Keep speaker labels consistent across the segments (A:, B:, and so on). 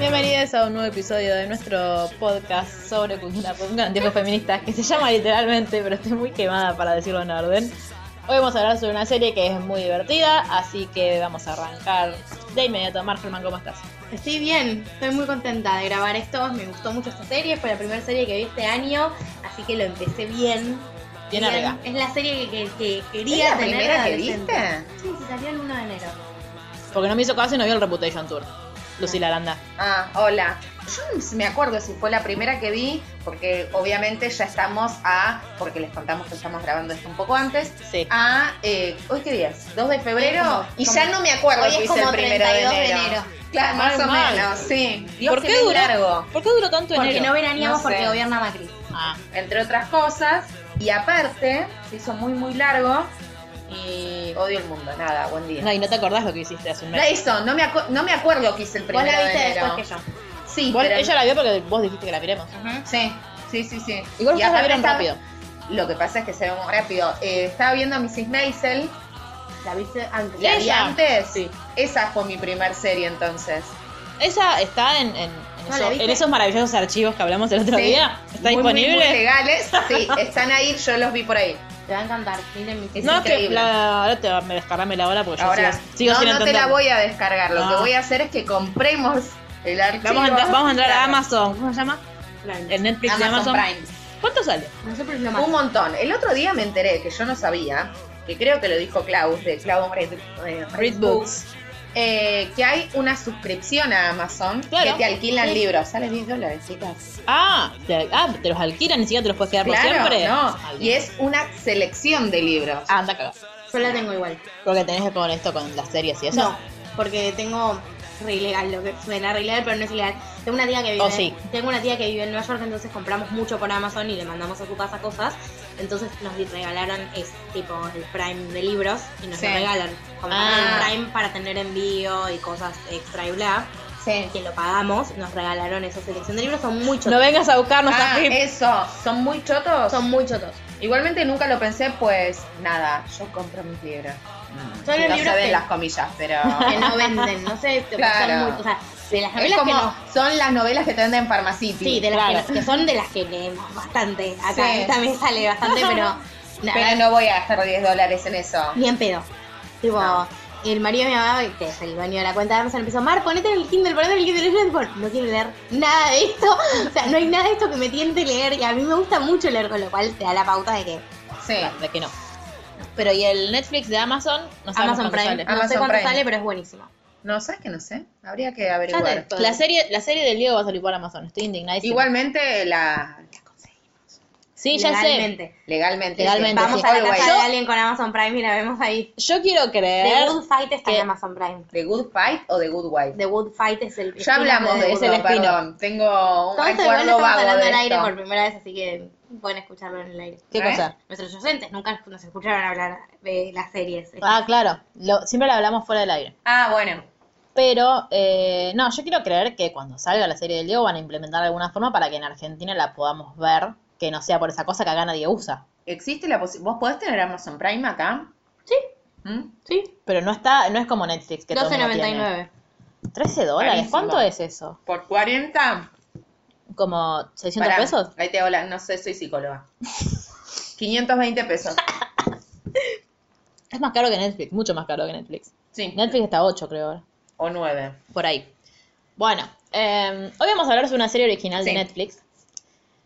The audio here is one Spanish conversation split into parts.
A: Bienvenidos a un nuevo episodio de nuestro podcast sobre cultura pop con anteojos feministas que se llama literalmente, pero estoy muy quemada para decirlo en orden. Hoy vamos a hablar sobre una serie que es muy divertida, así que vamos a arrancar de inmediato. Marcelman, ¿cómo estás?
B: Estoy bien, estoy muy contenta de grabar esto, me gustó mucho esta serie, fue la primera serie que vi este año, así que lo empecé bien.
A: Bien
B: Bien,
A: arriba.
B: Es la serie que, que- que
C: ¿Es
B: quería
C: la
B: tener
C: primera que
B: adolescente.
C: viste?
B: Sí, sí, salió el 1 de enero.
A: Porque no me hizo caso y no vio el Reputation Tour. Lucila Aranda.
C: Ah, hola. Yo no me acuerdo si fue la primera que vi, porque obviamente ya estamos a, porque les contamos que estamos grabando esto un poco antes,
A: Sí.
C: a, eh, ¿hoy qué día es? ¿2 de febrero?
B: Como-
C: y
B: como-
C: ya no me acuerdo
B: hoy
C: si
B: es
C: hice el
B: como
C: primero de
B: 32
C: enero.
B: de enero.
C: Claro, más
A: Ay,
C: o
A: mal.
C: menos, sí. Dios,
A: ¿Por
C: qué
A: qué duró?
C: largo.
A: ¿Por qué duró tanto
B: Porque no
A: enero?
B: veraníamos
C: No sé.
B: porque gobierna Macri.
A: Ah,
C: entre otras cosas. Y aparte, se hizo muy, muy largo. Y odio el mundo, nada, buen día.
A: no, y no te acordás lo que hiciste hace un mes.
C: No, eso, no me, acu- no me acuerdo que hice el
B: Vos
C: primero
B: la
C: de
B: viste después
C: enero.
B: que yo.
C: Sí,
A: Igual
C: pero-
A: ella la vio porque vos dijiste que la miremos.
C: Ujú, Sí, sí, sí, sí.
A: Igual ustedes
C: Y
A: la
C: aparte
A: vieron
C: estaba-
A: rápido.
C: Lo que pasa es que se ve muy rápido. Eh, estaba viendo a Mrs. Maisel,
B: La viste antes.
C: la vi
A: ¿Ella?
C: antes.
A: Sí.
C: Esa fue mi primer serie entonces.
A: Esa está en, en, en
B: No,
A: eso-
B: ¿la viste?
A: en esos maravillosos archivos que hablamos el otro
C: Sí.
A: día. ¿Está
C: Muy, muy,
A: disponible?
C: Muy, legales, sí, están ahí, yo los vi por ahí.
B: Te va a encantar. Miren mi
A: no, es que
C: increíble.
A: la, ahora te, me descargame la hora porque Pues yo
C: Ahora,
A: sigo, sigo
C: no,
A: sin
C: no te la
A: entenderlo.
C: voy a descargar. Lo
A: Ah.
C: que voy a hacer es que compremos el archivo.
A: Vamos a, entrar, vamos a entrar a
C: Claro.
A: Amazon. ¿Cómo se llama? El Netflix de
C: Amazon
A: Amazon.
C: Prime.
A: ¿Cuánto sale?
B: Nosotros lo
C: Un
B: más.
C: montón. El otro día me enteré, que yo no sabía, que creo que lo dijo Klaus, de Klaus Red, eh, Red Books, eh, que hay una suscripción a Amazon
A: Claro.
C: que te alquilan
A: Sí.
C: libros. Sale 10 dólares, chicas.
A: Ah te, ah, te los alquilan, ni siquiera te los puedes quedar por
C: Claro,
A: siempre.
C: no.
A: Maldito.
C: Y es una selección de libros.
A: Ah, anda a cagar.
B: Yo la tengo igual.
A: Porque tenés con esto, con las series y eso.
B: No, porque tengo re ilegal, lo que suena re ilegal, pero no es ilegal. Tengo una tía que vive,
A: Oh, sí.
B: tengo una tía que vive en Nueva York, entonces compramos mucho por Amazon y le mandamos a su casa cosas. Entonces nos di- regalaron es tipo el Prime de libros y nos
C: Sí.
B: lo regalan. Compramos
A: Ah.
B: el Prime para tener envío y cosas extra y bla.
C: Sí.
B: Que lo pagamos, nos regalaron esa selección de libros, son muy chotos.
A: No vengas a buscarnos
C: Ah,
A: a Pip.
C: eso. Son muy chotos.
B: Son muy chotos.
C: Igualmente nunca lo pensé, pues nada, yo compro mis libros.
B: Son los
C: no
B: libros
C: se ven
B: que,
C: las comillas, pero.
B: que no venden, no sé, tipo,
C: Claro.
B: son muy, o sea, de las
C: Es
B: novelas
C: como,
B: que no.
C: son las novelas que te venden en Pharmacity.
B: Sí, de las
A: Claro.
B: que, que son de las que leemos bastante. Acá
C: Sí.
B: en esta me sale bastante, pero.
C: Pero
B: nada,
C: no voy a gastar 10 dólares en eso.
B: Ni en pedo. Tipo,
C: No.
B: el marido de mi mamá, que es el dueño de la cuenta de Amazon, empezó, Mar, ponete en el Kindle, ponete en el Kindle. Y yo, tipo, no quiero leer nada de esto. O sea, no hay nada de esto que me tiente leer. Y a mí me gusta mucho leer, con lo cual te da la pauta de que
C: Sí.
A: De que no. Pero y el Netflix de Amazon, no sabemos cuánto
B: Amazon Prime, Ah,
A: sale.
B: no sé
C: Amazon
B: cuánto
C: Prime.
B: sale, pero es buenísimo.
C: No, ¿sabes que no sé? Habría que
B: Ya te-
C: averiguar.
A: La serie, la serie del Diego va a salir por Amazon, estoy indignada.
C: Igualmente la, la conseguí.
A: Sí, ya sé.
B: Legalmente.
C: Legalmente.
A: Legalmente,
C: sí.
B: Vamos a la
C: Always.
B: casa de
A: Yo-
B: alguien con Amazon Prime y la vemos ahí.
A: Yo quiero
B: The
A: creer.
B: Good Fight está
C: Eh,
A: que-
B: en Amazon Prime.
C: ¿The Good Fight o The Good Wife?
B: The Good Fight es el.
C: Ya hablamos de
B: The
A: es
C: eso,
B: Good
A: el
B: Fight.
A: spin-off.
C: perdón. Tengo un
B: Todo esto igual lo
C: recuerdo
B: estamos
C: vago
B: hablando
C: de
B: al aire por
C: esto.
B: primera vez, así que pueden escucharlo en el aire.
A: ¿Qué
C: ¿Eh?
A: cosa?
B: Nuestros oyentes nunca nos escucharon hablar de las series.
A: Ah, claro. Lo- siempre la hablamos fuera del aire.
C: Ah, bueno.
A: Pero, eh, no, yo quiero creer que cuando salga la serie del Diego van a implementar alguna forma para que en Argentina la podamos ver, que no sea por esa cosa que acá nadie usa.
C: ¿Existe la posibilidad? ¿Vos podés tener Amazon Prime acá?
B: Sí.
C: ¿Mm?
B: Sí,
A: Pero no está, no es como Netflix que todo el mundo tiene.
B: 12.99.
A: 13 dólares,
C: Carísimo.
A: ¿cuánto es eso?
C: ¿Por 40?
A: ¿Como 600
C: Pará,
A: pesos?
C: Ahí te hola, no sé, soy psicóloga. 520 pesos.
A: Es más caro que Netflix, mucho más caro que Netflix.
C: Sí.
A: Netflix está a 8, creo ahora.
C: O 9.
A: Por ahí. Bueno, em, eh, hoy vamos a hablar sobre una serie original de
C: Sí.
A: Netflix.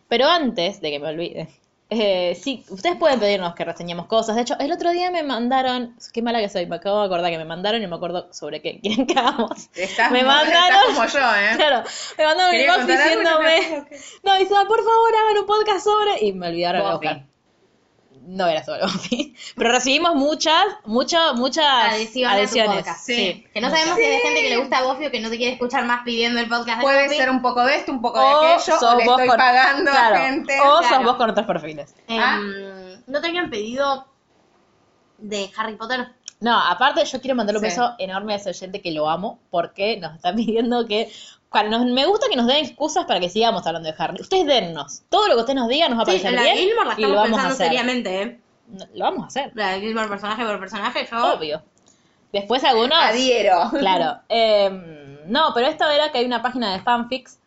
A: Pero antes de que me olvide, Eh, sí, ustedes pueden pedirnos que reseñemos cosas. De hecho, el otro día me mandaron, qué mala que soy, me acabo de acordar que me mandaron y no me acuerdo sobre qué quieren que hagamos.
C: Estás,
A: Me
C: muy-
A: mandaron-
C: estás como yo, ¿eh?
A: Claro, me mandaron un
C: Quería
A: inbox
C: contar algo y no me
A: diciéndome,
C: acuerdo qué.
A: no, Isa, por favor, hagan un podcast sobre. Y me olvidaron de
C: Buffy.
A: buscar. No era sobre Buffy. Pero recibimos muchas, muchas, muchas
B: Adhesión a tu
A: adhesiones.
B: podcast,
C: sí.
B: Que no sabemos si hay gente que le gusta Buffy o que no te quiere escuchar más pidiendo el podcast de
C: Puede
B: Buffy.
C: ser un poco de esto, un poco de
A: O
C: aquello,
A: sos
C: o le
A: vos
C: estoy
A: con-
C: pagando
A: claro,
C: a gente.
A: O
B: claro.
A: sos vos con otros perfiles.
B: Em,
C: Ah.
B: ¿No te habían pedido de Harry Potter?
A: No, aparte yo quiero mandarle un
C: Sí.
A: beso enorme a ese oyente que lo amo porque nos está pidiendo que... cuando nos- me gusta que nos den excusas para que sigamos hablando de Harry. Ustedes dennos. Todo lo que ustedes nos digan nos va a
B: Sí,
A: parecer
B: la de
A: bien
B: Gilmore la
A: y lo
B: estamos
A: vamos a
B: pensando
A: hacer.
B: seriamente, ¿eh?
A: No, Lo vamos a hacer,
B: La de Gilmore personaje por personaje, yo...
A: obvio. Después algunos...
C: Adhiero.
A: Claro. eh, no, pero esto era que hay una página de fanfics,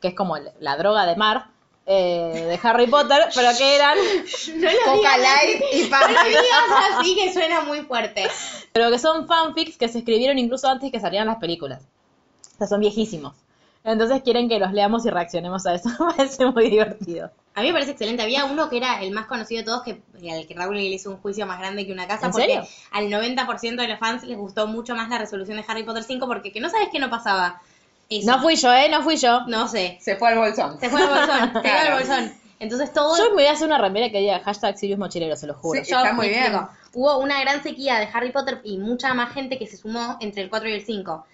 A: que es como la- la droga de mar, eh, de Harry Potter, pero que eran...
B: No lo
C: Coca
B: digas,
C: Light y pan.
B: no lo digas así que suena muy fuerte.
A: Pero que son fanfics que se escribieron incluso antes que salieran las películas. O sea, son viejísimos. Entonces quieren que los leamos y reaccionemos a eso. Me parece muy divertido.
B: A mí me parece excelente. Había uno que era el más conocido de todos, que al que Raúl le hizo un juicio más grande que una casa,
A: ¿En
B: porque
A: serio?
B: al 90% de los fans les gustó mucho más la resolución de Harry Potter 5, porque que no sabes qué no pasaba. Eso.
A: No fui yo, ¿eh? No fui yo.
B: No sé.
C: Se fue al bolsón.
B: Se fue al bolsón, se fue al
C: Claro.
B: bolsón. Entonces todo...
A: Yo me voy a hacer una remera que diga hashtag Sirius Mochilero, se lo juro.
C: Sí. está muy
B: me
C: bien.
B: explico. Hubo una gran sequía de Harry Potter y mucha más gente que se sumó entre el 4 y el 5.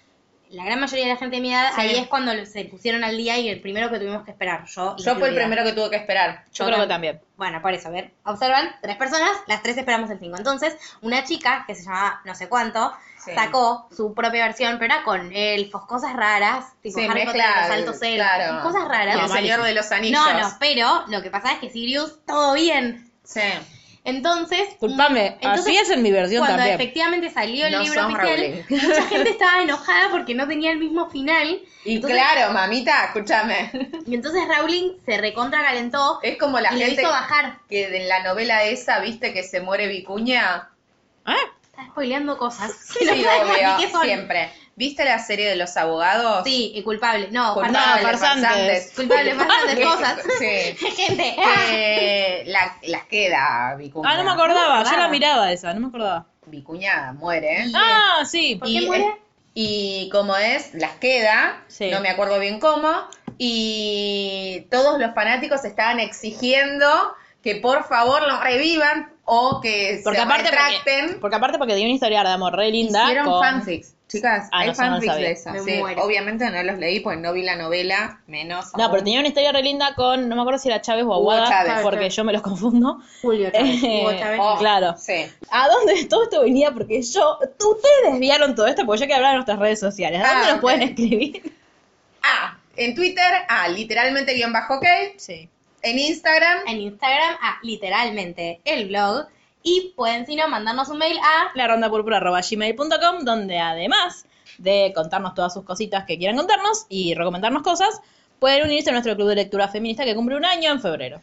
B: La gran mayoría de la gente de mi edad,
C: Sí.
B: ahí es cuando se pusieron al día y el primero que tuvimos que esperar. Yo,
C: Yo fui el
B: incluida.
C: primero que tuve que esperar.
A: Yo creo que también.
B: Bueno, por eso, a ver, observan, tres personas, las tres esperamos el 5. Entonces, una chica que se llamaba no sé cuánto,
C: Sí.
B: sacó su propia versión, pero era con elfos, cosas raras, tipo
C: Sí,
B: Harry Potter,
C: mezcla,
B: los altos elfos,
C: claro.
B: cosas raras.
C: Y el Señor de los Anillos.
B: No, no, pero lo que pasa es que Sirius, todo bien.
C: Sí.
B: Entonces, mm,
A: Disculpame,
B: entonces,
A: así es en mi versión
B: cuando
A: también.
B: efectivamente salió el
C: No
B: libro
C: sos
B: oficial, mucha gente estaba enojada porque no tenía el mismo final.
C: Y
B: Entonces-
C: claro, mamita, escúchame.
B: Y entonces Rowling se recontra calentó
C: Es como Eh, la
B: y
C: gente
B: lo hizo bajar.
C: que en la novela esa, viste que se muere Vicuña.
A: ¿Ah?
B: Está spoileando cosas.
C: Sí,
B: No sabemos ni qué
C: obvio,
B: son.
C: siempre. ¿Viste la serie de los abogados?
B: Sí, y culpable. No,
C: Con
B: falta-
C: Pablo
A: farsantes.
C: Farsantes.
B: culpable, falta de
C: Que-
B: cosas.
C: Sí.
B: Gente.
C: Que Eh, la, las queda Vicuña.
A: Ah, no me acordaba, yo la
B: Claro.
A: miraba esa, no me acordaba.
C: Vicuña muere.
A: Ah, sí.
B: ¿Por qué muere?
C: Y como es, las queda,
A: Sí.
C: no me acuerdo bien cómo, y todos los fanáticos estaban exigiendo que por favor lo revivan o que
A: Porque
C: se
A: aparte porque,
C: retracten.
A: porque aparte porque tenía una historia de amor re linda.
C: Hicieron
A: con-
C: fanfics. Chicas,
A: Ah,
C: hay
A: no, yo no lo
C: fanfics
A: sabía.
C: de esas.
B: Me
C: sí.
B: muero.
C: Obviamente no los leí porque no vi la novela, menos.
A: No,
C: aún.
A: pero tenía una historia re linda con, no me acuerdo si era Chávez o
C: Hugo
A: Aguada,
C: Chávez.
A: porque yo me los confundo.
B: Julio Chávez.
A: Eh,
B: Hugo Chávez.
C: Oh,
A: claro.
C: Sí.
A: ¿A dónde todo esto venía? Porque yo, tú- ustedes desviaron todo esto, porque yo quiero hablar de nuestras redes sociales. ¿A
C: Ah,
A: dónde nos
C: ok.
A: pueden escribir?
C: Ah, en Twitter, ah, literalmente guión bajo ok.
A: Sí.
C: En Instagram,
B: En Instagram, a literalmente el blog. Y pueden, si no, mandarnos un mail a
A: La ronda gmail.com, donde además de contarnos todas sus cositas que quieran contarnos y recomendarnos cosas, pueden unirse a nuestro club de lectura feminista que cumple un año en febrero.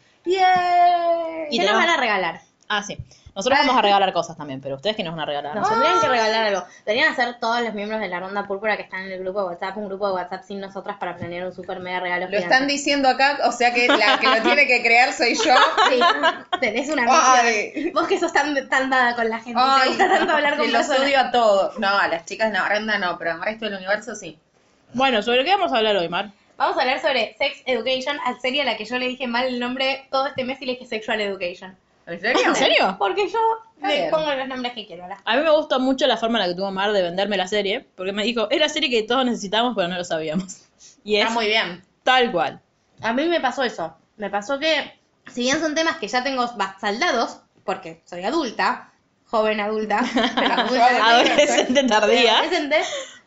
C: ¡Yay!
A: Y
B: ¿Qué nos
A: tenemos-
B: van a regalar?
A: Ah, sí. Nosotros vamos a regalar cosas también, pero ustedes que nos van a regalar.
B: Nos tendrían que regalar algo. Deberían hacer todos los miembros de la ronda púrpura que están en el grupo de WhatsApp, un grupo de WhatsApp sin nosotras para planear un super mega regalo.
C: Lo están diciendo acá, o sea que la que lo tiene que crear soy yo.
B: diciendo. tenés una
C: Ay.
B: misión. Vos que sos tan, tan dada con la gente. te
C: Ay,
B: gusta tanto hablar con
C: que los
B: personas.
C: odio a todos. No, a las chicas no, Renda no, pero al resto del universo sí.
A: Bueno, ¿sobre qué vamos a hablar hoy, Mar?
B: Vamos a hablar sobre Sex Education, al serie a la que yo le dije mal el nombre todo este mes y le dije Sexual Education.
C: ¿En serio?
A: ¿En serio?
B: Porque yo
C: Está
B: le
C: bien.
B: pongo los nombres que quiero. ¿verdad?
A: A mí me gustó mucho la forma en la que tuvo Mar de venderme la serie, porque me dijo, es la serie que todos necesitamos, pero no lo sabíamos. Y es
C: Está muy bien.
A: tal cual.
B: A mí me pasó eso. Me pasó que, si bien son temas que ya tengo ba- saldados, porque soy adulta, joven adulta, pero adulta de-
A: Adolescente
B: pero
A: tardía.
B: adolescente,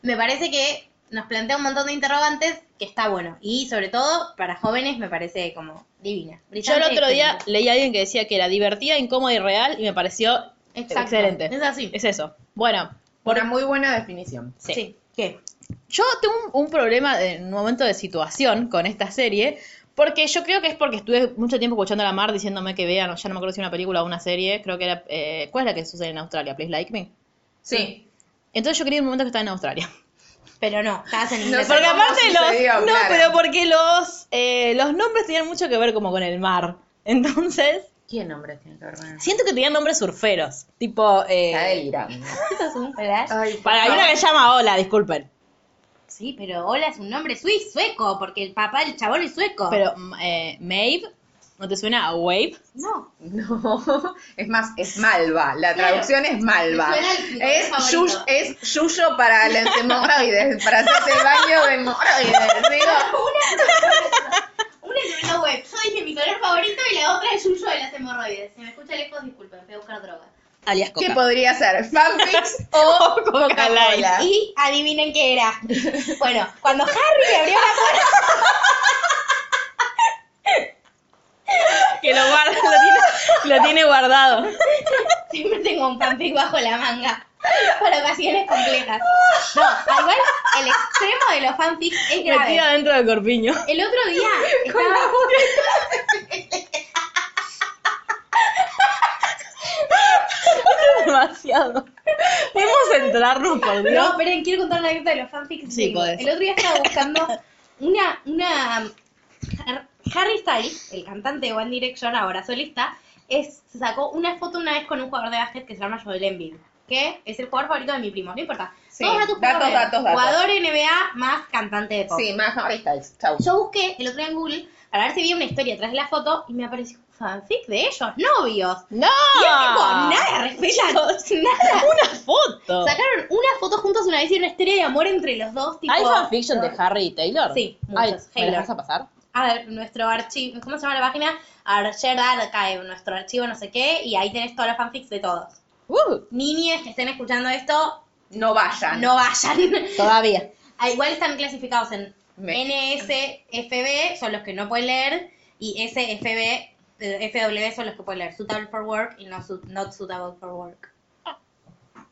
B: me parece que nos plantea un montón de interrogantes que está bueno. Y sobre todo, para jóvenes me parece como
A: Yo
B: divina.
A: el
B: brillante,
A: otro día
B: excelente.
A: leí a alguien que decía que era divertida, incómoda y real, y me pareció
B: Exacto.
A: excelente.
B: Es así.
A: Es eso. Bueno,
C: Una muy buena definición.
A: sí.
B: sí. ¿Qué?
A: Yo tengo un, un problema en un momento de situación con esta serie, porque yo creo que es porque estuve mucho tiempo escuchando a la Mar diciéndome que vean, o ya no me acuerdo si una película o una serie, creo que era, eh, ¿cuál es la que sucede en Australia? Please Like Me.
C: Sí.
A: Entonces yo creí en un momento que estaba en Australia.
B: Pero no, estabas en inglés.
C: sé
A: Porque
C: cómo
A: aparte los.
C: sucedió,
A: no,
C: claro.
A: pero porque los, eh, los nombres tenían mucho que ver como con el mar. Entonces,
C: ¿Qué nombre tiene que ver con eso?
A: Siento que tenían nombres surferos, tipo... eh,
C: Está delirando.
B: Eso es un flash.
C: Ay, por
A: para hay una
C: favor.
A: que se llama Hola, disculpen.
B: Sí, pero Ola es un nombre suiz, sueco, porque el papá del chabón es sueco.
A: Pero mm, eh, Maeve, ¿no te suena a Wave?
B: no.
C: No, es más, es Malva. La
B: Claro.
C: traducción es Malva.
B: Me suena el- mi
C: Es,
B: favorito.
C: yuyo, es yuyo para las hemorroides, para hacerse el baño de hemorroides. Digo,
B: Una es una web. Yo dije mi color favorito y la otra es Yuyo de las hemorroides. Si me escucha lejos, disculpen, voy a buscar droga.
A: Alias
C: ¿Qué
A: Coca.
C: podría ser? ¿Fanfics o Coca-Cola?
B: Y adivinen qué era. Bueno, cuando Harry le abrió la puerta.
A: Que lo, guarda, lo, tiene, lo tiene guardado.
B: Siempre tengo un fanfic bajo la manga. Para ocasiones complejas. No, al igual el extremo de los fanfics es grave.
A: Metida dentro del corpiño.
B: El otro día estaba...
A: Demasiado. Podemos centrarnos, por Dios.
B: No, esperen, quiero contar una anécdota de los fanfics.
A: Sí,
B: que tengo.
A: podés.
B: El otro día estaba buscando una, una Harry Styles, el cantante de One Direction, ahora solista, es, se sacó una foto una vez con un jugador de básquet que se llama Joel Embiid, que es el jugador favorito de mi primo, no importa.
C: Sí,
B: Todos datos,
C: datos,
B: curiosos.
C: datos, datos.
B: Jugador NBA más cantante de pop.
C: Sí, más Harry Styles. Chau.
B: Yo busqué el otro día en Google para ver si había una historia atrás de la foto y me apareció un fanfic de ellos, novios.
A: ¡No!
C: ¡Ah!
B: Y es tipo, nada, respetan, nada.
A: ¡Una foto!
B: Sacaron una foto juntos una vez y una historia de amor entre los dos, tipo...
A: ¿Hay fanfiction de Harry y Taylor?
B: Sí,
A: Ay,
B: muchas.
A: ¿Me
B: Taylor.
A: las vas a pasar?
B: A ver, nuestro archivo, ¿cómo se llama la página? Archer Archive, nuestro archivo no sé qué, y ahí tenés todos los fanfics de todos.
A: Uh,
B: Niñas que estén escuchando esto,
C: No vayan.
B: no vayan.
A: todavía.
B: Ah, Igual están clasificados en
C: Me-
B: NSFB, son los que no pueden leer, y SFB, eh, FW son los que pueden leer. Suitable for work y no su- not suitable for work.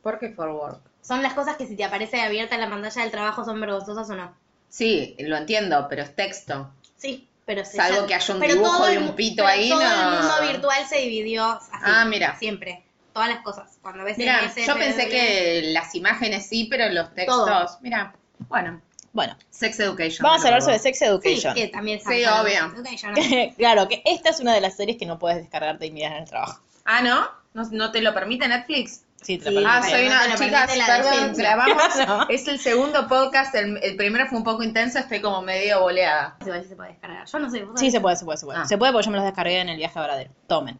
C: ¿Por qué forward?
B: Son las cosas que si te aparece abierta en la pantalla del trabajo son vergonzosas o no.
C: Sí, lo entiendo, pero es texto.
B: Sí, pero se
C: Salvo
B: llama-
C: que haya un
B: pero
C: dibujo
B: todo
C: de
B: el
C: un
B: mu-
C: pito
B: pero
C: ahí,
B: todo
C: no.
B: el mundo virtual se dividió así.
C: Ah, mira.
B: Siempre. Todas las cosas. Cuando ves
C: Mira,
B: NSFW,
C: yo pensé que las imágenes sí, pero los textos.
B: Todo.
C: Mira, bueno,
A: Bueno,
C: Sex Education.
A: vamos a hablar
C: luego.
A: sobre Sex
B: Sí,
A: Education.
B: que también
C: Sí,
B: Samsung.
C: obvio.
B: Ok, yo no.
A: claro, que esta es una de las series que no puedes descargarte y mirar en el trabajo.
C: Ah, ¿no? ¿no? no te lo permite Netflix?
A: Sí, te
B: Sí.
A: lo
C: Ah,
A: permite.
C: soy
B: no te
C: una.
B: lo
C: Chicas,
B: permite la
C: perdón,
B: decencia.
C: grabamos.
A: No.
C: Es el segundo podcast. El, el primero fue un poco intenso, estoy como medio boleada.
B: Igual sí se puede descargar. Yo no sé. vos
A: Sí,
B: sabés.
A: se puede, se puede, se puede.
C: Ah.
A: Se puede porque yo me las descargué en el viaje a Varadero. Tomen.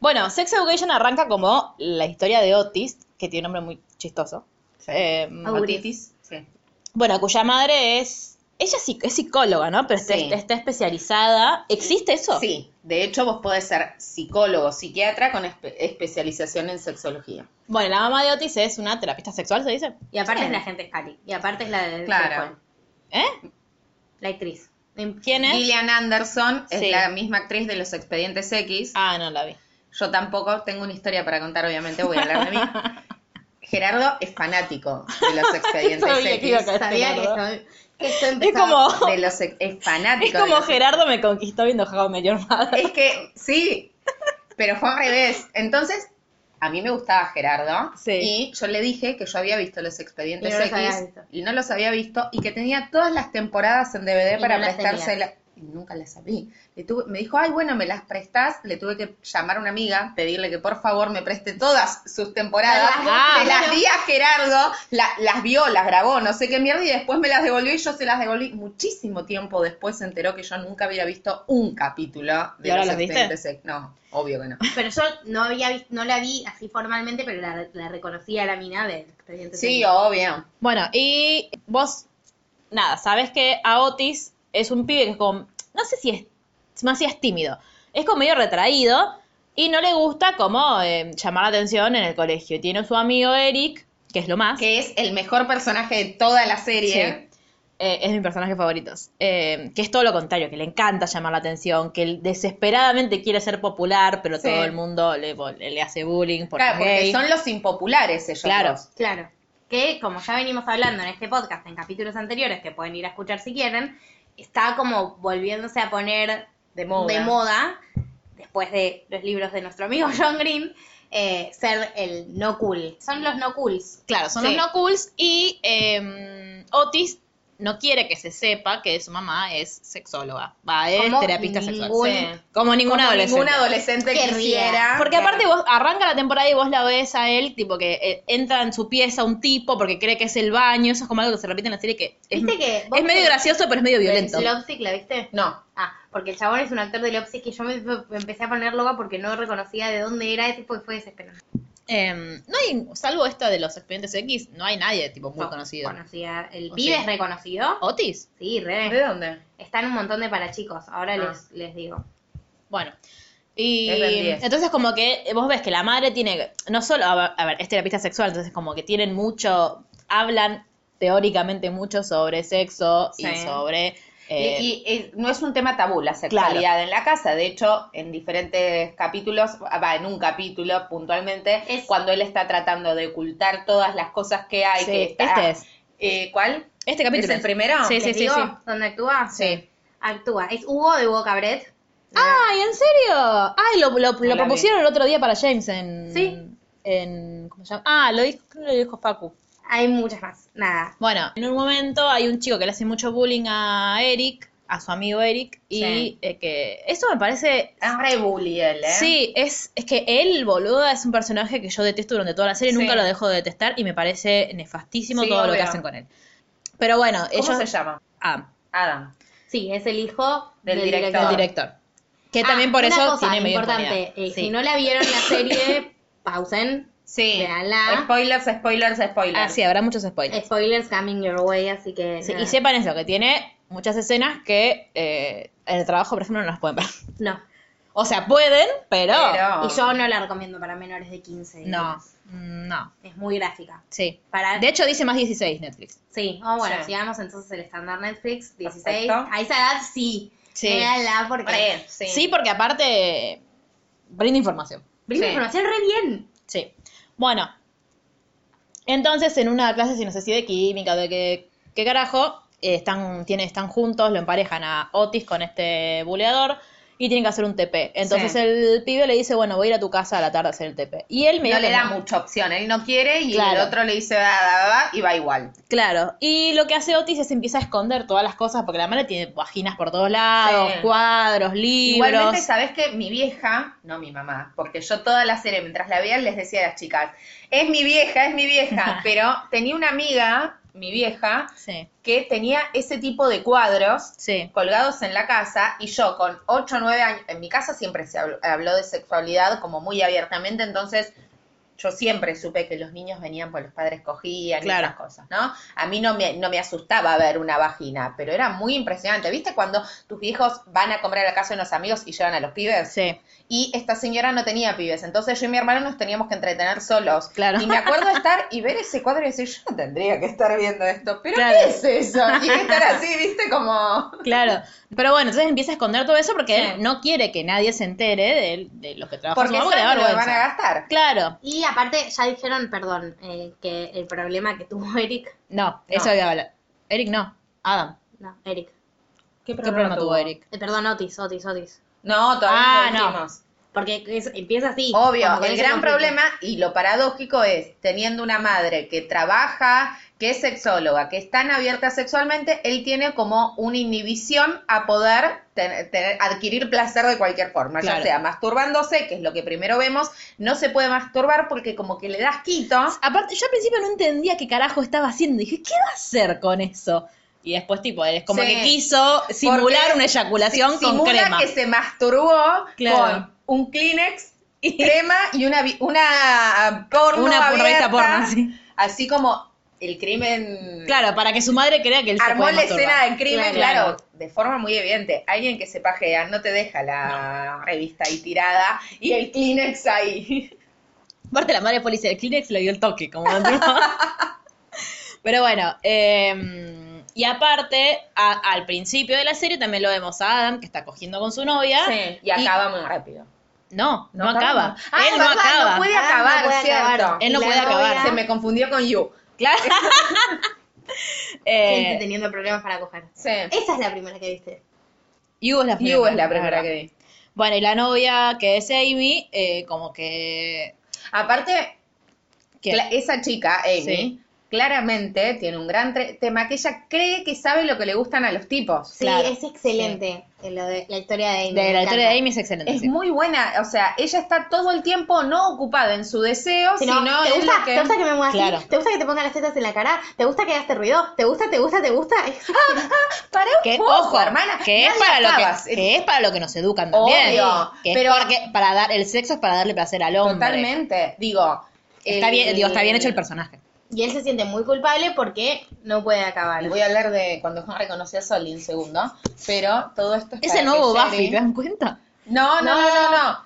A: Bueno, Sex Education arranca como la historia de Otis, que tiene un nombre muy chistoso. Eh,
B: Auris.
C: Otitis, Sí.
A: bueno, cuya madre es... Ella sí- es psicóloga, ¿no? Pero está,
C: Sí.
A: está especializada. ¿Existe eso?
C: Sí, de hecho vos podés ser psicólogo, psiquiatra con espe- especialización en sexología.
A: Bueno, la mamá de Otis es una terapista sexual, ¿se dice?
B: Y aparte
C: Sí.
B: es la gente Cali. Y aparte es la de
C: Claro.
B: de Juan,
A: ¿Eh?
B: la actriz.
C: Em,
A: ¿Quién es?
C: Gillian Anderson es
A: Sí.
C: la misma actriz de los Expedientes X.
A: Ah, no la vi.
C: Yo tampoco tengo una historia para contar, obviamente voy a hablar de mí. Gerardo es fanático de los expedientes
A: Sabía que iba a
C: X.
A: caer
B: Sabía que
A: Gerardo.
B: estoy- que
A: Este,
B: esto
A: Es
B: empezaba-
A: como,
C: De los ex- es fanático.
A: es
C: de
A: como
C: los-
A: Gerardo me conquistó viendo How I Met Your Mother.
C: Es que sí, pero fue al revés. Entonces, a mí me gustaba Gerardo
A: Sí.
C: y yo le dije que yo había visto los expedientes
B: Y no los había
C: X
B: visto.
C: y no los había visto y que tenía todas las temporadas en DVD
B: Y
C: para
B: no las
C: prestársela. Y nunca las vi. Le tuve- me dijo, ay, bueno, me las prestás. Le tuve que llamar a una amiga, pedirle que por favor me preste todas sus temporadas.
B: Ah,
C: se las
B: bueno.
C: di a Gerardo, la- las vio, las grabó, no sé qué mierda, y después me las devolvió y yo se las devolví. Muchísimo tiempo después se enteró que yo nunca había visto un capítulo de
A: ¿Y ahora
C: los
A: las viste?
C: expedientes X. No, obvio que no.
B: Pero yo no había vis- no la vi así formalmente, pero la, la reconocía la mina del expediente.
C: Sí,
B: Cali.
C: obvio.
A: Bueno, y vos, nada, sabes que a Otis es un pibe que es como, no sé si es, más si es tímido, es como medio retraído y no le gusta como eh, llamar la atención en el colegio. Y Tiene su amigo Eric, que es lo más,
C: Que es el mejor personaje de toda la serie.
A: eh, es mi personaje favorito, eh, que es todo lo contrario, que le encanta llamar la atención, que él desesperadamente quiere ser popular, pero
C: Sí.
A: todo el mundo le, le hace bullying porque,
C: claro, porque
A: es gay.
C: son los impopulares ellos.
A: Claro.
C: dos.
B: Claro. Que como ya venimos hablando en este podcast, en capítulos anteriores, que pueden ir a escuchar si quieren, está como volviéndose a poner
C: De moda.
B: de moda, después de los libros de nuestro amigo John Green, eh, ser el no cool. Son los no cools.
A: Claro, son
C: Sí.
A: los no cools y eh, Otis no quiere que se sepa que su mamá es sexóloga. Va, es
B: Como
A: terapista sexual.
B: ningún-
A: Sí. Como ningún
C: Como
A: adolescente.
C: ningún adolescente
B: Querría.
C: quisiera.
A: Porque
C: Claro.
A: aparte vos arranca la temporada y vos la ves a él, tipo que eh, entra en su pieza un tipo porque cree que es el baño, eso es como algo que se repite en la serie que es,
B: ¿Viste que vos
A: es medio
B: te-
A: gracioso pero es medio violento.
B: Lovesick, ¿la viste?
C: No.
B: Ah, porque el chabón es un actor de Lovesick y yo me, me empecé a poner loca porque no reconocía de dónde era ese, pues fue desesperante.
A: Em, no hay, salvo esta de los expedientes X, no hay nadie tipo muy
B: No,
A: conocido.
B: Conocía. El
A: O
B: pibe
A: sea-
B: es reconocido.
A: ¿Otis?
B: Sí,
C: ¿De
B: re.
C: dónde?
B: Está en un montón de para chicos, ahora
C: Ah.
B: les, les digo.
A: Bueno. Y
C: Es del 10.
A: entonces como que vos ves que la madre tiene, no solo, a ver, a ver, es terapista sexual, entonces como que tienen mucho, hablan teóricamente mucho sobre sexo y
C: Sí.
A: sobre... eh,
C: Y, y- y no es un tema tabú la sexualidad en la casa. De hecho, en diferentes capítulos, ah, va, en un capítulo puntualmente,
B: Es-
C: cuando él está tratando de ocultar todas las cosas que hay.
A: sí,
C: que está-
A: este es.
C: Eh, ¿Cuál?
A: Este capítulo.
C: ¿Es el primero?
A: Sí, sí,
B: ¿Les
A: sí,
B: digo
A: sí.
B: ¿Dónde actúa?
C: Sí.
B: Actúa. Es Hugo de Boca Bret.
A: ¡Ay, en serio! ¡Ay, lo, lo, lo
C: la vi.
A: propusieron el otro día para James en.
B: Sí.
A: En, ¿Cómo se llama? Ah, lo dijo, creo que lo dijo Facu.
B: Hay muchas más. Nada.
A: Bueno, en un momento hay un chico que le hace mucho bullying a Eric, a su amigo Eric, y
C: Sí.
A: eh, que. Eso me parece.
C: Es re bully él, ¿eh?
A: Sí, es, es que él, boluda, es un personaje que yo detesto durante toda la serie,
C: Sí.
A: nunca lo dejo de detestar y me parece nefastísimo
C: Sí,
A: todo lo que
C: obvio.
A: hacen con él. Pero bueno,
C: ¿Cómo
A: ellos.
C: se llama?
A: Ah,
C: Adam.
B: Sí, es el hijo Ah,
C: Del director.
A: el director. Que
C: Ah,
A: también por eso tiene medio
B: importante.
A: impunidad.
B: eh,
A: Sí.
B: Si no la vieron la serie, pausen.
C: Sí.
B: Véanla.
C: Spoilers, spoilers, spoilers.
A: Ah, sí, habrá muchos spoilers.
B: Spoilers coming your way, así que.
A: Sí,
B: nada.
A: y sepan eso, que tiene muchas escenas que eh, en el trabajo, por ejemplo, no las pueden ver.
B: No.
A: O sea, pueden, pero,
C: Pero-
B: Y yo no la recomiendo para menores de 15.
A: no,
B: digamos.
A: mm, no,
B: Es muy gráfica.
A: sí.
C: Ah.
B: Para...
A: De hecho, dice más 16 Netflix.
B: Sí, oh, bueno,
C: Sí.
B: sigamos entonces el estándar Netflix, 16.
C: Perfecto.
B: A esa edad sí.
A: Sí.
B: Véanla porque.
C: Re,
A: Sí,
C: sí.
A: porque aparte eh, brinda información.
B: Brinda
C: Sí.
B: información re bien.
A: Sí. Bueno, entonces en una clase, si no sé si de química o de qué, qué carajo, eh, están, tiene, están juntos, lo emparejan a Otis con este buleador y tienen que hacer un TP. Entonces
C: Sí.
A: el pibe le dice, bueno, voy a ir a tu casa a la tarde a hacer el TP. Y él me
C: No le da mucha opción. Él no quiere y
A: Claro.
C: el otro le dice, va, va, va, y va igual.
A: Claro, y lo que hace Otis es empieza a esconder todas las cosas porque la madre tiene vaginas por todos lados,
C: Sí.
A: cuadros, libros.
C: Igualmente, ¿sabés que Mi vieja, no mi mamá, porque yo toda la serie, mientras la veía, les decía a las chicas, es mi vieja, es mi vieja, pero tenía una amiga, mi vieja,
A: Sí,
C: que tenía ese tipo de cuadros
A: sí.
C: colgados en la casa y yo con 8 o 9 años, en mi casa siempre se habló, habló de sexualidad como muy abiertamente, entonces yo siempre supe que los niños venían por los padres cogían
A: Claro.
C: y esas cosas, ¿no? A mí no me, no me asustaba ver una vagina, pero era muy impresionante. ¿Viste cuando tus viejos van a comer a la casa de unos amigos y llevan a los pibes?
A: Sí,
C: Y esta señora no tenía pibes, entonces yo y mi hermano nos teníamos que entretener solos.
A: Claro.
C: Y me acuerdo de estar y ver ese cuadro y decir, yo no tendría que estar viendo esto, pero
A: Claro.
C: ¿qué es eso? Y estar así, ¿viste? Como...
A: claro. Pero bueno, entonces empieza a esconder todo eso porque
C: Sí.
A: él no quiere que nadie se entere de, él- de lo que trabaja su
C: Porque
A: mamá,
C: saben
A: le da
C: que lo
A: vergüenza.
C: van a gastar.
A: Claro,
B: Y aparte, ya dijeron, perdón, eh, que el problema que tuvo Eric.
A: no, eso voy a hablar. Eric no, Adam.
B: No, Eric.
A: ¿Qué problema, tuvo, Eric?
B: Eh, perdón, Otis, Otis, Otis.
C: No, todavía
A: Ah,
C: no
A: no.
C: lo dijimos.
B: Porque es- empieza así. como
C: Obvio,
B: con
C: el
B: ese
C: gran
B: conflicto.
C: problema y lo paradójico es, teniendo una madre que trabaja, que es sexóloga, que es tan abierta sexualmente, él tiene como una inhibición a poder ten- tener- adquirir placer de cualquier forma,
A: Claro.
C: ya sea masturbándose, que es lo que primero vemos, no se puede masturbar porque como que le das quito.
A: Aparte, yo al principio no entendía qué carajo estaba haciendo. Dije, ¿qué va a hacer con eso? Y después, tipo, es como
C: Sí.
A: que quiso simular
C: Porque
A: una eyaculación
C: si-
A: con
C: simula
A: crema.
C: que se masturbó
A: Claro.
C: con un Kleenex, crema y una, vi- una porno
A: Una
C: abierta,
A: revista porno, sí.
C: Así como el crimen...
A: Claro, para que su madre crea que él se
C: Armó
A: puede
C: la
A: masturbar.
C: escena del crimen,
A: Claro.
C: claro, de forma muy evidente. Alguien que se pajea no te deja la revista ahí tirada y el Kleenex ahí.
A: Aparte, la madre policía del Kleenex le dio el toque, como dentro. Pero bueno, eh, y aparte, a- al principio de la serie también lo vemos a Adam, que está cogiendo con su novia.
C: Y acaba muy rápido.
A: No, no, acaba.
C: Ah,
A: él
C: es
A: no
C: verdad,
A: acaba.
C: No puede
B: Ah, no
C: acabar,
B: puede
C: ¿cierto?
B: acabar.
A: Él no
B: La
A: puede acabar.
B: novia-
C: Se me confundió con You.
A: Claro.
B: Gente
A: eh,
B: teniendo problemas para coger.
C: Sí.
B: Esa es la primera que viste.
A: You es la primera,
C: You es la primera
A: verdad.
C: que vi.
A: Bueno, y la novia que es Amy, eh, como que.
C: Aparte,
A: que-
C: cla- esa chica, Amy,
A: Sí.
C: claramente tiene un gran tre- tema que ella cree que sabe lo que le gustan a los tipos.
B: Sí,
A: Claro.
B: es excelente eh, lo de, la historia de Amy.
A: De
B: me
A: la historia
B: encanta.
A: de Amy es excelente.
C: Es
A: sí.
C: muy buena, o sea, ella está todo el tiempo no ocupada en su deseo,
B: Si no,
C: sino
B: ¿te,
C: en
B: gusta,
C: lo
B: ¿Te gusta que me muevas
A: Claro.
B: así? ¿Te gusta que te pongan las tetas en la cara? ¿Te gusta que hagas este ruido? ¿Te gusta, te gusta, te gusta? Es-
C: Para un
A: que
C: poco,
A: ojo,
C: hermana, eh,
A: que
C: no
A: es
C: la
A: para lo
C: acabas.
A: que, que es para lo que nos educan también,
C: Obvio,
A: que es
C: pero-
A: porque para dar el sexo es para darle placer al hombre.
C: Totalmente. Digo,
A: Está
C: el-
A: bien, digo, está bien hecho el personaje.
B: Y él se siente muy culpable porque no puede acabar.
C: Voy a hablar de cuando reconocí a Soli en segundo, pero todo esto es
A: Ese
C: para
A: nuevo
C: que
A: Buffy,
C: Jerry-
A: ¿te dan cuenta?
C: No, no, no, no, no.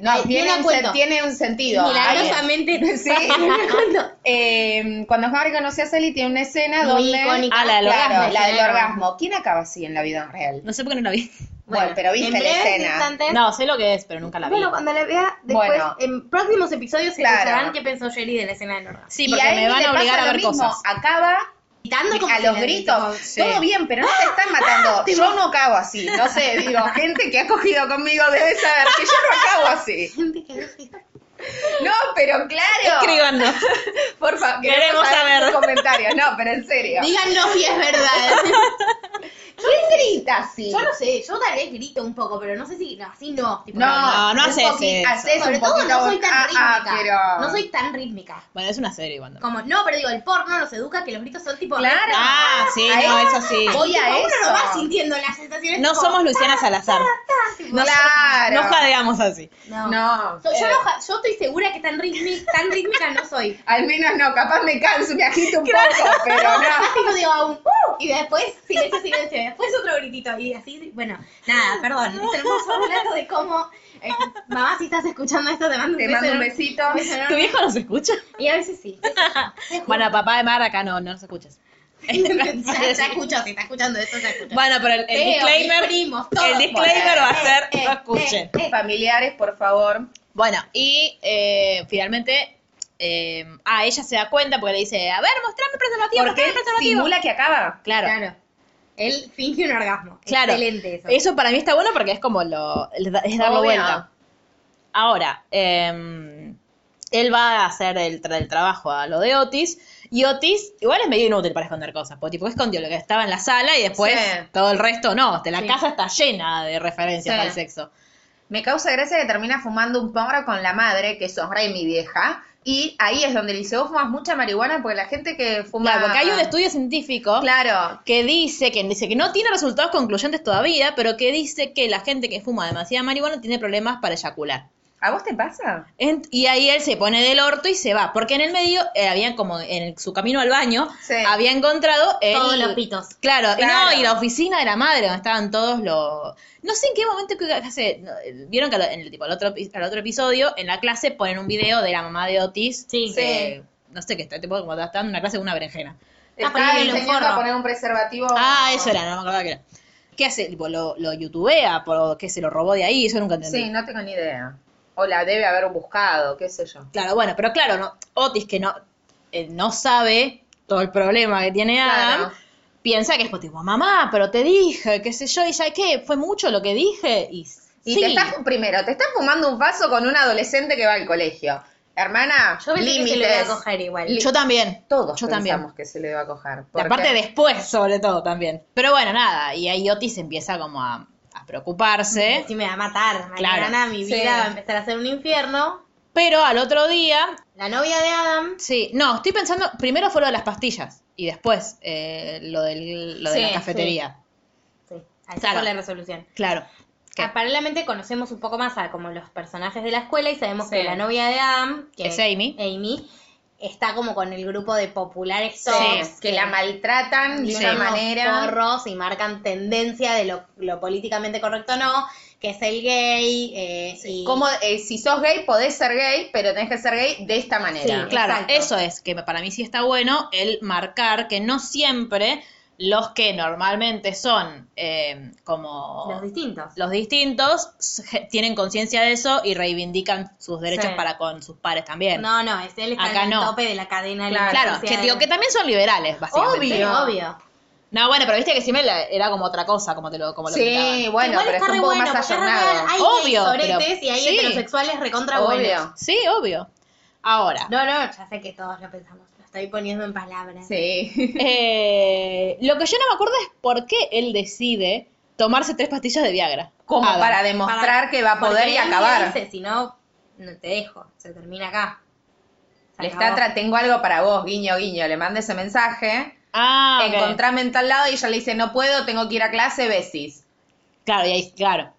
C: No,
B: Ay,
C: tiene,
B: no la
C: un
B: cuento.
C: sen- tiene un sentido.
B: Milagrosamente.
C: Sí, Eh, cuando Harry conoció a Sally tiene una escena
B: Muy
C: donde...
B: icónica.
A: Ah, la del
C: Claro,
A: orgasmo,
C: la del
B: claro.
C: orgasmo. ¿Quién acaba así en la vida real?
A: No sé por qué no la vi.
C: Bueno, pero viste
B: en
C: la
B: breves
C: escena.
B: instantes-
A: No, sé lo que es, pero nunca la vi.
B: Bueno, cuando la vea después,
C: Bueno.
B: en próximos episodios se
C: Claro.
B: escucharán qué pensó Jerry de la escena de Norma.
A: sí,
C: Y
A: porque
C: a él
A: me van
C: le
A: a
C: pasa
A: obligar a
C: lo
A: ver
C: mismo.
A: cosas.
C: Acaba
B: Gritando como
C: a
B: si
C: los
B: la-
C: gritos.
A: sí.
C: Todo bien, pero no te están matando. Yo no acabo así. No sé, digo, gente que ha cogido conmigo debe saber que yo no acabo así.
B: Gente que grita.
C: No, pero claro.
A: Escribanos.
C: Por favor,
A: Queremos saber.
C: sus comentarios. No, pero en serio.
B: Díganos si es verdad.
C: ¿Quién grita así?
B: Yo no sé, yo tal vez grito un poco, pero no sé si no, así no. tipo,
C: No,
A: No, no
C: un
A: haces
C: poqui-
A: eso.
C: haces
B: Sobre
C: un
B: todo
C: poquito
B: no soy
C: vos.
B: tan
C: Ah, ah,
B: rítmica.
C: pero-
B: No soy tan rítmica.
A: Bueno, es una serie, Wanda.
B: Como, no, pero digo, el porno nos educa que los gritos son tipo.
C: Claro.
A: Ah, sí,
C: A
A: no,
C: eso-
A: eso sí.
C: voy
B: tipo,
C: a
B: uno
C: eso.
B: no va sintiendo las sensaciones.
A: No
B: tipo, "Ah,
A: somos Luciana Salazar.
B: tipo,
C: No, claro.
A: No jadeamos así.
B: No.
C: No,
B: So- yo,
C: eh.
B: no ja- yo estoy segura que tan, rítmi- tan rítmica no soy.
C: Al menos no, capaz me canso, me agito un poco, pero
B: Capaz
C: no.
B: tipo digo a un "Uh", y después silencio, silencio, y después otro gritito y así, bueno, nada, perdón, es hermoso relato de cómo, eh, mamá, si estás escuchando esto, te mando un
C: Te
B: beso
C: mando un
B: enorme.
C: besito.
B: Un beso
A: ¿Tu
B: enorme.
A: viejo nos escucha?
B: Y a veces sí. qué sé yo, te juro.
A: Bueno, papá de Mar acá no, no nos escuchas.
B: ya, ya escuchó, si está escuchando esto, ya escuchó.
A: Bueno, pero el, el
B: Teo, mis
A: disclaimer,
B: primos, todos.
A: el disclaimer va a ser,
B: Eh,
A: no
B: eh,
A: escuchen.
B: eh, eh.
C: Familiares, por favor.
A: Bueno, y eh, finalmente, eh, ah, ella se da cuenta porque le dice, a ver, mostrame el preservativo,
C: Porque
A: mostrame el
C: él
A: preservativo.
C: simula que acaba.
A: Claro, claro.
B: Claro. Él finge un orgasmo. Excelente eso.
A: Eso para mí está bueno porque es como lo, es da- es darle
C: Obvio.
A: vuelta. Ahora, eh, él va a hacer el, tra- el trabajo a lo de Otis, y Otis igual es medio inútil para esconder cosas, porque tipo escondió lo que estaba en la sala y después
C: Sí.
A: todo el resto no, de la
B: Sí.
A: casa está llena de referencias
C: Sí.
A: al sexo.
C: Me causa gracia que termina fumando un porro con la madre, que sos re mi vieja. Y ahí es donde le dice, vos fumas mucha marihuana porque la gente que fuma...
A: Claro, porque hay un estudio científico
C: Claro.
A: que dice que dice que no tiene resultados concluyentes todavía, pero que dice que la gente que fuma demasiada marihuana tiene problemas para eyacular.
C: ¿A vos te pasa?
A: En- y ahí él se pone del orto y se va, porque en el medio eh, habían como en el- su camino al baño
C: Sí.
A: había encontrado el-
B: Todos los pitos.
A: Claro, y
C: Claro.
A: no, y la oficina de la madre donde estaban todos los no sé en qué momento que hace- no, eh, vieron que al- en el tipo al otro epi- al otro episodio en la clase ponen un video de la mamá de Otis.
B: Sí.
A: que- no sé qué está, tipo como está dando una clase de una berenjena.
C: Estaba
B: ponele los
C: enseñando a
B: porros.
C: poner un preservativo.
A: Ah, eso era, no me acordaba que era. ¿Qué hace? Tipo, lo, lo youtubea, por, que se lo robó de ahí, yo nunca entendí.
C: Sí, no tengo ni idea. O la debe haber buscado, qué sé yo.
A: Claro, bueno, pero claro, no, Otis que no, eh, no sabe todo el problema que tiene Adam,
C: Claro.
A: piensa que es pues, tipo, mamá, pero te dije, qué sé yo, y ya qué, fue mucho lo que dije, y,
C: Y
A: sí.
C: te estás, primero, te estás fumando un vaso con un adolescente que va al colegio. Hermana,
B: Yo pensé que se lo iba a
C: límites.
B: coger igual.
A: Yo también.
C: Todos
A: yo
C: pensamos
A: también.
C: que se le iba a coger.
A: La
C: porque-
A: parte después, sobre todo, también. Pero bueno, nada, y ahí Otis empieza como a, a preocuparse.
B: Si me va a matar.
A: ¿Eh? Claro.
B: Mañana mi vida
C: Sí.
B: va a empezar a ser un infierno.
A: Pero al otro día,
B: La novia de Adam.
A: Sí, no, estoy pensando, primero fue lo de las pastillas y después eh, lo, del, lo de
B: Sí,
A: la cafetería.
B: Sí, ahí
A: Claro.
B: fue la resolución.
A: Claro. ¿Qué?
B: Ah, paralelamente conocemos un poco más a como los personajes de la escuela y sabemos
C: Sí.
B: que la novia de Adam, que
A: Es Amy.
B: Amy, está como con el grupo de populares
C: Sí,
B: tops
C: que la maltratan de
B: de
C: una manera.
B: porros y marcan tendencia de lo, lo políticamente correcto o no, que es el gay. eh, y-
C: Como eh, si sos gay, podés ser gay, pero tenés que ser gay de esta manera.
B: Sí,
A: Claro,
B: Exacto.
A: eso es, que para mí sí está bueno el marcar que no siempre los que normalmente son eh, como
B: Los distintos.
A: los distintos s- tienen conciencia de eso y reivindican sus derechos
B: Sí.
A: para con sus pares también.
B: No, no, es él está
A: Acá
B: en el
A: no.
B: tope de la cadena.
C: Claro.
A: claro, que, digo, que también son liberales, básicamente.
B: obvio. obvio.
A: No, bueno, pero viste que siempre la- era como otra cosa, como te lo, como lo
C: Sí,
A: pintaban.
B: Igual
C: bueno, pero
B: está
C: está un
B: re
C: poco
B: bueno,
C: más
B: porque es
C: allornado.
B: real, Hay
A: Obvio,
B: gays
A: pero-
B: soretes y hay
A: sí.
B: heterosexuales recontra
C: Obvio.
B: buenos.
A: Sí, obvio. Ahora.
B: No, no, ya sé que todos lo pensamos. estoy poniendo en palabras.
C: Sí.
A: Eh, lo que yo no me acuerdo es por qué él decide tomarse tres pastillas de Viagra.
C: Como
A: Adam.
C: para demostrar
B: Para-
C: que va a poder
B: porque
C: y
B: él le
C: acabar.
B: dice, si no, no te dejo, se termina acá. Se
C: Le está
B: acabó.
C: tra- tengo algo para vos, guiño, guiño. Le manda ese mensaje.
A: Ah, ok.
C: Encontrame en tal lado y ella le dice, no puedo, tengo que ir a clase, besis.
A: Claro, y ahí, claro.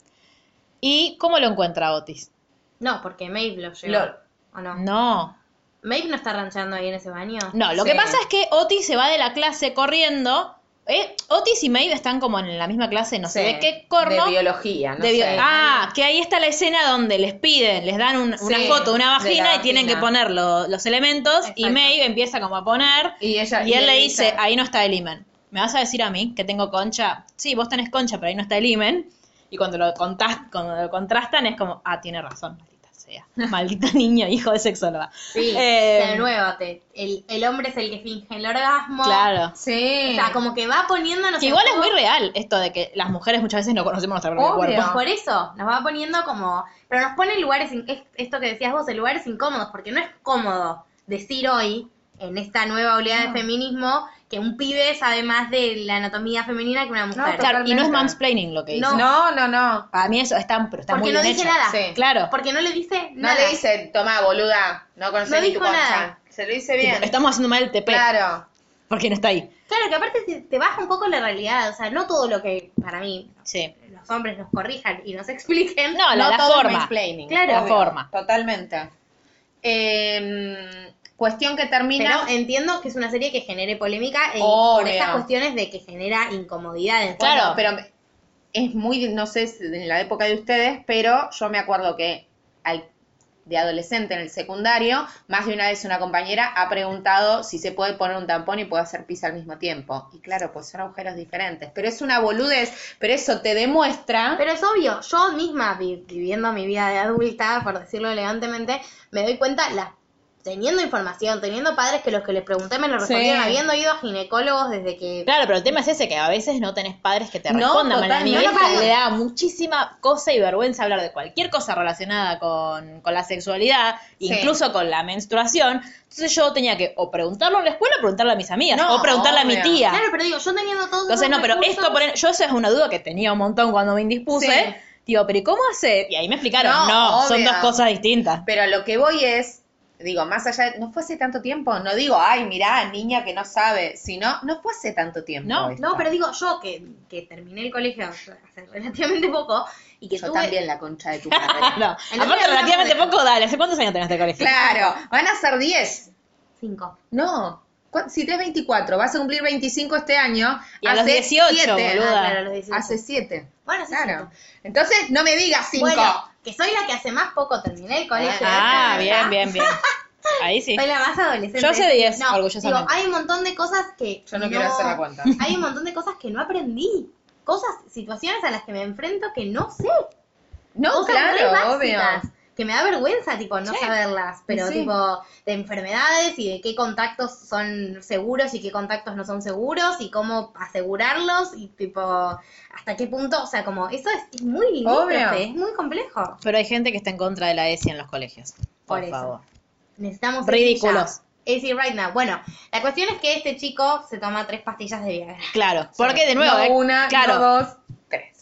A: ¿Y cómo lo encuentra Otis?
B: No, porque Maeve lo llevó.
C: Lo-
B: ¿O no?
A: No.
B: Maeve no está ranchando ahí en ese baño.
A: No, lo
C: Sí.
A: que pasa es que Otis se va de la clase corriendo. Eh, Otis y Maeve están como en la misma clase, no sé
C: Sí,
A: de qué corno.
C: De biología, no
A: de bio-
C: sé.
A: Ah, que ahí está la escena donde les piden, les dan un- una
C: Sí,
A: foto, una
C: de la
A: vagina y tienen
C: vagina.
A: que poner lo- los elementos y
B: Exacto.
A: Maeve empieza como a poner
C: Y ella-
A: y
C: y
A: él
C: él
A: le
C: dice-
A: dice, ahí no está el imen. ¿Me vas a decir a mí que tengo concha? Sí, vos tenés concha, pero ahí no está el imen. Y cuando lo, contas- cuando lo contrastan es como, ah, tiene razón, maldita sea. Maldita niña, hijo de sexóloga.
B: Sí,
A: Eh,
B: de nuevo, te- el, el hombre es el que finge el orgasmo.
A: Claro.
C: Sí.
B: O sea, como que va poniéndonos
A: Que
B: en
A: igual es
B: juego-
A: muy real esto de que las mujeres muchas veces no conocemos nuestra propia
C: Obvio.
A: cuerpo.
B: Por eso, nos va poniendo como... Pero nos pone en lugares, in- es- esto que decías vos, en lugares incómodos, porque no es cómodo decir hoy, en esta nueva oleada de feminismo, que un pibe sabe más de la anatomía femenina que una mujer.
C: total.
A: Claro, y no es
C: totalmente.
A: mansplaining lo que dice.
B: No.
C: No, no, no.
A: Para mí eso está, pero está
B: porque
A: muy
B: no
A: bien
B: dice
A: hecho.
B: nada.
C: Sí.
A: Claro.
B: Porque no le dice
C: No
B: nada.
C: le dice, toma, boluda, no conocí
B: No
C: ni tu
B: dijo
C: concha.
B: nada.
C: Se lo dice
A: Tipo,
C: bien.
A: Estamos haciendo mal el TP.
C: Claro.
A: Porque no está ahí.
B: Claro, que aparte te- te baja un poco la realidad, o sea, no todo lo que para mí
A: Sí.
B: los hombres nos corrijan y nos expliquen.
A: No, la,
C: no
A: la
C: todo es
A: forma.
C: mansplaining,
B: Claro.
A: La forma.
C: Totalmente. Eh, cuestión que termina.
B: Pero entiendo que es una serie que genere polémica y
C: Obvio.
B: por estas cuestiones de que genera incomodidades.
A: Claro.
C: Pero es muy, no sé, si en la época de ustedes, pero yo me acuerdo que al- de adolescente en el secundario, más de una vez una compañera ha preguntado si se puede poner un tampón y puede hacer pis al mismo tiempo. Y claro, pues son agujeros diferentes. Pero es una boludez, pero eso te demuestra.
B: Pero es obvio, yo misma vi- viviendo mi vida de adulta, por decirlo elegantemente, me doy cuenta, la- teniendo información, teniendo padres que los que les pregunté me lo respondieron,
C: Sí.
B: habiendo ido a ginecólogos desde que...
A: Claro, pero el tema es ese, que a veces no tenés padres que te
C: No,
A: respondan.
C: total,
A: a mi
C: no, no,
A: vieja
C: no.
A: le da muchísima cosa y vergüenza hablar de cualquier cosa relacionada con, con la sexualidad,
C: Sí.
A: incluso con la menstruación. Entonces yo tenía que o preguntarlo en la escuela o preguntarle a mis amigas,
C: No,
A: o preguntarle a mi
C: obvio.
A: tía.
B: Claro, pero digo, yo teniendo todo...
A: Entonces, no, pero esto, por, yo esa es una duda que tenía un montón cuando me
C: Sí.
A: indispuse. Digo, pero ¿y cómo hace? Y ahí me explicaron,
C: No,
A: no, son
C: obvio.
A: dos cosas distintas.
C: Pero lo que voy es, digo, más allá, de- no fue hace tanto tiempo, no digo, ay, mirá, niña que no sabe, sino, no fue hace tanto tiempo.
A: No,
C: esto.
B: No, pero digo, yo que, que terminé el colegio hace relativamente poco y que
C: yo
B: tuve...
C: también la concha de tu madre.
A: No,
B: En la
A: aparte
B: vida
A: relativamente
B: hablamos de-
A: poco, dale, ¿hace cuántos años tenés de colegio?
C: claro, van a ser 10.
B: Cinco.
C: No, cu- si tenés 24, vas a cumplir 25 este año.
A: Y a los
C: hace
A: 18,
C: siete.
A: boluda.
B: Ah, claro, los 18.
C: Hace 7.
B: Bueno, hace
C: Claro.
B: cinco.
C: Entonces, no me digas 5.
B: Bueno, que soy la que hace más poco terminé el colegio.
A: Ah,
B: ¿verdad?
A: bien, bien, bien. Ahí sí.
B: Soy la más adolescente.
A: Yo hace 10,
B: No,
A: orgullosamente.
B: Digo, hay un montón de cosas que.
C: Yo no quiero hacer la cuenta.
B: Hay un montón de cosas que no aprendí. Cosas, situaciones a las que me enfrento que no sé.
C: no,
B: cosas re
C: claro, obvio.
B: básicas, Que me da vergüenza, tipo, no saberlas. Pero,
C: Sí.
B: tipo, de enfermedades y de qué contactos son seguros y qué contactos no son seguros y cómo asegurarlos y, tipo, hasta qué punto. O sea, como, eso es, es muy
C: Obvio.
B: limítrofe, es muy complejo.
A: Pero hay gente que está en contra de la ESI en los colegios. Por,
B: Por eso.
A: favor.
B: Necesitamos
A: Ridículos.
B: Easy right now. Bueno, la cuestión es que este chico se toma tres pastillas de Viagra.
A: Claro, porque de nuevo,
C: No
A: eh,
C: una,
A: claro,
C: no dos, tres.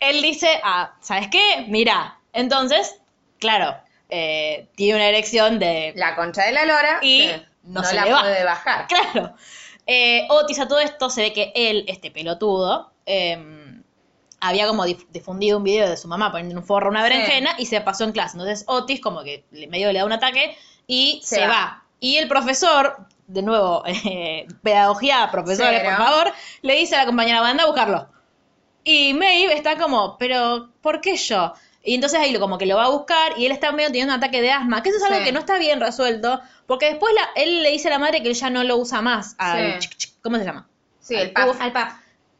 A: él dice, ah, ¿sabes qué? Mira, entonces, claro, eh, tiene una erección de
C: La concha de la lora
A: y
C: sí,
A: no,
C: no
A: se
C: la
A: le va.
C: puede bajar.
A: Claro. Eh, Otis a todo esto se ve que él, este pelotudo, eh, había como dif- difundido un video de su mamá poniendo en un forro una berenjena y se pasó en clase. Entonces Otis como que le- medio le da un ataque y
C: Se
A: se,
C: va.
A: va. Y el profesor, de nuevo, eh, pedagogía, profesores,
C: Cero.
A: por favor, le dice a la compañera, anda a buscarlo. Y Maeve está como, pero ¿por qué yo? Y entonces ahí lo, como que lo va a buscar y él está medio teniendo un ataque de asma, que eso es algo
C: Sí.
A: que no está bien resuelto, porque después la- él le dice a la madre que él ya no lo usa más. al
C: Sí.
A: chic, chic, ¿Cómo se llama?
C: Sí,
A: Al
C: el pap.
A: puff.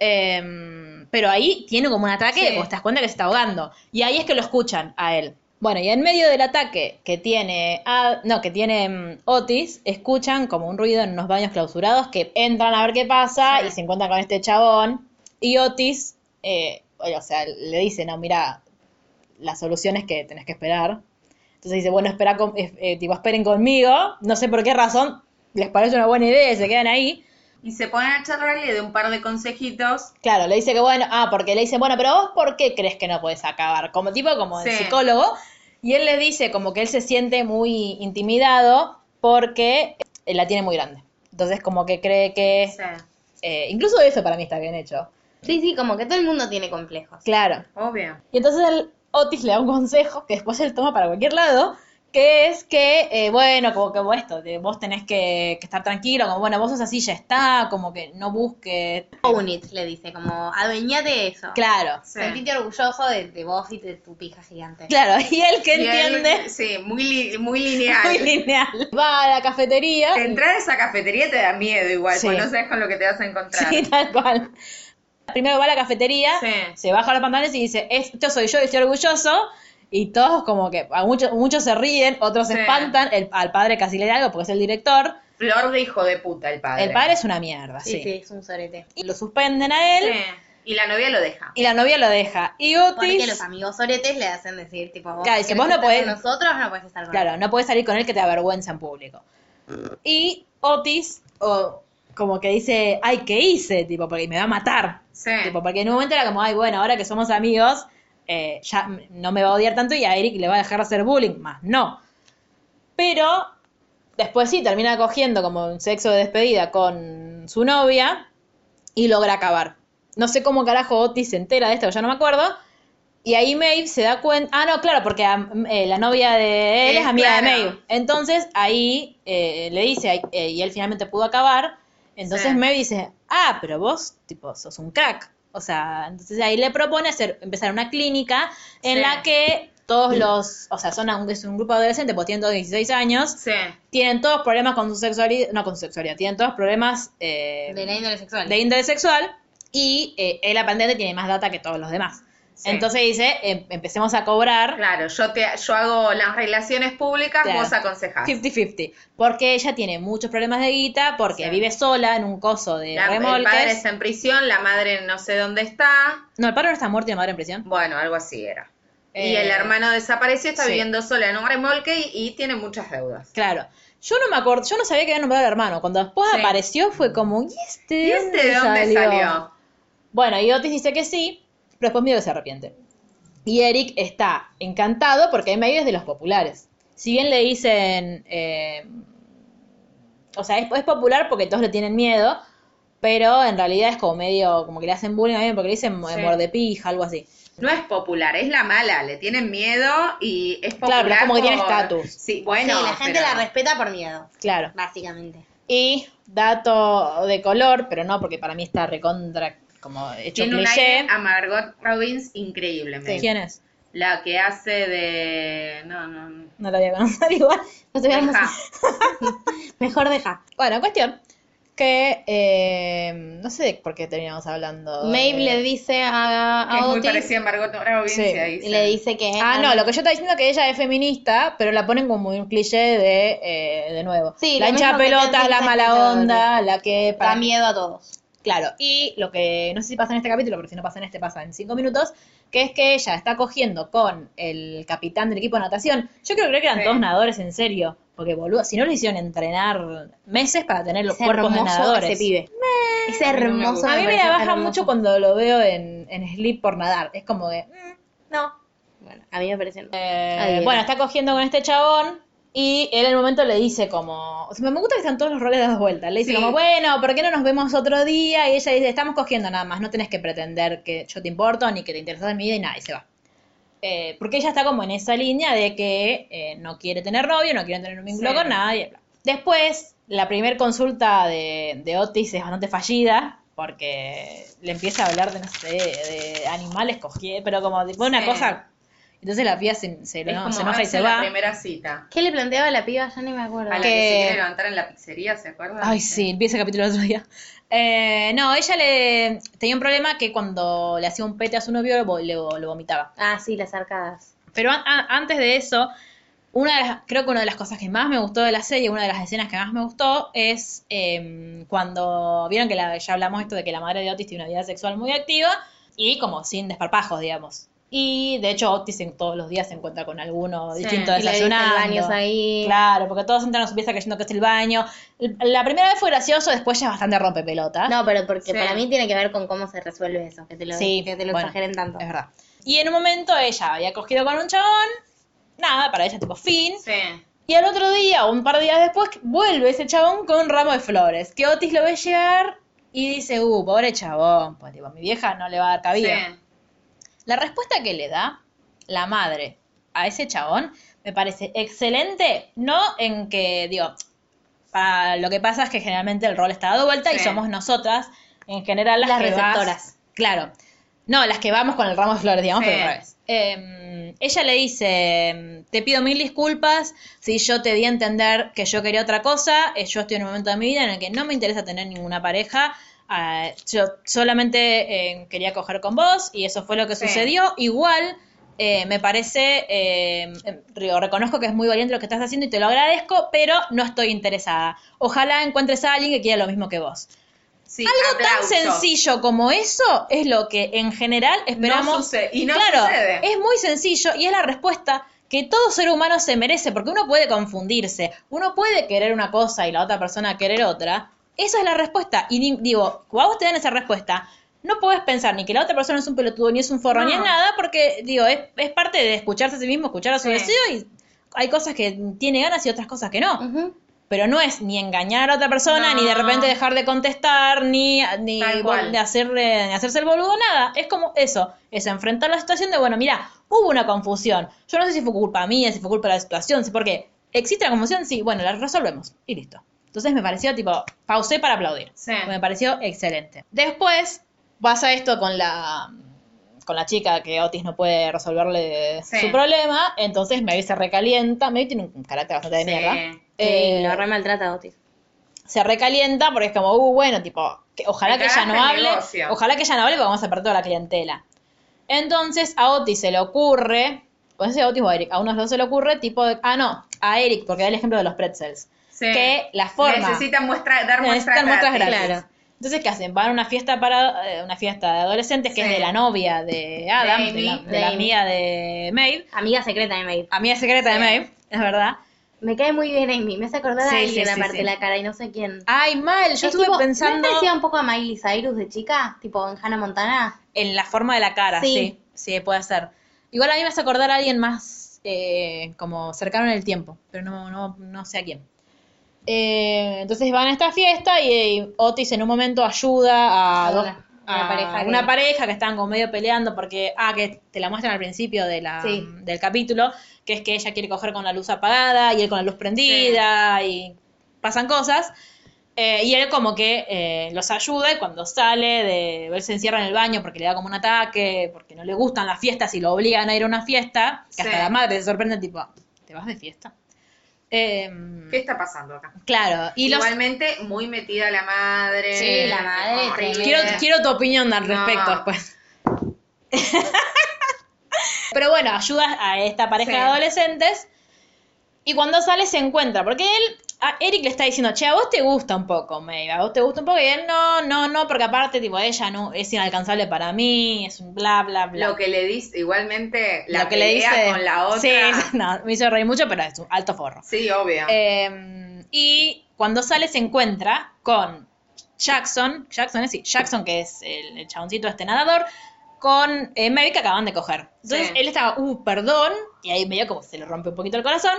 A: Em, pero ahí tiene como un ataque,
C: Sí.
A: porque te das cuenta que se está ahogando. Y ahí es que lo escuchan a él. Bueno, y en medio del ataque que tiene, a- no, que tiene mm, Otis, escuchan como un ruido en unos baños clausurados que entran a ver qué pasa
C: Sí.
A: y se encuentran con este chabón. Y Otis, eh, o sea, le dice, no, mira, la solución es que tenés que esperar. Entonces dice, bueno, espera con- eh, eh, tipo, esperen conmigo, no sé por qué razón, les parece una buena idea y se quedan ahí.
C: Y se ponen a charlar y le de un par de consejitos.
A: Claro, le dice que bueno, ah, porque le dicen, bueno, pero vos por qué crees que no puedes acabar? Como tipo, como el
C: Sí.
A: psicólogo. Y él le dice como que él se siente muy intimidado porque eh, la tiene muy grande. Entonces como que cree que...
C: Sí,
A: eh, incluso eso para mí está bien hecho.
B: Sí, sí, como que todo el mundo tiene complejos.
A: Claro.
C: obvio.
A: Y entonces el Otis le da un consejo que después él toma para cualquier lado, que es que, eh, bueno, como que bueno, esto, de vos tenés que, que estar tranquilo, como bueno, vos sos así, ya está, como que no busques.
B: Own it, le dice, como adueñate de eso.
A: Claro,
C: Sí.
B: Sentite orgulloso de, de vos y de tu pija gigante.
A: claro. Y él que
C: Y él-
A: entiende,
C: sí, muy, li- muy lineal.
A: muy lineal. Va a la cafetería. y-
C: Entrar a esa cafetería te da miedo igual,
A: Sí.
C: porque no sabes con lo que te vas a encontrar.
A: Sí, tal cual. Primero va a la cafetería,
C: Sí.
A: se baja los pantalones y dice, "Es- yo soy yo y estoy orgulloso. Y todos como que, a muchos, muchos se ríen, otros
C: Sí.
A: se espantan, el- al padre casi le da algo porque es el director.
C: Flor de hijo de puta el padre.
A: El padre es una mierda,
B: Sí,
A: sí.
B: sí, es un sorete.
A: Y lo suspenden a él
C: Sí. Y la novia lo deja.
A: y la novia lo deja. Y
B: Porque los
A: Otis,
B: amigos soretes le hacen decir, tipo, vos,
A: Claro, dice,
B: querés
A: vos no
B: estar
A: podés-
B: con nosotros no puedes estar con
A: claro, no puede salir con él que te avergüenza en público. Y Otis, o como que dice, ay, ¿qué hice? Tipo, porque me va a matar.
C: Sí.
A: Tipo, porque en un momento era como, ay, bueno, ahora que somos amigos, eh, ya m- no me va a odiar tanto y a Eric le va a dejar hacer bullying. Más no. Pero después sí, termina cogiendo como un sexo de despedida con su novia y logra acabar. No sé cómo carajo Otis se entera de esto, ya no me acuerdo. Y ahí Maeve se da cuenta. Ah, no, claro, porque am- eh, la novia de él
C: Eh,
A: es amiga
C: claro.
A: de Maeve. Entonces ahí eh, le dice, ay, eh, y él finalmente pudo acabar. Entonces
C: Sí.
A: Maeve dice, ah, pero vos, tipo, sos un crack. O sea, entonces ahí le propone hacer, empezar una clínica en
C: Sí. Mm.
A: la que todos los, o sea, son un- es un grupo adolescente, pues tienen todos 16 años,
C: Sí.
A: tienen todos problemas con su sexualidad, no con su sexualidad, tienen todos problemas eh,
B: él. De la índole sexual.
A: de índole sexual y eh, él aparentemente tiene más data que todos los demás.
C: Sí.
A: Entonces dice, em- empecemos a cobrar
C: Claro, yo te yo hago las relaciones públicas,
A: Claro.
C: vos aconsejás.
A: 50-50, porque ella tiene muchos problemas de guita, porque
C: Sí.
A: vive sola en un coso de
C: La- el
A: remolques.
C: padre está en prisión, la madre no sé dónde está.
A: No, el padre no está muerto y la madre en prisión.
C: Bueno, algo así era. Y
A: Eh,
C: el hermano desapareció, está
A: sí.
C: viviendo sola en un remolque y, y tiene muchas deudas.
A: Claro. Yo no me acuerdo, yo no sabía que había nombrado al hermano. Cuando después
C: Sí.
A: apareció fue como, ¿y este de
C: ¿Y este de dónde salió?
A: Bueno, y Otis dice que sí, pero después medio que se arrepiente. Y Eric está encantado porque Maeve es de los populares. Si bien le dicen, eh, o sea, es, es popular porque todos le tienen miedo, pero en realidad es como medio, como que le hacen bullying a Maeve porque le dicen
C: Sí.
A: muerde pija, algo así.
C: No es popular, es la mala, le tienen miedo y es
A: Claro,
C: popular.
A: pero es como que tiene
C: por-
A: estatus.
C: Sí, bueno.
B: sí, la gente
C: pero-
B: la respeta por miedo,
A: Claro.
B: básicamente.
A: Y dato de color, pero no porque para mí está recontra como hecho
C: Tiene un
A: cliché.
C: aire a Margot Robbins increíblemente.
A: ¿Quién es?
C: La que hace de. No, no.
A: No la voy a conocer igual. No te voy a
C: Deja.
A: conocer.
B: Mejor deja.
A: Bueno, cuestión que eh, no sé de por qué terminamos hablando. de-
B: Maeve le dice a, a
C: Que Eh, es muy
B: Otis
C: parecida a Margot Robbins.
A: Ah, Sí,
C: y ahí
B: y
C: se-
B: le dice que...
A: Ah, no, lo que yo estaba diciendo es que ella es feminista, pero la ponen como un cliché de, eh, de nuevo.
B: Sí,
A: la
B: lo
A: hincha
B: mismo que
A: pelotas,
B: piensan
A: la
B: los
A: mala
B: espectadores.
A: onda, la que...
B: da miedo a todos.
A: Claro, y lo que no sé si pasa en este capítulo, pero si no pasa en este, pasa en cinco minutos, que es que ella está cogiendo con el capitán del equipo de natación. Yo creo, creo que eran
C: Sí.
A: todos nadadores, en serio. Porque, boludo, si no le hicieron entrenar meses para tener los
B: Es
A: cuerpos de
B: hermoso
A: nadadores.
B: ese pibe. Es
C: a mí no me
B: hermoso.
C: gusta.
A: A mí me
B: parece
A: la baja
B: hermoso.
A: mucho cuando lo veo en, en Sleep por nadar. Es como que, mm, no.
B: Bueno, a mí me parece...
A: Eh,
B: Ahí era.
A: bueno, está cogiendo con este chabón y él en el momento le dice como, o sea, me gusta que están todos los roles dados vueltas. Le dice
C: Sí.
A: como, bueno, ¿por qué no nos vemos otro día? Y ella dice, estamos cogiendo nada más, no tenés que pretender que yo te importo ni que te interesas en mi vida y nada, y se va. Eh, porque ella está como en esa línea de que eh, no quiere tener novio, no quiere tener un vínculo
C: Sí.
A: con nadie. bla. Después, la primer consulta de, de Otis es bastante fallida porque le empieza a hablar de, no sé, de animales cogiendo, pero como tipo una
C: Sí.
A: cosa entonces la pía se, se,
C: Es
A: no,
C: como
A: se enoja y se
C: Hansel la
A: va.
C: primera cita.
B: ¿Qué le planteaba a la piba? Ya ni me acuerdo.
C: A la que,
A: Que-
C: se quiere levantar en la pizzería, ¿se acuerdan?
A: Ay, sí, vi ese capítulo el otro día. Eh, no, ella le tenía un problema que cuando le hacía un pete a su novio lo, vo- lo- lo vomitaba.
B: Ah, sí, las arcadas.
A: Pero an- an- antes de eso, una de las, creo que una de las cosas que más me gustó de la serie, una de las escenas que más me gustó, es eh, cuando vieron que la- ya hablamos esto de que la madre de Otis tiene una vida sexual muy activa y como sin desparpajos, digamos. Y de hecho, Otis en- todos los días se encuentra con alguno
B: Sí,
A: distinto
B: y
C: Y le dicen
A: desayunando.
C: baños ahí.
A: Claro, porque todos entran a su pieza creyendo que es el baño. La primera vez fue gracioso, después ya es bastante rompepelotas.
D: No, pero porque
B: Sí.
D: para mí tiene que ver con cómo se resuelve eso, que te lo,
A: Sí,
D: que te lo
A: bueno,
D: exageren tanto.
A: Es verdad. Y en un momento ella había cogido con un chabón, nada, para ella tipo fin.
B: Sí.
A: Y al otro día, o un par de días después, vuelve ese chabón con un ramo de flores. Que Otis lo ve llegar y dice, uh, pobre chabón, pues tipo, mi vieja no le va a dar
B: Sí.
A: cabida. La respuesta que le da la madre a ese chabón me parece excelente, no en que, digo, para- lo que pasa es que generalmente el rol está dado vuelta y
B: Sí.
A: somos nosotras, en general, las,
D: Las
A: que vas-
D: receptoras.
A: claro. No, las que vamos con el ramo de flores, digamos,
B: Sí.
A: pero al revés. Eh, ella le dice, em, te pido mil disculpas si yo te di a entender que yo quería otra cosa, eh, yo estoy en un momento de mi vida en el que no me interesa tener ninguna pareja, ah, yo solamente eh, quería coger con vos y eso fue lo que
B: Sí.
A: sucedió. Igual eh, me parece, eh, eh, digo, reconozco que es muy valiente lo que estás haciendo y te lo agradezco, pero no estoy interesada. Ojalá encuentres a alguien que quiera lo mismo que vos.
B: Sí,
A: Algo tan
B: aplausos.
A: sencillo como eso es lo que en general
B: No
A: esperamos.
B: sucede. Y no
A: claro,
B: sucede.
A: es muy sencillo y es la respuesta que todo ser humano se merece, porque uno puede confundirse, uno puede querer una cosa y la otra persona querer otra. Esa es la respuesta. Y ni- digo, cuando vos te dan esa respuesta, no podés pensar ni que la otra persona es un pelotudo, ni es un forro, ni es
B: No.
A: nada, porque digo, es, es parte de escucharse a sí mismo, escuchar a su
B: Sí.
A: deseo y hay cosas que tiene ganas y otras cosas que no.
D: Ujú.
A: Pero no es ni engañar a otra persona,
B: No.
A: ni de repente dejar de contestar, ni, ni
B: Tal cual.
A: vol- de hacerle- ni hacerse el boludo, nada. Es como eso, es enfrentar la situación de, bueno, mira, hubo una confusión. Yo no sé si fue culpa mía, si fue culpa de la situación, si por qué. ¿Existe la confusión? Sí, bueno, la resolvemos. Y listo. Entonces me pareció tipo, pausé para aplaudir.
B: Sí.
A: Me pareció excelente. Después pasa esto con la con la chica que Otis no puede resolverle
B: Sí.
A: su problema, entonces Mary se recalienta, Mary tiene un carácter bastante de
B: Sí.
A: mierda.
B: Sí,
A: Eh,
D: Sí, lo re maltrata Otis.
A: se recalienta porque es como, uh, bueno, tipo, que- ojalá
B: Me
A: que ella no
B: cagaste el
A: hable,
B: negocio.
A: ojalá que ella no hable porque vamos a perder toda la clientela. Entonces a Otis se le ocurre, o no sé si a Otis o a Eric, a unos dos se le ocurre, tipo, de- ah, no, a Eric, porque da el ejemplo de los pretzels,
B: Sí.
A: que la forma...
C: Necesitan muestra, dar muestras
A: Necesitan muestras
C: gratis.
A: gratis. Entonces, ¿qué hacen? Van a una fiesta para eh, una fiesta de adolescentes que
B: Sí.
A: es de la novia de Adam,
B: De
A: de, la,
B: Amy,
A: de
D: de
A: la
D: Amy.
A: amiga de Maeve,
D: Amiga secreta de Maeve.
A: amiga secreta
B: Sí.
A: de Maeve, es verdad.
D: Me cae muy bien Amy, me hace acordar
B: Sí,
D: a alguien
B: sí,
D: la
B: sí,
D: parte
B: sí.
D: de la cara y no sé quién.
A: Ay, mal, Ah, yo
D: Es
A: estuve
D: tipo, ¿No
A: pensando
D: te decía un poco a Miley Cyrus de chica? Tipo en Hannah Montana.
A: en la forma de la cara,
D: Sí.
A: sí, sí, puede ser. Igual a mí me hace acordar a alguien más eh, como cercano en el tiempo, pero no, no, no sé a quién. Eh, entonces van a esta fiesta y, eh, Otis en un momento ayuda a
D: A
A: dos-
D: una- una
A: a
D: pareja que-
A: una pareja que estaban como medio peleando porque, ah, que te la muestran al principio de la,
D: Sí.
A: del capítulo, que es que ella quiere coger con la luz apagada y él con la luz prendida y pasan cosas. Eh, y él como que eh, los ayuda y cuando sale, de, él se encierra en el baño porque le da como un ataque, porque no le gustan las fiestas y lo obligan a ir a una fiesta, que
B: Sí.
A: hasta la madre se sorprende, tipo, "Ah, ¿te vas de fiesta? Eh,
C: ¿Qué está pasando acá?
A: claro, y los...
C: Igualmente, muy metida la madre. Ah,
D: Sí, la madre,
C: Eh, Horrible.
A: Quiero, quiero tu opinión al
C: No.
A: respecto después. Pero bueno, ayuda a esta pareja
B: Sí.
A: de adolescentes. Y cuando sale se encuentra, porque él, a Eric le está diciendo, che, a vos te gusta un poco, Maeve, a vos te gusta un poco, y él, no, no, no, porque aparte, tipo, ella no, es inalcanzable para mí, es un bla, bla, bla.
C: Lo que le dice, igualmente, la
A: Lo que le dice-
C: con la otra.
A: Sí,
C: Sí,
A: no, me hizo reír mucho, pero es un alto forro.
C: obvio.
A: Eh, y cuando sale se encuentra con Jackson, Jackson es sí, Jackson que es el, el chaboncito este nadador, con eh, Mary que acaban de coger. Entonces
B: Sí.
A: él estaba, uh, perdón, y ahí medio como se le rompe un poquito el corazón.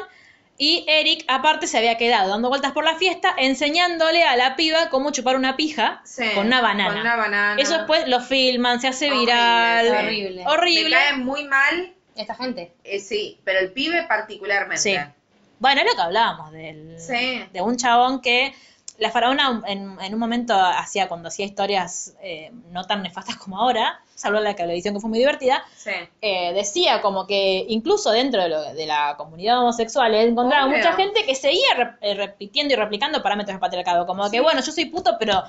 A: Y Eric, aparte, se había quedado dando vueltas por la fiesta, enseñándole a la piba cómo chupar una pija
C: Sí,
A: con una banana.
C: Con una banana.
A: Eso después lo filman, se hace
C: Horrible,
A: viral.
C: sí.
D: Horrible.
C: Me
A: Horrible.
C: cae muy mal,
D: Esta gente.
C: eh, sí, pero el pibe particularmente.
A: Sí. Bueno, es lo que hablábamos del,
C: Sí.
A: de un chabón que la faraona en, en un momento hacía, cuando hacía historias eh, no tan nefastas como ahora, salvo la televisión que fue muy divertida,
C: Sí.
A: eh, decía como que incluso dentro de, lo- de la comunidad homosexual él encontraba
C: Obvio.
A: mucha gente que seguía rep- eh, repitiendo y replicando parámetros de patriarcado, como que bueno, yo soy puto, pero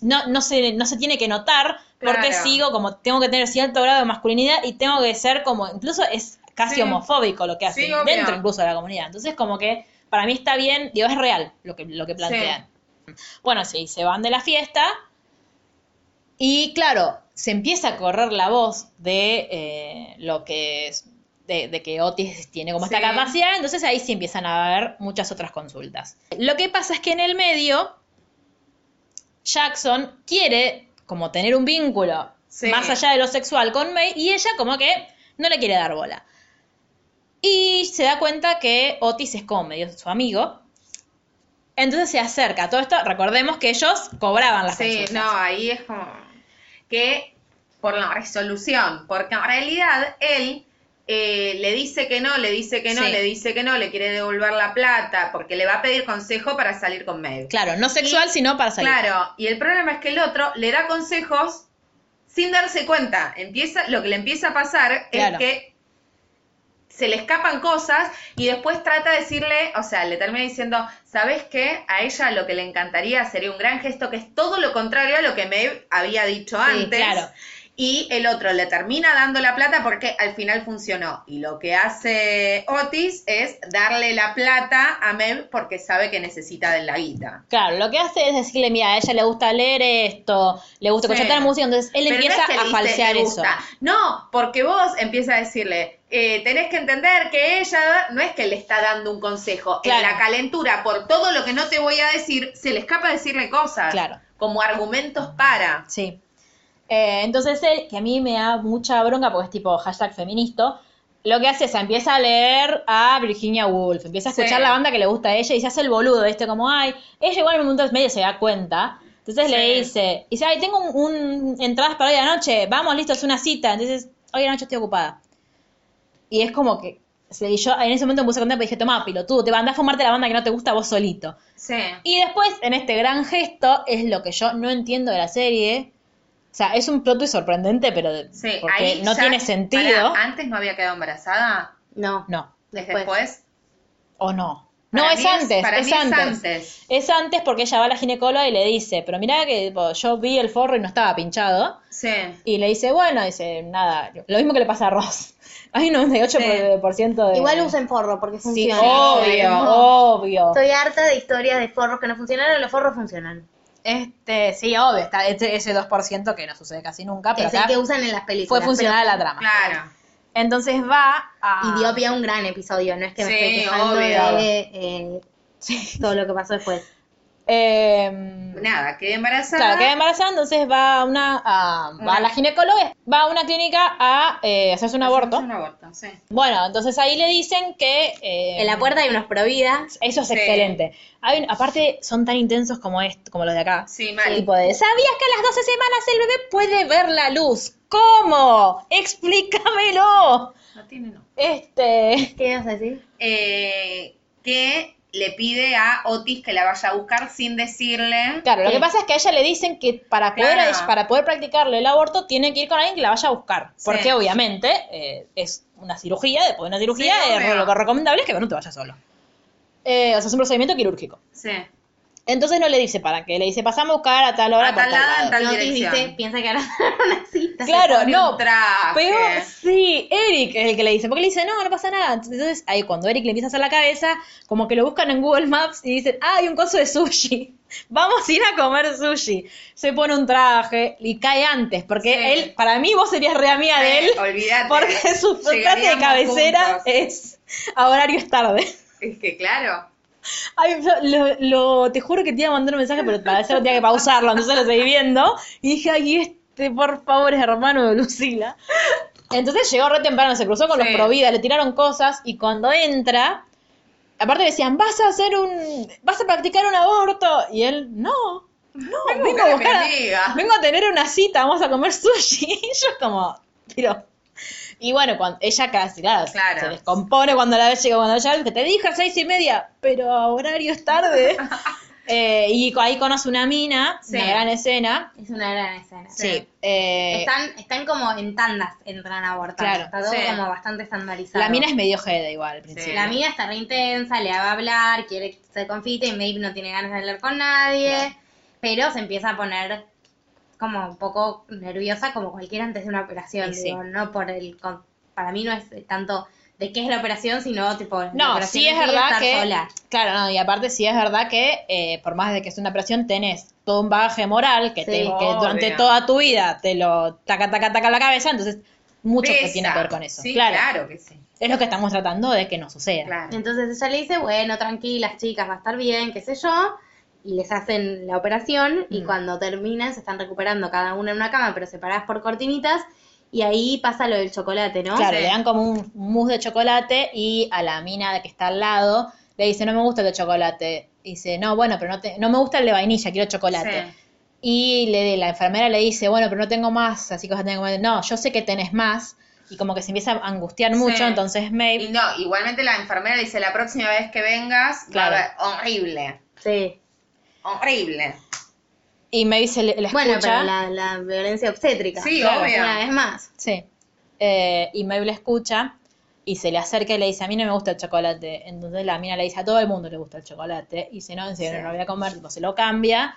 A: no, no, se, no se tiene que notar porque
C: Claro.
A: sigo como tengo que tener cierto grado de masculinidad y tengo que ser como, incluso es casi
C: Sí.
A: homofóbico lo que hacen
C: Sí, obvio.
A: dentro incluso de la comunidad. Entonces como que para mí está bien, digo, es real lo que, lo que plantean. Bueno, sí, se van de la fiesta. Y claro, se empieza a correr la voz de eh, lo que es, de, de que Otis tiene como
C: Sí.
A: esta capacidad, entonces ahí sí empiezan a haber muchas otras consultas. Lo que pasa es que en el medio, Jackson quiere como tener un vínculo
C: Sí.
A: más allá de lo sexual con May y ella como que no le quiere dar bola. Y se da cuenta que Otis es como medio su amigo. Entonces se acerca a todo esto. Recordemos que ellos cobraban las
C: Sí,
A: consultas.
C: no, ahí es como que por la resolución, porque en realidad él eh, le dice que no, le dice que no,
A: Sí.
C: le dice que no, le quiere devolver la plata, porque le va a pedir consejo para salir con Meg.
A: Claro, no sexual,
C: Y-
A: sino para salir.
C: Claro, y el problema es que el otro le da consejos sin darse cuenta. Empieza, lo que le empieza a pasar
A: Claro.
C: es que se le escapan cosas y después trata de decirle, o sea, le termina diciendo, ¿sabes qué? A ella lo que le encantaría sería un gran gesto, que es todo lo contrario a lo que me había dicho
A: Sí,
C: antes.
A: claro.
C: Y el otro le termina dando la plata porque al final funcionó. Y lo que hace Otis es darle la plata a Mev porque sabe que necesita de la guita.
A: Claro, lo que hace es decirle, mira, a ella le gusta leer esto, le gusta
C: Sí.
A: escuchar tal música, entonces él
C: Pero no
A: empieza
C: es que le
A: a
C: dice,
A: falsear
C: "Te
A: eso.
C: gusta". No, porque vos empiezas a decirle, eh, tenés que entender que ella no es que le está dando un consejo. En
A: Claro.
C: la calentura, por todo lo que no te voy a decir, se le escapa decirle cosas.
A: Claro.
C: Como argumentos para.
A: Sí. Eh, entonces él, que a mí me da mucha bronca porque es tipo hashtag feministo, lo que hace es empieza a leer a Virginia Woolf, empieza a escuchar
C: Sí.
A: la banda que le gusta a ella y se hace el boludo, ¿viste? Como, ay, ella igual en un momento medio se da cuenta. Entonces le
C: Sí.
A: dice, dice, ay, tengo un, un- entradas para hoy de la noche, vamos, listo, es una cita. Entonces, hoy de la noche estoy ocupada. Y es como que, se- y yo en ese momento me puse contenta porque dije, tomá, tú te mandás a fumarte la banda que no te gusta vos solito.
C: Sí.
A: Y después, en este gran gesto, es lo que yo no entiendo de la serie. O sea, es un plot twist sorprendente, pero de-
C: Sí,
A: porque
C: ahí
A: no
C: ya-
A: tiene sentido.
C: Pará, antes no había quedado embarazada,
D: No.
A: No,
C: es
D: Después.
C: después.
A: o no. No,
C: Para
A: es
C: mí es-
A: antes,
C: para
A: es,
C: mí es
A: antes.
C: antes.
A: Es antes porque ella va a la ginecóloga y le dice, pero mirá que tipo, yo vi el forro y no estaba pinchado.
C: Sí.
A: Y le dice, bueno, dice, nada, lo mismo que le pasa a Ross. Hay un 98% de...
D: Igual usen forro porque
A: Sí,
D: funciona.
A: obvio, obvio.
D: Estoy harta de historias de forros que no funcionaron, los forros funcionan.
A: Este, sí, obvio, está este- ese 2% que no sucede casi nunca,
D: Que
A: Ah, pero
D: es el
A: acá
D: que usan en las películas.
A: fue
D: funcionar
A: funcional la trama.
C: Claro.
A: Entonces va a.
D: Y dio pie a un gran episodio, no es que me
C: Sí,
D: esté quejando
C: obvio.
D: de eh, todo lo que pasó después.
A: Eh,
C: Nada, quedé embarazada.
A: claro, queda embarazada, entonces va a una. a- va a la ginecóloga, va a una clínica a eh, hacerse un aborto.
C: Un aborto, sí.
A: Bueno, entonces ahí le dicen que. eh,
D: En la puerta hay unos providas.
A: Eso es
C: Sí.
A: excelente. Hay un- aparte, son tan intensos como, est- como los de acá.
C: Sí, mal.
A: Tipo de, ¿sabías que a las 12 semanas el bebé puede ver la luz? ¿Cómo? ¡Explícamelo!
C: No tiene no.
A: Este.
D: ¿Qué ibas a decir?
C: eh, que le pide a Otis que la vaya a buscar sin decirle.
A: Claro, lo que pasa es que a ella le dicen que para poder,
C: Claro.
A: ella- para poder practicarle el aborto tiene que ir con alguien que la vaya a buscar.
C: Sí.
A: Porque obviamente eh, es una cirugía, después de una cirugía
C: Sí,
A: eh,
C: obvio.
A: lo que recomendable es que vos no te vayas solo. Eh, o sea, es un procedimiento quirúrgico.
C: Sí.
A: Entonces no le dice para qué, le dice pasamos a buscar a tal hora.
C: A
A: por
C: tal lado,
A: lado".
C: en tal
D: No, Otis
C: dirección.
D: dice, piensa que ahora una cita.
A: Claro,
C: pone
A: no.
C: un traje.
A: Peor, sí, Eric es el que le dice, porque le dice, no, no pasa nada. Entonces, ahí cuando Eric le empieza a hacer la cabeza, como que lo buscan en Google Maps y dicen, ah, hay un coso de sushi. Vamos a ir a comer sushi. Se pone un traje y cae antes, porque
C: Sí.
A: él, para mí vos serías re amiga
C: Sí,
A: de él,
C: olvídate.
A: porque su frase de
C: Llegaríamos
A: cabecera
C: juntos.
A: es a horarios tarde.
C: Es que claro.
A: Ay, yo lo, lo- te juro que te iba a mandar un mensaje, pero para eso tenía que pausarlo, entonces lo seguí viendo. Y dije, ay, este, por favor, es hermano de Lucila. Entonces llegó re temprano, se cruzó con
C: Sí.
A: los Provida, le tiraron cosas, y cuando entra, aparte le decían, vas a hacer un, vas a practicar un aborto. Y él, no, no, vengo,
C: buscar
A: a
C: a
A: buscar,
C: mi amiga".
A: a, vengo a tener una cita, vamos a comer sushi. Y yo como, pero... Y bueno, cuando ella casi, claro,
C: Claro.
A: se descompone cuando la vez llega, cuando ya que te dije a seis y media, pero a horario es tarde. Eh, y co- ahí conoce una mina,
C: Sí.
A: una gran escena.
D: Es una gran escena.
A: Sí. Eh,
D: Están, están como en tandas, entran a abortar.
A: Claro.
D: Está todo
C: Sí.
D: como bastante estandarizado.
A: la mina es medio jede igual al principio.
D: La mina está re intensa, le va a hablar, quiere que se confite y Maeve no tiene ganas de hablar con nadie, pero se empieza a poner como un poco nerviosa como cualquiera antes de una operación,
A: Y sí.
D: digo, no por el... con- para mí no es tanto
B: de qué es la operación, sino tipo. la
A: No,
B: operación
A: sí
B: en
A: es verdad
B: estar
A: que.
B: sola.
A: Claro, no, y aparte sí es verdad que, eh, por más de que es una operación, tenés todo un bagaje moral que, te-
B: Sí.
A: que durante
C: Obvio.
A: toda tu vida te lo taca, taca, taca la cabeza, entonces mucho que
C: Pesa.
A: tiene que ver con eso.
C: Sí,
A: claro.
C: claro. que sí.
A: Es lo que estamos tratando de que no suceda.
C: Claro.
B: Entonces ella le dice, bueno, tranquilas chicas, va a estar bien, qué sé yo. Y les hacen la operación
A: Mm.
B: y cuando terminan se están recuperando cada una en una cama, pero separadas por cortinitas. Y ahí pasa lo del chocolate, ¿no?
A: Claro,
C: Sí.
A: le dan como un mousse de chocolate y a la mina que está al lado le dice, no me gusta el de chocolate. Y dice, no, bueno, pero no, te- no me gusta el de vainilla, quiero chocolate.
C: Sí.
A: Y le, la enfermera le dice, bueno, pero no tengo más, así que vas a tener que comer. No, yo sé que tenés más. Y como que se empieza a angustiar mucho,
C: Sí.
A: entonces
C: Y
A: Maeve...
C: no, igualmente la enfermera le dice, la próxima vez que vengas,
A: Claro.
C: va a haber- horrible,
B: Sí.
C: horrible.
A: Y Maeve se le, la escucha.
B: Bueno, pero la, la violencia obstétrica.
C: Sí,
A: Claro,
C: obvio.
B: Una vez más.
A: Sí. Eh, y Maeve la escucha y se le acerca y le dice, a mí no me gusta el chocolate. Entonces la mina le dice, a todo el mundo le gusta el chocolate. Y dice, no, en serio,
C: Sí.
A: no lo voy a comer. Tipo, se lo cambia.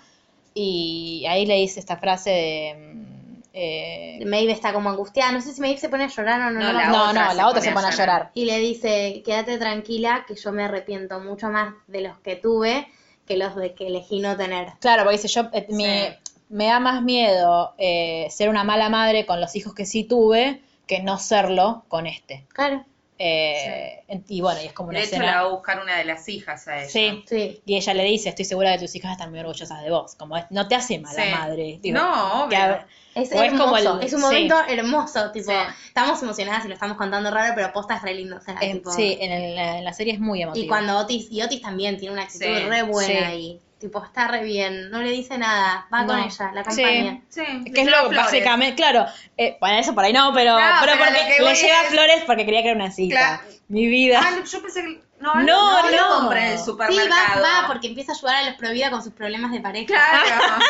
A: Y ahí le dice esta frase de... mm, eh,
B: Maeve está como angustiada. No sé si Maeve se pone a llorar o no. no.
C: No, la
A: no,
C: otra
A: no,
C: se
A: la otra
C: pone
A: se
C: a
A: pone a
C: llorar.
A: llorar.
B: Y le dice, quédate tranquila, que yo me arrepiento mucho más de los que tuve que los de que elegí no tener.
A: Claro, porque dice, yo eh, me, me da más miedo eh, ser una mala madre con los hijos que sí tuve que no serlo con este.
B: Claro,
A: Eh, en- Y bueno, y es como una
C: De hecho,
A: escena-
C: la va a buscar una de las hijas a ella.
A: Sí.
B: sí.
A: Y ella le dice, estoy segura de que tus hijas están muy orgullosas de vos. Como es- no te hace mala
C: Sí.
A: madre. digo,
C: No,
A: que
C: obvio.
A: a-
B: Es
A: o es
B: hermoso,
A: como
B: es,
A: el-
B: un
A: sí.
B: momento hermoso, tipo,
C: Sí.
B: estamos emocionadas y lo estamos contando raro, pero posta es re lindo, o sea,
A: en-
B: Ah, tipo,
A: Eh, sí, en, el- en la serie es muy emotiva.
B: y cuando Otis, y Otis también tiene una actitud
C: Sí,
B: re buena
A: sí.
B: y tipo, está re bien, no le dice nada, va con
A: No.
B: ella, la
A: Sí.
B: acompaña.
C: Sí,
A: Es
C: le
A: que es
C: lleva
A: lo
C: flores.
A: básicamente, claro, eh, para eso por ahí no, pero,
C: No,
A: pero
C: pero
A: porque
C: lo que
A: le
C: voy
A: lleva
C: es-
A: flores porque quería que era una cita.
C: Claro.
A: Mi vida.
C: Ah, yo pensé que... No,
A: No,
C: no, no,
A: no.
C: lo compra en el
B: Sí, va,
C: supermercado.
B: va, porque empieza a ayudar a los provida con sus problemas de pareja.
A: Eh,
C: Claro.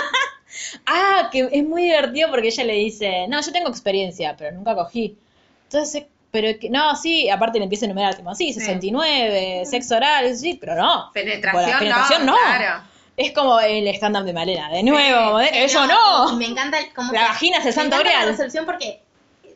A: Ah, que es muy divertido porque ella le dice, no, yo tengo experiencia, pero nunca cogí. Entonces, eh, pero que, no, sí, aparte le empieza a enumerar, tipo, sí, 69, sexo oral, sí, pero no.
C: Penetración,
A: Tipo, la penetración
C: no,
A: no.
C: claro.
A: Es como el stand-up de Malena, de nuevo, como de,
B: Sí,
A: eso
B: Y, y me encanta el- cómo
A: La
B: se-
A: vagina es el
B: me
A: santo
B: encanta
A: grial.
B: la resolución porque eh,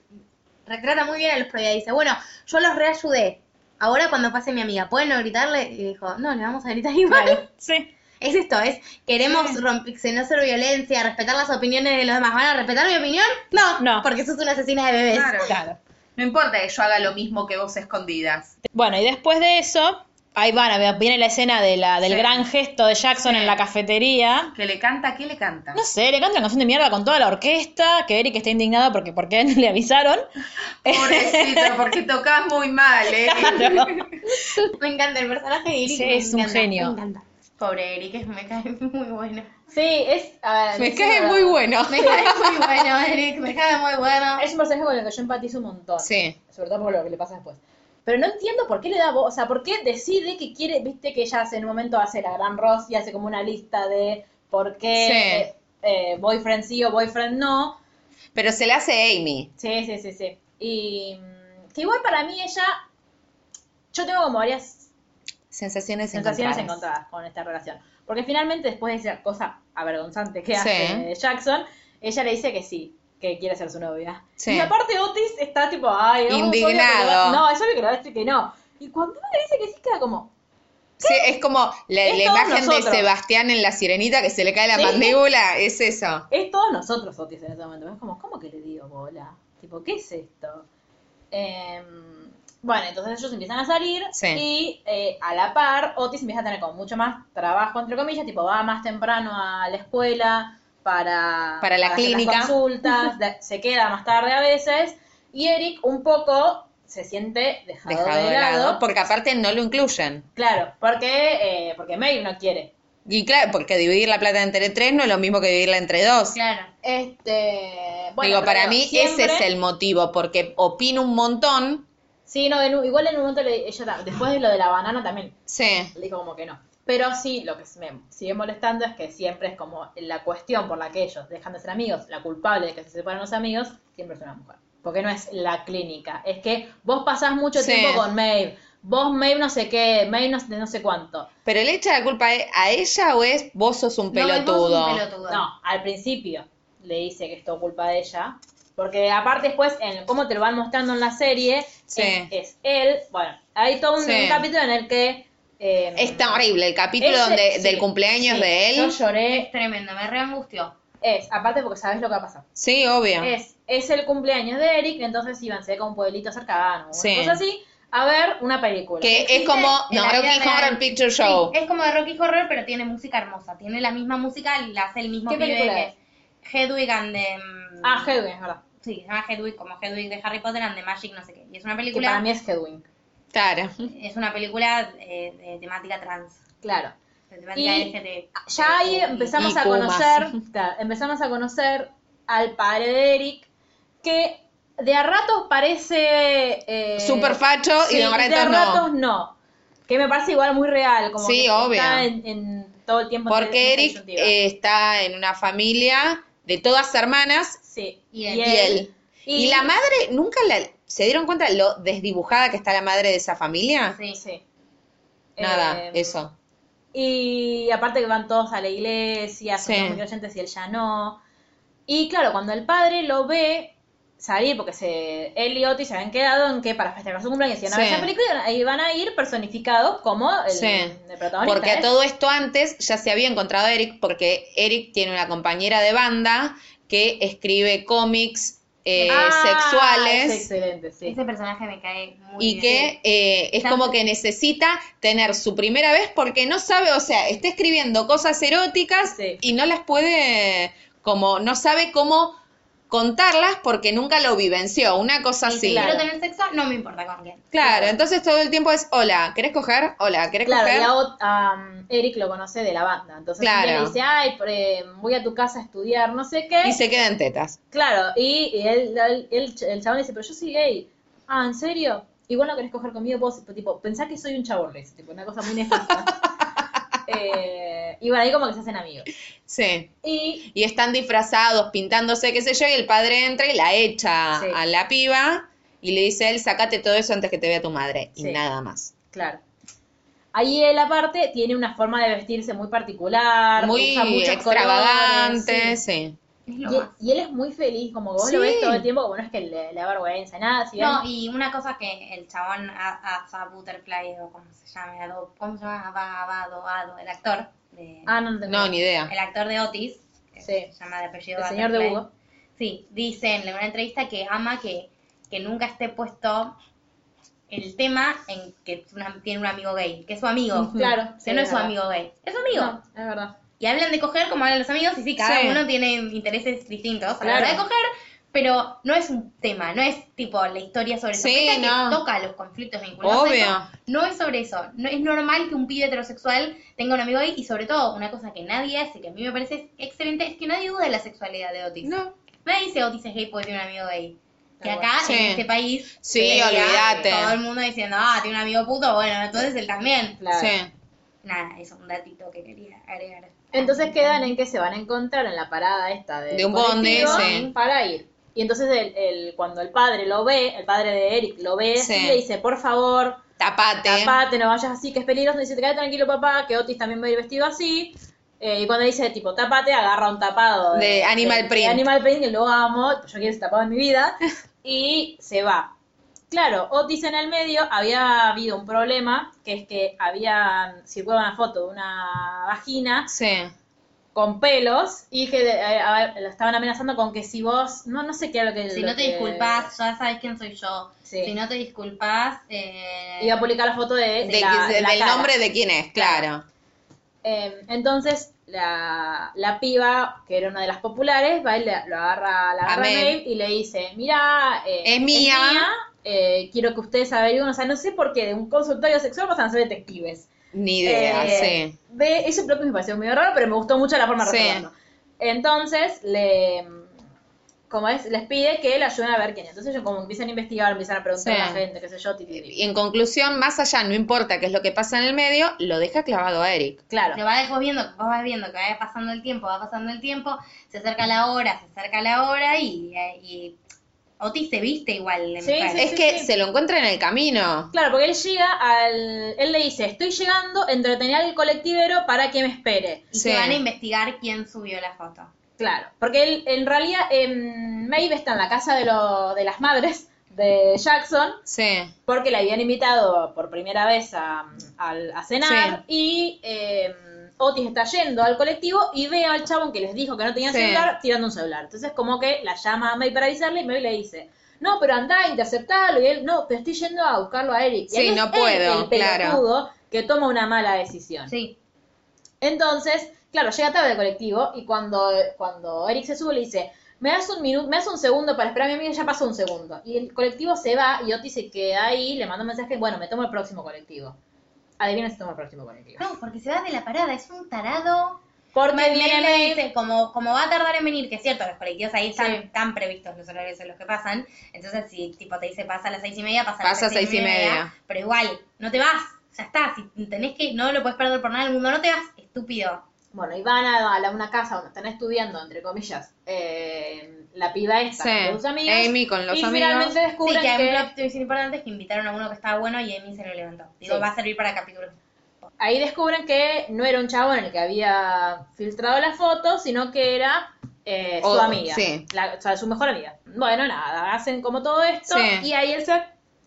B: retrata muy bien a los prohibidos. Dice, bueno, yo los reayudé. Ahora cuando pase mi amiga, ¿pueden no gritarle? Y dijo, no, le vamos a gritar igual.
A: Claro, sí.
B: Es esto, es queremos romperse, no ser violencia, respetar las opiniones de los demás. ¿Van a respetar mi opinión? No,
A: No.
B: porque sos una asesina de bebés.
C: Claro.
A: Claro.
C: No importa que yo haga lo mismo que vos escondidas.
A: Bueno, y después de eso, ahí van, viene la escena de la, del
C: Sí.
A: gran gesto de Jackson en la cafetería.
C: Que le canta, ¿qué le canta?
A: No sé, le canta una canción de mierda con toda la orquesta, que Eric está indignado porque, porque no le avisaron.
C: Pobrecito, porque tocas muy mal, ¿eh?
B: Me encanta el personaje de Eric.
A: Sí,
B: me
A: es un
B: encanta,
A: genio.
B: Me encanta.
C: Pobre Eric, es- me cae muy bueno.
A: Sí, es... ah,
C: Me cae muy bueno.
B: Me cae muy bueno, Eric, me cae muy bueno.
A: Es un personaje con el que yo empatizo un montón.
C: Sí.
A: Sobre todo por lo que le pasa después. Pero no entiendo por qué le da voz, o sea, por qué decide que quiere, viste que ella hace en un momento hace la gran Ross y hace como una lista de por qué eh, eh, boyfriend sí o boyfriend no.
C: Pero se la hace Amy.
A: Sí, sí, sí, sí. Y mm, que igual para mí ella, yo tengo como varias
C: Sensaciones
A: sensaciones encontradas con esta relación. Porque finalmente después de esa cosa avergonzante que
C: Sí.
A: hace Jackson, ella le dice que sí, que quiere ser su novia.
C: Sí.
A: Y aparte Otis está tipo, ay, oh, es obvio que le va-
C: Indignado.
A: No, es obvio que le va a decir que no. Y cuando ella le dice que sí, queda como,
C: Sí, es como la,
A: Es
C: la
A: todos
C: imagen
A: nosotros.
C: de Sebastián en La Sirenita que se le cae la
A: Sí.
C: mandíbula, es eso.
A: es todos nosotros Otis en ese momento. Es como, ¿cómo que le digo bola? Tipo, ¿qué es esto? Em, bueno, entonces ellos empiezan a salir
C: Sí.
A: y eh, a la par Otis empieza a tener como mucho más trabajo, entre comillas, tipo va más temprano a la escuela para,
C: Para la
A: hacer las
C: clínica.
A: consultas, de- se queda más tarde a veces y Eric un poco se siente dejado,
C: Dejado de lado, porque aparte no lo incluyen.
A: Claro, porque, eh, porque May no quiere.
C: Y claro, porque dividir la plata entre tres no es lo mismo que dividirla entre dos.
B: Claro.
A: Este, bueno,
C: Digo,
A: pero
C: para mí
A: siempre-
C: ese es el motivo, porque opino un montón.
A: Sí, no, en un- igual en un momento le- ella ta- después de lo de la banana también
C: Sí,
A: le dijo como que no. Pero sí, lo que me sigue molestando es que siempre es como la cuestión por la que ellos dejan de ser amigos, la culpable de que se separan los amigos, siempre es una mujer. Porque no es la clínica, es que vos pasás mucho
C: Sí.
A: tiempo con Maeve, vos Maeve no sé qué, Maeve no, sé- no sé cuánto.
C: pero le echa la culpa e- a ella o es vos sos un
B: No, es vos
C: pelotudo.
B: un pelotudo.
A: No, al principio le dice que es todo culpa de ella, Porque aparte después, en cómo te lo van mostrando en la serie,
C: Sí.
A: es, es él, bueno, hay todo un,
C: Sí.
A: un capítulo en el que... eh,
C: Es horrible el capítulo
A: ese-
C: donde,
A: sí,
C: del cumpleaños
A: sí,
C: de
A: Yo
C: él.
A: lloré.
B: Es tremendo, me reangustió.
A: Es, aparte porque sabes lo que va a pasar.
C: Sí, obvio.
A: Es, es el cumpleaños de Eric, entonces iban, se ve como un pueblito cercano, o
C: Sí.
A: cosas así, a ver una película.
C: que es
B: Existe
C: como
B: en la vida
C: Rocky
B: real.
C: Horror Picture Show.
B: Sí, es como de Rocky Horror, pero tiene música hermosa. Tiene la misma música y la hace el mismo
A: ¿Qué
B: pibe
A: película
B: que
A: es?
B: Hedwig and the- mm,
A: Ah, Hedwig, es verdad.
B: Sí, se llama Hedwig, como Hedwig de Harry Potter and the Magic, no sé qué. Y es una
A: Que
B: película...
A: para mí es Hedwig,
C: Claro.
B: Es una película eh, de temática trans.
A: claro.
B: De temática
A: Y
B: LGBT.
A: Ya ahí empezamos
C: Eh, Y
A: a
C: Pumas.
A: conocer, claro, empezamos a conocer al padre de Eric, que de a ratos parece... Eh,
C: Super facho
A: sí,
C: y de
A: de a
C: ratos
A: ratos
C: no.
A: no. Que me parece igual muy real, como
C: Sí,
A: que
C: obvio.
A: está en, en todo el tiempo. en- en
C: Porque
A: esa
C: Eric
A: disyuntiva.
C: eh, está en una familia de todas hermanas
A: sí.
B: y él.
C: y él. Y, la madre, ¿nunca la- se dieron cuenta de lo desdibujada que está la madre de esa familia?
B: Sí.
A: Sí.
C: Nada,
A: Eh,
C: eso.
A: Y aparte que van todos a la iglesia, son
C: Sí.
A: todos muy creyentes y él ya no. Y claro, cuando el padre lo ve salir, porque se, él y Oti se habían quedado en que para festejar su cumpleaños iban a ver
C: Sí.
A: esa película y iban a- y van a ir personificados como el,
C: Sí.
A: el protagonista.
C: Porque
A: ¿eh?
C: a todo esto antes ya se había encontrado a Eric, porque Eric tiene una compañera de banda que escribe cómics eh,
A: Ah,
C: sexuales.
A: es excelente, sí.
B: Ese personaje me cae muy
C: y
B: bien.
C: que eh, es como que necesita tener su primera vez porque no sabe, o sea, está escribiendo cosas eróticas
A: Sí.
C: y no las puede, como, no sabe cómo contarlas porque nunca lo vivenció, una
B: Y
C: cosa así.
B: si
C: Claro.
B: quiero tener sexo, no me importa con quién.
C: entonces todo el tiempo es, hola, ¿querés coger? Hola, ¿querés
A: Claro,
C: coger?
A: y a Ot- a, um, Eric lo conoce de la banda. Entonces un día
C: Claro.
A: le dice, ay, pre- voy a tu casa a estudiar, no sé qué.
C: Y se queda en tetas.
A: Claro, y, y él, él- él- el chabón dice, pero yo soy gay. Ah, ¿en serio? Igual no querés coger conmigo vos, tipo, tipo, pensá que soy un chabón, le dice, tipo, una cosa muy nefasta. Eh, y bueno, ahí como que se hacen amigos.
C: Sí.
A: Y
C: Y están disfrazados, pintándose, qué sé yo, y el padre entra y la echa
A: Sí.
C: a la piba y le dice, él, sacate todo eso antes que te vea tu madre. Y
A: Sí.
C: nada más.
A: claro. Ahí él aparte tiene una forma de vestirse muy particular,
C: Muy
A: usa muchos
C: extravagante,
A: colores, sí.
C: sí.
B: Es lo
A: Y,
B: más.
A: y él es muy feliz, como que vos lo
C: Sí.
A: ves todo el tiempo, como no es que le, le da vergüenza, nada, si
B: No,
A: bien-
B: y una cosa que el chabón a- Asa Butterfly, o como se llame, Ado- ¿cómo se llama? Aba- Abado, Ado, el actor. De,
A: Ah, no, no tengo
C: No, ni idea.
B: El actor de Otis, que
A: Sí.
B: se llama de apellido
A: El señor de
B: Butterfly.
A: Hugo.
B: Sí, dice en una entrevista que ama que, que nunca esté puesto el tema en que es una- tiene un amigo gay, que es su amigo.
A: Claro,
B: Que
A: sí,
B: no
A: es
B: es su
A: verdad.
B: amigo gay, es su amigo.
A: No, es verdad.
B: Y hablan de coger como hablan los amigos, y sí, cada
C: Sí.
B: uno tiene intereses distintos a la
A: Claro.
B: hora de coger, pero no es un tema, no es tipo la historia sobre eso.
C: Sí,
B: Gente
C: no.
B: que toca los conflictos vinculados a eso,
C: Obvio.
B: no es sobre eso. No, es normal que un pibe heterosexual tenga un amigo gay, y sobre todo, una cosa que nadie hace, que a mí me parece excelente, es que nadie duda de la sexualidad de Otis.
C: No.
B: Nadie dice Otis es gay porque tiene un amigo gay. Que
A: Ah,
B: acá,
C: bueno.
B: en
C: Sí.
B: este país, se
C: Sí,
B: veía
C: olvídate.
B: todo el mundo diciendo, ah, tiene un amigo puto, bueno, entonces él también.
A: Claro.
C: Sí.
B: Nada, eso es un datito que quería agregar.
A: Entonces quedan en que se van a encontrar en la parada esta del
C: De un bondi,
A: colectivo
C: sí.
A: para ir. Y entonces el, el- cuando el padre lo ve, el padre de Eric lo ve,
C: Sí.
A: sí, le dice, por favor,
C: Tapate.
A: tapate, no vayas así, que es peligroso. Y dice, quédate tranquilo papá, que Otis también va a ir vestido así. Eh, y cuando dice, tipo, tapate, agarra un tapado.
C: De Animal Print.
A: de Animal Print, que lo amo, yo quiero ese tapado en mi vida. Y se va. Claro, Otis en el medio había habido un problema, que es que había circulado una foto de una vagina
C: Sí.
A: con pelos y que eh, a- lo estaban amenazando con que si vos, no, no sé qué era lo que...
B: Si
A: lo
B: no te
A: que-
B: disculpas, ya sabes quién soy yo.
A: Sí.
B: Si no te disculpas, eh,
A: Iba a publicar la foto de, de
C: De-
A: la-
C: de-
A: de la
C: del
A: cara.
C: nombre de quién es, claro.
A: Eh, entonces la, la piba, que era una de las populares, va y le- lo agarra, la
C: A
A: agarra a
C: Maeve.
A: Maeve y le dice, mira, eh,
C: Es mía.
A: eh, quiero que ustedes averigüen, o sea, no sé por qué de un consultorio sexual pasan a ser detectives.
C: Ni idea,
A: Eh, De ese plot me pareció medio raro, pero me gustó mucho la forma de
C: Sí.
A: resolverlo. Entonces, le como es, les pide que le ayuden a ver quién es. Entonces ellos como empiezan a investigar, empiezan a preguntar
C: Sí.
A: a la gente, qué sé yo, ti, ti,
C: sí.
A: ti.
C: Y en conclusión, más allá, no importa qué es lo que pasa en el medio, lo deja clavado a Eric.
A: Claro.
B: Lo vas dejando viendo, vos vas viendo que va pasando el tiempo, va pasando el tiempo, se acerca la hora, se acerca la hora y, eh, y Otis se viste igual de
A: Sí,
B: mujer.
A: sí,
C: Es
A: sí.
C: que se lo encuentra en el camino.
A: Claro, porque él llega al. Él le dice: Estoy llegando, entretener al colectivero para que me espere.
B: Y
C: Sí.
B: se van a investigar quién subió la foto.
A: Claro, porque él en realidad em, Maeve está en la casa de, lo- de las madres de Jackson
C: Sí.
A: porque la habían invitado por primera vez a, al- a cenar y eh, Otis está yendo al colectivo y ve al chabón que les dijo que no tenía
C: Sí.
A: celular tirando un celular. Entonces como que la llama a May para avisarle y May le dice, no, pero andá, interceptalo. Y él, no, pero estoy yendo a buscarlo a Eric. Y
C: Sí,
A: ahí es
C: no
A: él
C: puedo,
A: el pelotudo que toma una mala decisión.
B: Sí.
A: Entonces, claro, llega tarde el colectivo y cuando, cuando Eric se sube le dice, me das un minuto, me das un segundo para esperar a mi amiga, y ya pasó un segundo. Y el colectivo se va y Otis se queda ahí, le manda un mensaje, bueno, me tomo el próximo colectivo. Adivina si toma el próximo colectivo.
B: No, porque se va de la parada, es un tarado.
A: Porque
B: May-
A: viene
B: May le dice, como, como va a tardar en venir, que es cierto, los colectivos ahí están tan previstos los horarios en los que pasan, entonces si tipo te dice pasa a las seis y media, pasa a las
C: Pasa
B: seis, y media, Pero igual, no te vas, ya está, si tenés que, no lo puedes perder por nada del mundo, no te vas, estúpido.
A: bueno, y van a, a la- una casa donde están estudiando, entre comillas, eh, la piba esta
C: Sí.
A: con sus amigas.
C: Amy con los
A: y
C: amigos.
A: finalmente
B: Sí,
A: descubren
B: que hay
A: que...
B: un plot twist importante es que invitaron a uno que estaba bueno y Amy se lo levantó. Digo,
A: Sí.
B: va a servir para capítulos.
A: ahí descubren que no era un chabón el que había filtrado la foto, sino que era eh, su
C: O-
A: amiga,
C: Oh, sí.
A: La- o sea, su mejor amiga. Bueno, nada, hacen como todo esto
C: Sí.
A: y ahí él se,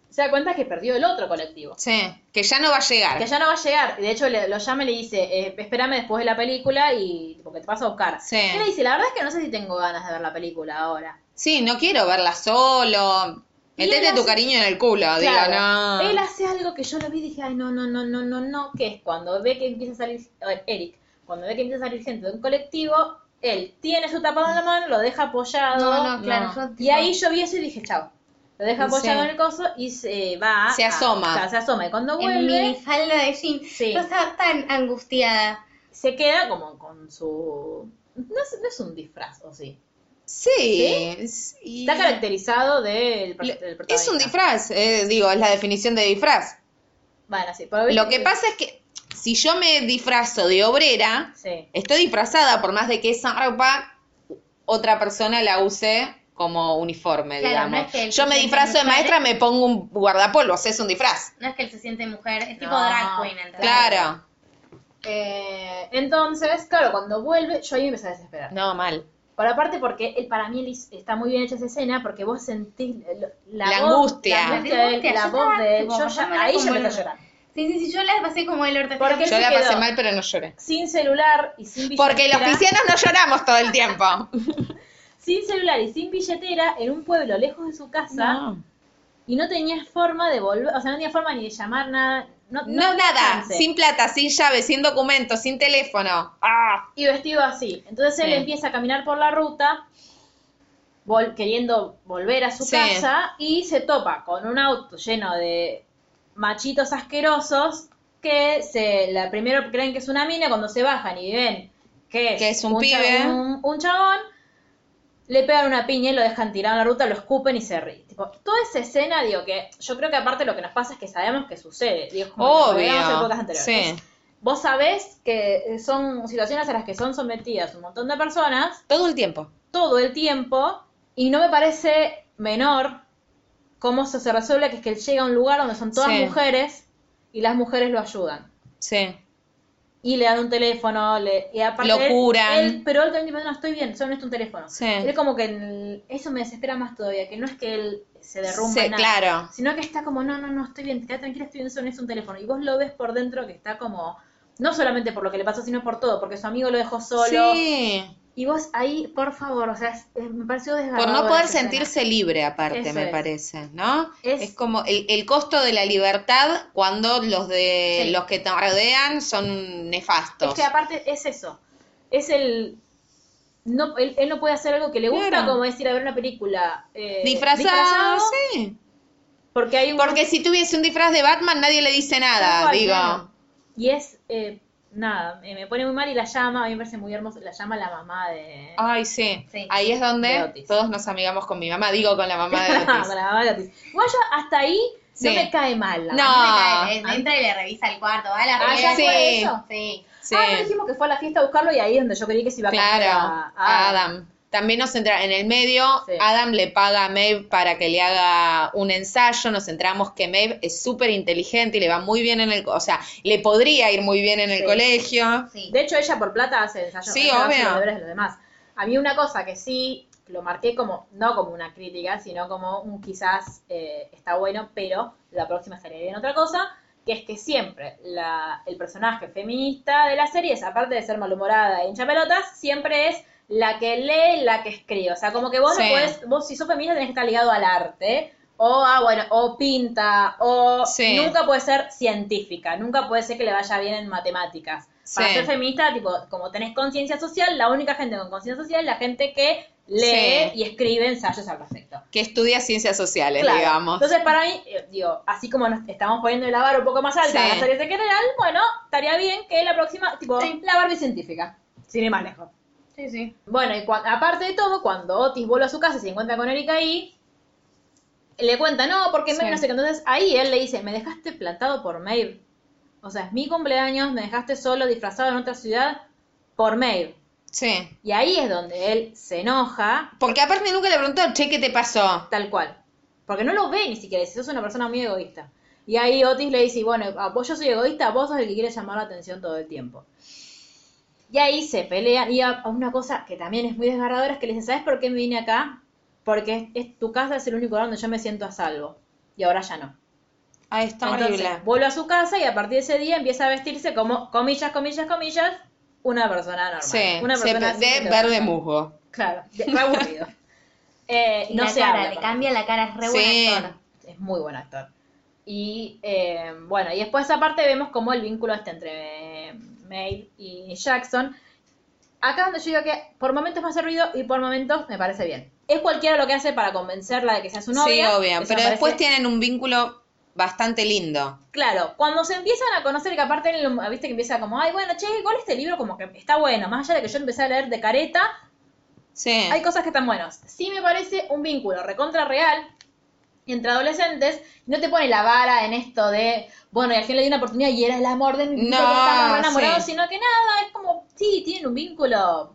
A: se da cuenta que perdió el otro colectivo.
C: Sí. Que ya no va a llegar.
A: Que ya no va a llegar. De hecho, le- lo llama y le dice, eh, espérame después de la película y porque te vas a buscar.
C: Sí.
A: Y le dice, la verdad es que no sé si tengo ganas de ver la película ahora.
C: Sí, no quiero verla solo.
A: Y él
C: Metete tu
A: hace-
C: cariño en el culo, digo,
A: Claro.
C: no.
A: Él hace algo que yo lo vi y dije, ay, no, no, no, no, no, no, que es cuando ve que empieza a salir, a ver, Eric, cuando ve que empieza a salir gente de un colectivo, él tiene su tapado en la mano, lo deja apoyado. Y ahí yo vi eso y dije, chao. Lo deja
C: Sí.
A: apoyado en el coso y se va.
C: Se
A: a-
C: asoma.
A: o sea, se asoma. Y cuando
B: en mi
A: vuelve,
B: falda de jean,
A: Sí.
B: yo estaba tan angustiada.
A: se queda como con su... No es, no es un disfraz, ¿o sí?
C: Sí. es- y-
A: Está caracterizado del, pro-
C: Le-
A: del protagonista.
C: Es un disfraz, eh, digo, es la definición de disfraz.
A: Bueno, sí. pero viste
C: Lo que pasa es que si yo me disfrazo de obrera,
A: Sí.
C: estoy disfrazada, por más de que esa ropa otra persona la use como uniforme,
B: Claro,
C: digamos.
B: no es que el
C: yo me
B: cliente
C: disfrazo de
B: mujer-
C: maestra, me pongo un guardapolvos, es un disfraz.
B: No es que él se siente mujer, es tipo
A: No,
B: drag queen, ¿entendés?
C: Claro.
A: Eh, entonces, claro, cuando vuelve, yo ahí me empecé a desesperar.
C: No, mal.
A: Por aparte, porque él, para mí él hizo- está muy bien hecha esa escena, porque vos sentís la,
C: La
A: voz-
C: angustia.
A: La angustia de él,
B: La angustia,
A: la
B: yo
A: voz
B: estaba
A: de él.
B: tipo,
A: Yo ya-
B: pasándola
A: ahí
B: como
A: ya empecé a
B: el-
A: llorar.
B: Sí, sí, sí, yo la pasé como el orte.
A: Porque él
C: Yo
A: se
C: la
A: quedó
C: pasé mal, pero no lloré.
A: Sin celular y sin billetera.
C: Porque los piscianos no lloramos todo el tiempo.
A: Sin celular y sin billetera en un pueblo lejos de su casa y no tenía forma de volver, o sea, no tenía forma ni de llamar nada. No, no
C: No,
A: tenía
C: nada,
A: chance.
C: sin plata, sin llave, sin documentos, sin teléfono. Ah,
A: y vestido así. Entonces él
C: Sí.
A: empieza a caminar por la ruta, vol- queriendo volver a su
C: Sí.
A: casa, y se topa con un auto lleno de machitos asquerosos que se la primero creen que es una mina, cuando se bajan y ven que es,
C: Que es un
A: cha-
C: pibe.
A: un, un chabón, le pegan una piña y lo dejan tirado en la ruta, lo escupen y se ríen. Tipo, toda esa escena, digo que yo creo que aparte lo que nos pasa es que sabemos que sucede. Digo, es como lo que hablamos en
C: obvio.
A: podcast anteriores.
C: Sí.
A: Vos sabés que eh, son situaciones a las que son sometidas un montón de personas
C: Todo el tiempo.
A: todo el tiempo y no me parece menor cómo se, se resuelve que es que él llega a un lugar donde son todas
C: Sí.
A: mujeres y las mujeres lo ayudan.
C: Sí.
A: Y le dan un teléfono, le, y aparte
C: Lo
A: él-
C: curan.
A: él- pero él también dice, no, estoy bien, solo necesito un teléfono.
C: Sí.
A: Él como que en- eso me desespera más todavía, que no es que él se derrumba
C: Sí,
A: en nada,
C: claro.
A: sino que está como, no, no, no, estoy bien, quédate tranquila, estoy bien, solo necesito un teléfono. Y vos lo ves por dentro que está como, no solamente por lo que le pasó, sino por todo, porque su amigo lo dejó solo.
C: Sí.
A: Y vos ahí, por favor, o sea, es- es- me pareció
C: Por
A: desgarrador.
C: no poder
A: esa escena.
C: sentirse libre, aparte,
A: Eso
C: me
A: es.
C: parece, ¿no?
A: Es-
C: Es, como el, el costo de la libertad cuando los de
A: Sí.
C: los que te rodean son nefastos.
A: Es que aparte es eso, es el... No, él, él no puede hacer algo que le gusta,
C: Claro.
A: como decir a ver una película eh,
C: Disfrazado, sí.
A: porque hay un...
C: Porque si tuviese un disfraz de Batman nadie le dice
A: Tal
C: nada,
A: cual,
C: digo.
A: claro. Y es, eh, nada, eh, me pone muy mal y la llama, a mí me parece muy hermosa, la llama la mamá de...
C: Ay, sí.
B: Sí.
C: Ahí es
A: De
C: donde
A: Otis.
C: todos nos amigamos con mi mamá, digo con la mamá de
A: la
C: Otis.
A: mamá de Otis. Igual yo hasta ahí no
C: Sí.
A: me cae mal. la
C: No.
A: mamá.
C: Ah.
B: Él Entra y le revisa el cuarto, va a la
A: Ah, ya
B: reunión.
A: fue
C: Sí.
A: eso.
B: Sí.
C: Sí.
A: Ah, no dijimos que fue a la fiesta a buscarlo y ahí es donde yo creí que se iba a coger
C: Claro,
A: a,
C: a
A: a-
C: Adam. También nos entra en el medio,
A: Sí.
C: Adam le paga a Maeve para que le haga un ensayo, nos entramos que Maeve es súper inteligente y le va muy bien en el, co- o sea, le podría ir muy bien en el
A: Sí.
C: colegio.
B: Sí.
A: De hecho, ella por plata hace ensayos
C: Sí,
A: hace los
C: obvio.
A: deberes de los demás. A mí una cosa que sí, que lo marqué como, no como una crítica, sino como un quizás eh, está bueno, pero la próxima estaría bien otra cosa, que es que siempre la- el personaje feminista de la serie, es, aparte de ser malhumorada e hincha pelotas, siempre es la que lee, la que escribe. O sea, como que vos
C: Sí.
A: no podés, vos si sos feminista tenés que estar ligado al arte, o ah, bueno, o pinta, o
C: Sí.
A: nunca puede ser científica, nunca puede ser que le vaya bien en matemáticas. Para
C: Sí.
A: ser feminista, tipo, como tenés conciencia social, la única gente con conciencia social es la gente que
C: Sí.
A: lee y escribe ensayos al respecto.
C: Que estudia ciencias sociales,
A: Claro.
C: digamos.
A: Entonces, para mí, eh, digo, así como nos estamos poniendo el vara un poco más alta
C: Sí.
A: en las series en general, bueno, estaría bien que la próxima, tipo, la Barbie científica, sin ir más lejos.
B: Sí, sí.
A: Bueno, y cua- aparte de todo, cuando Otis vuelve a su casa y se encuentra con Erika ahí, le cuenta, no, porque May no sé qué. Entonces ahí él le dice, me dejaste plantado por May. O sea, es mi cumpleaños, me dejaste solo, disfrazado en otra ciudad, por May.
C: Sí.
A: Y ahí es donde él se enoja,
C: Porque aparte nunca le preguntó, che, ¿qué te pasó?
A: tal cual. Porque no lo ve ni siquiera, dice, sos una persona muy egoísta. Y ahí Otis le dice, bueno, a vos yo soy egoísta, vos sos el que quiere llamar la atención todo el tiempo. Y ahí se pelean. Y a, a una cosa que también es muy desgarradora es que le dice, ¿sabes por qué me vine acá? Porque es, es- tu casa es el único lugar donde yo me siento a salvo. Y ahora ya no.
C: Ay, está
A: Entonces, vuelve a su casa y a partir de ese día empieza a vestirse como, comillas, comillas, comillas, una persona normal.
C: Sí,
A: una
C: se-
A: persona
C: de
A: sin-
C: verde musgo.
A: Claro, de- re aburrido. Eh,
B: Y
A: no
B: la
A: se
B: cara,
A: habla,
B: le
A: aparte
B: cambia la cara, es re buen
C: Sí.
B: actor.
A: es muy buen actor. Y eh, bueno, y después aparte vemos como el vínculo este entre eh, May y Jackson. Acá donde yo digo que por momentos me hace ruido y por momentos me parece bien. Es cualquiera lo que hace para convencerla de que sea su novia.
C: sí, obvio.
A: eso
C: Pero
A: me
C: después
A: parece-
C: tienen un vínculo bastante lindo.
A: Claro, cuando se empiezan a conocer, que aparte, en el- viste que empieza como, ay, bueno, che, igual este libro como que está bueno. Más allá de que yo empecé a leer de careta,
C: Sí.
A: hay cosas que están buenas. Sí me parece un vínculo recontra real entre adolescentes. No te pone la vara en esto de, bueno, y al fin le di una oportunidad y era el amor de mi vida,
C: No,
A: que estaba re enamorado,
C: sí.
A: sino que nada, es como, sí, tienen un vínculo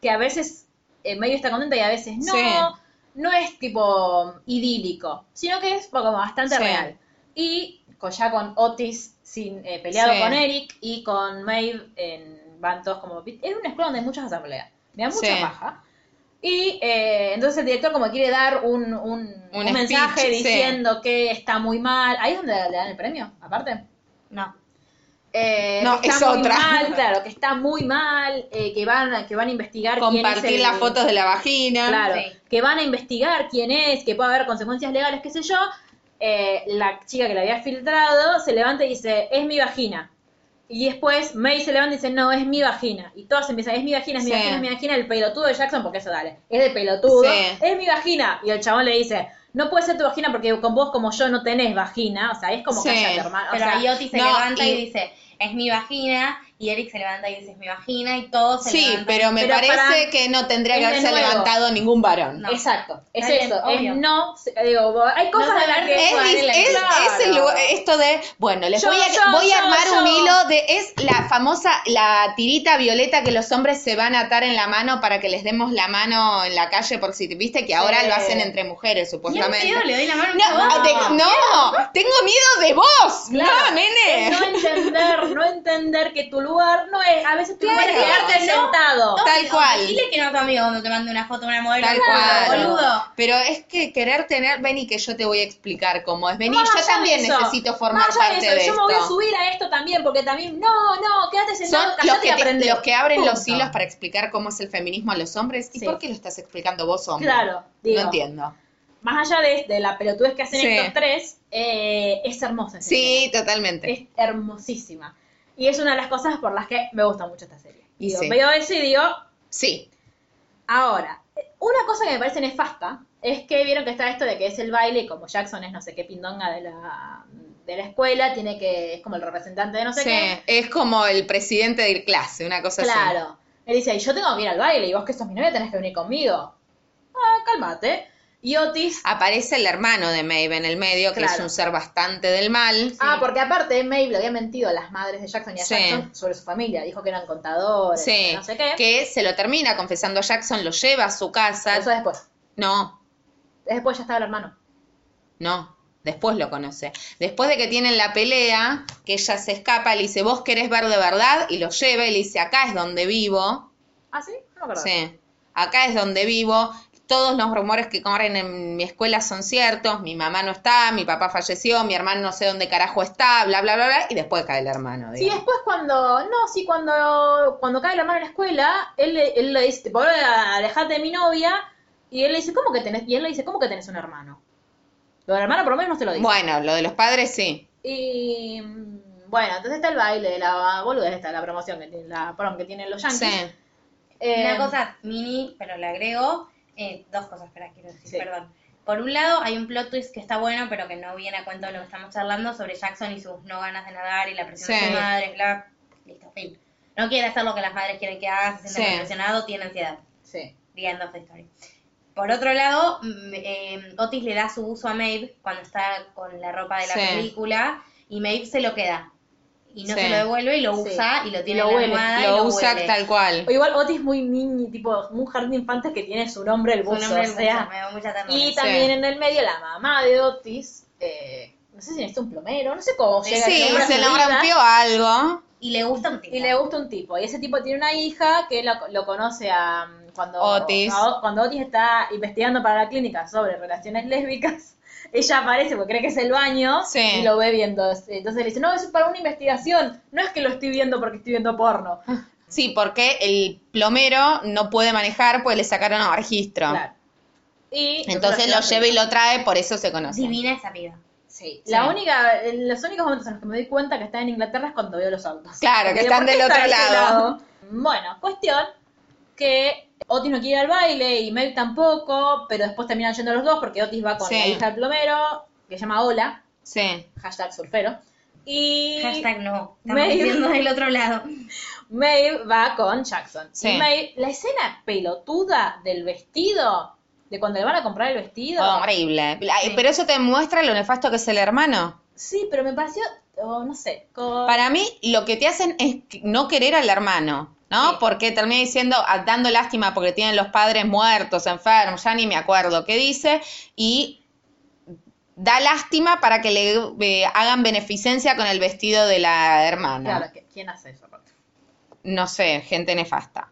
A: que a veces eh, medio está contenta y a veces no.
C: Sí.
A: No es tipo idílico, sino que es como bastante
C: Sí.
A: real. Y con- ya con Otis sin, eh, peleado
C: Sí.
A: con Eric y con Maeve en, van todos como... Es un escuela donde hay muchas asambleas. Me da mucha
C: Sí.
A: paja. Y eh, entonces el director como quiere dar un, un, un
C: speech,
A: mensaje
C: sí.
A: diciendo que está muy mal. Ahí es donde le dan el premio, aparte.
B: No.
A: Eh,
C: No,
A: que
C: es
A: está muy
C: otra.
A: mal, claro, que está muy mal, eh, que, van, a- que van a investigar quién es
C: Compartir
A: el-
C: las fotos de la vagina.
A: Claro,
B: Sí.
A: que van a investigar quién es, que puede haber consecuencias legales, qué sé yo. Eh, la chica que la había filtrado se levanta y dice, es mi vagina. Y después May se levanta y dice, no, es mi vagina. Y todas empiezan, es mi vagina, es mi
C: Sí.
A: vagina, es mi vagina. El pelotudo de Jackson, porque eso dale, es de pelotudo,
C: Sí.
A: es mi vagina. Y el chabón le dice, no puede ser tu vagina porque con vos como yo no tenés vagina. O sea, es como
C: Sí.
A: cállate, hermano. O
B: Pero
A: sea,
B: ahí Otis se
C: no,
B: levanta y...
C: y-
B: dice, es mi vagina, y Eric se levanta y dice, es mi vagina, y todos se
C: Sí,
B: levantan.
C: pero me
A: Pero
C: parece
A: para-
C: que no tendría
A: es
C: que
A: de
C: haberse
A: nuevo.
C: levantado ningún varón.
B: No.
A: Exacto, es
B: Está bien,
A: eso, es
B: obvio.
A: no, digo, hay cosas de las
B: saber
A: que
C: Es,
B: Bueno,
C: dis-
B: la-
C: es-
A: claro.
C: es el lugar- esto de, bueno, les
A: Yo,
C: voy a,
A: yo,
C: voy a
A: yo,
C: armar
A: yo.
C: un hilo de, es la famosa, la tirita violeta que los hombres se van a atar en la mano para que les demos la mano en la calle, por si viste que ahora lo hacen entre mujeres,
B: Y en
C: supuestamente.
B: pedo le doy la mano a este un chabón.
C: No, te- no, tengo miedo de vos.
A: Claro.
C: No, nene.
A: Es no entender, no entender que tu lugar no es, a veces tu
C: Claro,
A: lugar es quedarte
B: no.
A: sentado.
B: No,
C: Tal
B: o-
C: cual.
B: Dile "Oh, que no a tu amigo cuando te mande una foto de una modelo.
C: Tal
B: Claro,
C: cual.
B: boludo.
C: Pero es que querer tener, vení que yo te voy a explicar cómo es. Vení,
A: Más
C: yo
A: allá de
C: también
A: eso,
C: necesito formar
A: más allá
C: parte
A: eso,
C: de
A: yo
C: esto.
A: me voy a subir a esto también, porque también, no, no, quédate
C: Son
A: sentado,
C: los
A: callate y
C: que, te-
A: aprende.
C: los que abren los
A: Punto.
C: hilos para explicar cómo es el feminismo a los hombres. ¿Y
A: Sí.
C: por qué lo estás explicando vos, hombre?
A: Claro, digo.
C: No entiendo.
A: Más allá de, de la pelotudez que hacen
C: Sí.
A: estos tres, eh, es hermosa. esa
C: Sí,
A: escena.
C: totalmente.
A: Es hermosísima. Y es una de las cosas por las que me gusta mucho esta serie.
C: Y
A: Digo,
C: sí.
A: Veo eso y digo,
C: Sí,
A: Ahora, una cosa que me parece nefasta es que vieron que está esto de que es el baile y como Jackson es no sé qué pindonga de la, de la escuela, tiene que, es como el representante de no sé
C: sí.
A: qué.
C: Es como el presidente de clase, una cosa así.
A: Claro. Él dice, "Ay, yo tengo que ir al baile y vos que sos mi novia tenés que venir conmigo. Ah, cálmate. Y Otis,
C: Ah, Aparece el hermano de Maeve en el medio, que es
A: Claro.
C: un ser bastante del mal.
A: ah, porque aparte Maeve le había mentido a las madres de Jackson y a
C: Sí.
A: Jackson sobre su familia, dijo que eran contadores,
C: Sí,
A: que no sé qué.
C: que se lo termina confesando a Jackson, lo lleva a su casa.
A: Eso después.
C: No,
A: Después ya estaba el hermano.
C: No, después lo conoce. Después de que tienen la pelea, que ella se escapa, le dice, vos querés ver de verdad, y lo lleva y le dice, acá es donde vivo.
A: Ah, sí, no me acuerdo.
C: Sí, acá es donde vivo. todos los rumores que corren en mi escuela son ciertos, mi mamá no está, mi papá falleció, mi hermano no sé dónde carajo está, bla, bla, bla, bla, y después cae el hermano.
A: Sí,
C: digamos.
A: después cuando, no, sí, cuando, cuando cae la mano en la escuela, él, le- él le dice, tipo, ahora alejate de mi novia, y él le dice, ¿cómo que tenés? Y él le dice, ¿cómo que tenés un hermano? Lo del hermano por lo menos no te lo dice.
C: Bueno, lo de los padres sí.
A: Y mm, bueno, entonces está el baile de la boludez esta, la promoción que tiene, la prom que tienen los yankees. Eh,
C: Sí. Em.
B: Una cosa mini, pero le agrego eh, dos cosas, espera, quiero decir,
A: Sí.
B: perdón. Por un lado, hay un plot twist que está bueno, pero que no viene a cuento de lo que estamos charlando sobre Jackson y sus no ganas de nadar y la presión
C: Sí.
B: de su madre, bla. Listo, fin. No quiere hacer lo que las madres quieren que haga, se siente
C: Sí.
B: muy presionado, tiene ansiedad.
A: Sí.
B: The end of the story. Por otro lado, mm, eh, Otis le da su uso a Maeve cuando está con la ropa de la
C: Sí.
B: película y Maeve se lo queda. Y no
C: Sí.
B: se lo devuelve y lo
A: Sí.
B: usa y lo tiene
A: lo
B: en la
A: huele,
B: almohada y
C: lo usa
B: huele.
C: tal cual.
A: O igual Otis muy niño, tipo, un jardín de infantes que tiene su nombre el
B: Su
A: buzo,
B: nombre
A: o
B: es
A: sea.
B: Buzo, me da mucha ternura.
A: Y
C: Sí.
A: también en el medio la mamá de Otis, eh, no sé si necesita un plomero, no sé cómo llega el
C: Sí,
A: plomero a
C: se
A: su
C: le
A: vida,
C: rompió algo.
B: Y le gusta un tipo.
A: Y le gusta un tipo, y ese tipo tiene una hija que lo, lo conoce a mm, cuando
C: Otis.
A: a- cuando Otis está investigando para la clínica sobre relaciones lésbicas. Ella aparece porque cree que es el baño
C: Sí.
A: y lo ve viendo. Entonces le dice, no, eso es para una investigación. No es que lo estoy viendo porque estoy viendo porno.
C: Sí, porque el plomero no puede manejar, pues le sacaron a registro.
A: Claro. Y
C: Entonces lo lleva y lo trae, por eso se conoce.
B: Divina esa piba.
A: Sí. La
C: Sí.
A: única, en los únicos momentos en los que me doy cuenta que está en Inglaterra es cuando veo los autos.
C: Claro,
A: Porque,
C: que están
A: ¿por qué
C: del
A: está
C: otro
A: de este
C: lado?
A: Bueno, cuestión que Otis no quiere ir al baile y Maeve tampoco, pero después terminan yendo los dos porque Otis va con
C: Sí.
A: la hija del plomero, que se llama Ola,
C: Sí.
A: hashtag surfero, y
B: Hashtag no. Estamos
A: Maeve.
B: diciendo del otro lado.
A: Maeve va con Jackson.
C: Sí.
A: Y Maeve, la escena pelotuda del vestido, de cuando le van a comprar el vestido,
C: Oh, Horrible. La- Pero eso te muestra lo nefasto que es el hermano.
A: sí, pero me pareció, oh, no sé, con...
C: Para mí, lo que te hacen es que- no querer al hermano, ¿no? Porque termina diciendo, ah, dando lástima porque tienen los padres muertos, enfermos, ya ni me acuerdo qué dice, y da lástima para que le eh, hagan beneficencia con el vestido de la hermana.
A: Claro, ¿quién hace eso? aparte?
C: no sé, gente nefasta.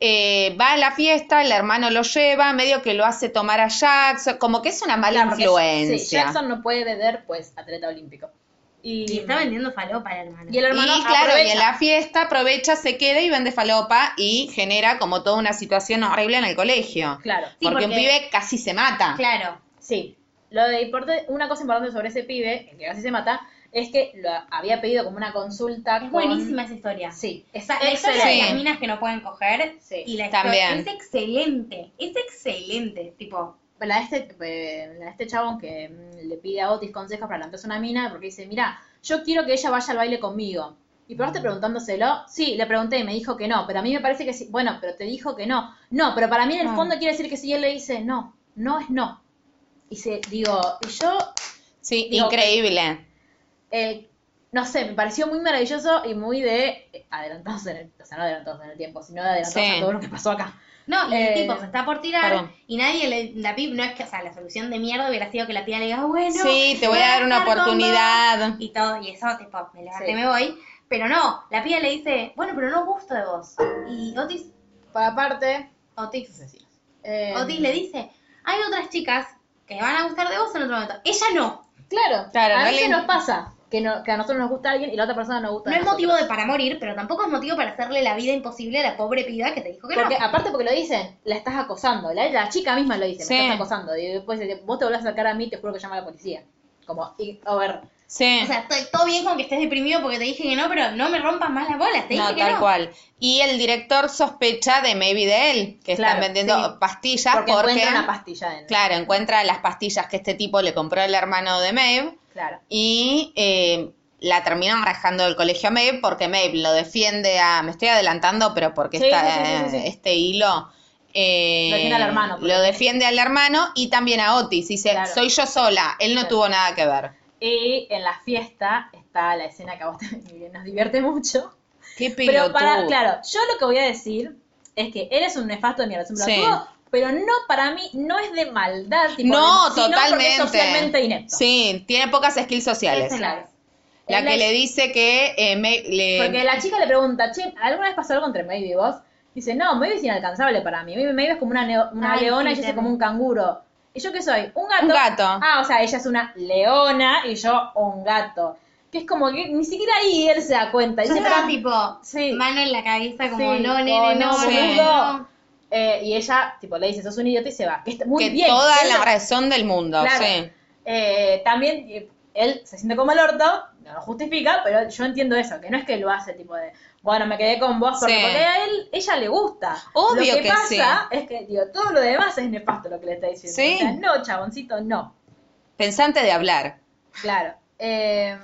C: Eh, va a la fiesta, el hermano lo lleva, medio que lo hace tomar a Jackson, como que es una mala
A: Claro, porque-
C: influencia.
A: Sí, Jackson no puede beber, pues, atleta olímpico. Y,
B: Y está vendiendo falopa el hermano.
A: y el hermano
C: y claro,
A: aprovecha.
C: y en la fiesta aprovecha, se queda y vende falopa y genera como toda una situación horrible en el colegio.
A: Claro,
B: Sí,
C: porque, un
B: porque-
C: pibe casi se mata.
B: Claro.
A: sí. Lo de importe- una cosa importante sobre ese pibe, el que casi se mata, es que lo había pedido como una consulta
B: Es
A: con-
B: buenísima esa historia.
A: Sí.
B: Esa, la historia de
C: Excelente.
B: las minas que no pueden coger.
A: Sí.
B: Y la historia
C: También.
B: es excelente. Es excelente. Tipo,
A: La de este, eh, la de este chabón que mm, le pide a Otis consejos para plantarse una mina, porque dice, mira, yo quiero que ella vaya al baile conmigo. Y probaste preguntándoselo, sí, le pregunté y me dijo que no, pero a mí me parece que sí, bueno, pero te dijo que no. No, pero para mí en el fondo quiere decir que si él le dice no, no es no. Y se, digo, y yo
C: Sí,
A: Digo,
C: increíble.
A: eh, no sé, me pareció muy maravilloso y muy de eh, adelantados en el, o sea, no adelantados en el tiempo, sino de adelantados
C: Sí.
A: a todo lo que pasó acá.
B: No, y
A: Eh,
B: el tipo se está por tirar
C: perdón.
B: y nadie le, la pib no es que, o sea, la solución de mierda hubiera sido que la tía le diga, "Ah, bueno,
C: Sí, te voy a dar una
B: estar con
C: oportunidad.
B: vos", Y todo, y eso, tipo, me levanté,
A: Sí.
B: me voy. Pero no, la pía le dice, bueno, pero no gusto de vos. Y Otis,
A: Para aparte,
B: Otis,
A: eh,
B: Otis le dice, hay otras chicas que van a gustar de vos en otro momento. Ella no,
A: claro,
C: Claro,
A: a
C: no
A: veces
C: le-
A: nos pasa que, no- que a nosotros nos gusta alguien y la otra persona nos gusta.
B: no
A: a
B: es
A: nosotros.
B: motivo de para morir, pero tampoco es motivo para hacerle la vida imposible a la pobre piba que te dijo que
A: Porque,
B: no.
A: aparte porque lo dicen, la estás acosando, la, la chica misma lo dice,
C: Sí.
A: me estás acosando. Y después dice, vos te volvés a sacar a mí, te juro que llama a la policía. Como, y- a ver,
C: Sí.
B: O sea, estoy todo bien con que estés deprimido porque te dije que no, pero no me rompas más las bolas, te dije
C: No,
B: que
C: tal
B: no.
C: cual. Y el director sospecha de maybe de él, que
A: Claro,
C: están vendiendo
A: sí.
C: pastillas
A: porque,
C: porque,
A: encuentra una pastilla en
C: claro, encuentra las pastillas que este tipo le compró el hermano de Maeve
A: claro.
C: y eh, la terminan rajando del colegio a Maeve porque Maeve lo defiende a, me estoy adelantando, pero porque
A: Sí,
C: está,
A: sí, sí, sí, sí, sí.
C: este hilo... eh,
A: Lo defiende al hermano, porque-
C: lo defiende al hermano y también a Otis. Dice,
A: Claro.
C: soy yo sola, él no
A: Claro.
C: tuvo nada que ver.
A: Y en la fiesta está la escena que a vos te- nos divierte mucho.
C: Qué
A: Pero para,
C: pelotudo.
A: claro, yo lo que voy a decir es que eres un nefasto de mierda, es un
C: Sí.
A: pelotudo, pero no para mí, no es de maldad, tipo,
C: no,
A: de- sino porque
C: totalmente.
A: es socialmente inepto.
C: Sí, tiene pocas skills sociales.
B: Esa es la-
C: La
A: Es
C: que
A: la-
C: le dice que eh, me- le-
A: Porque la chica le pregunta, che, ¿alguna vez pasó algo entre Maeve y vos? Dice, no, Maeve es inalcanzable para mí. Maeve, Maeve es como una, neo- una
B: Ay,
A: leona
B: sí,
A: y yo soy
B: también.
A: como un canguro. ¿Y yo qué soy? Un gato.
E: Un gato.
A: Ah, o sea, ella es una leona y yo un gato. Que es como que ni siquiera ahí él se da cuenta.
B: Yo
A: Dice,
B: estaba
A: pero-
B: tipo,
A: Sí.
B: mano en la cabeza, como,
A: Sí,
B: no,
A: tipo,
B: nene, no,
A: no,
B: nene,
A: boludo.
B: no.
A: Eh, y ella, tipo, le dice, sos un idiota y se va. Que está muy
E: que
A: bien.
E: toda
A: Él-
E: la razón del mundo,
A: Claro.
E: sí.
A: Eh, también eh, él se siente como el orto, no lo justifica, pero yo entiendo eso, que no es que lo hace tipo de, bueno, me quedé con vos porque,
E: Sí.
A: porque a él, ella le gusta.
E: Obvio
A: lo que,
E: que
A: pasa
E: sí.
A: es que, digo, todo lo demás es nefasto lo que le está diciendo.
E: Sí.
A: O sea, no, chaboncito, no.
E: Pensante de hablar.
A: Claro. Eh,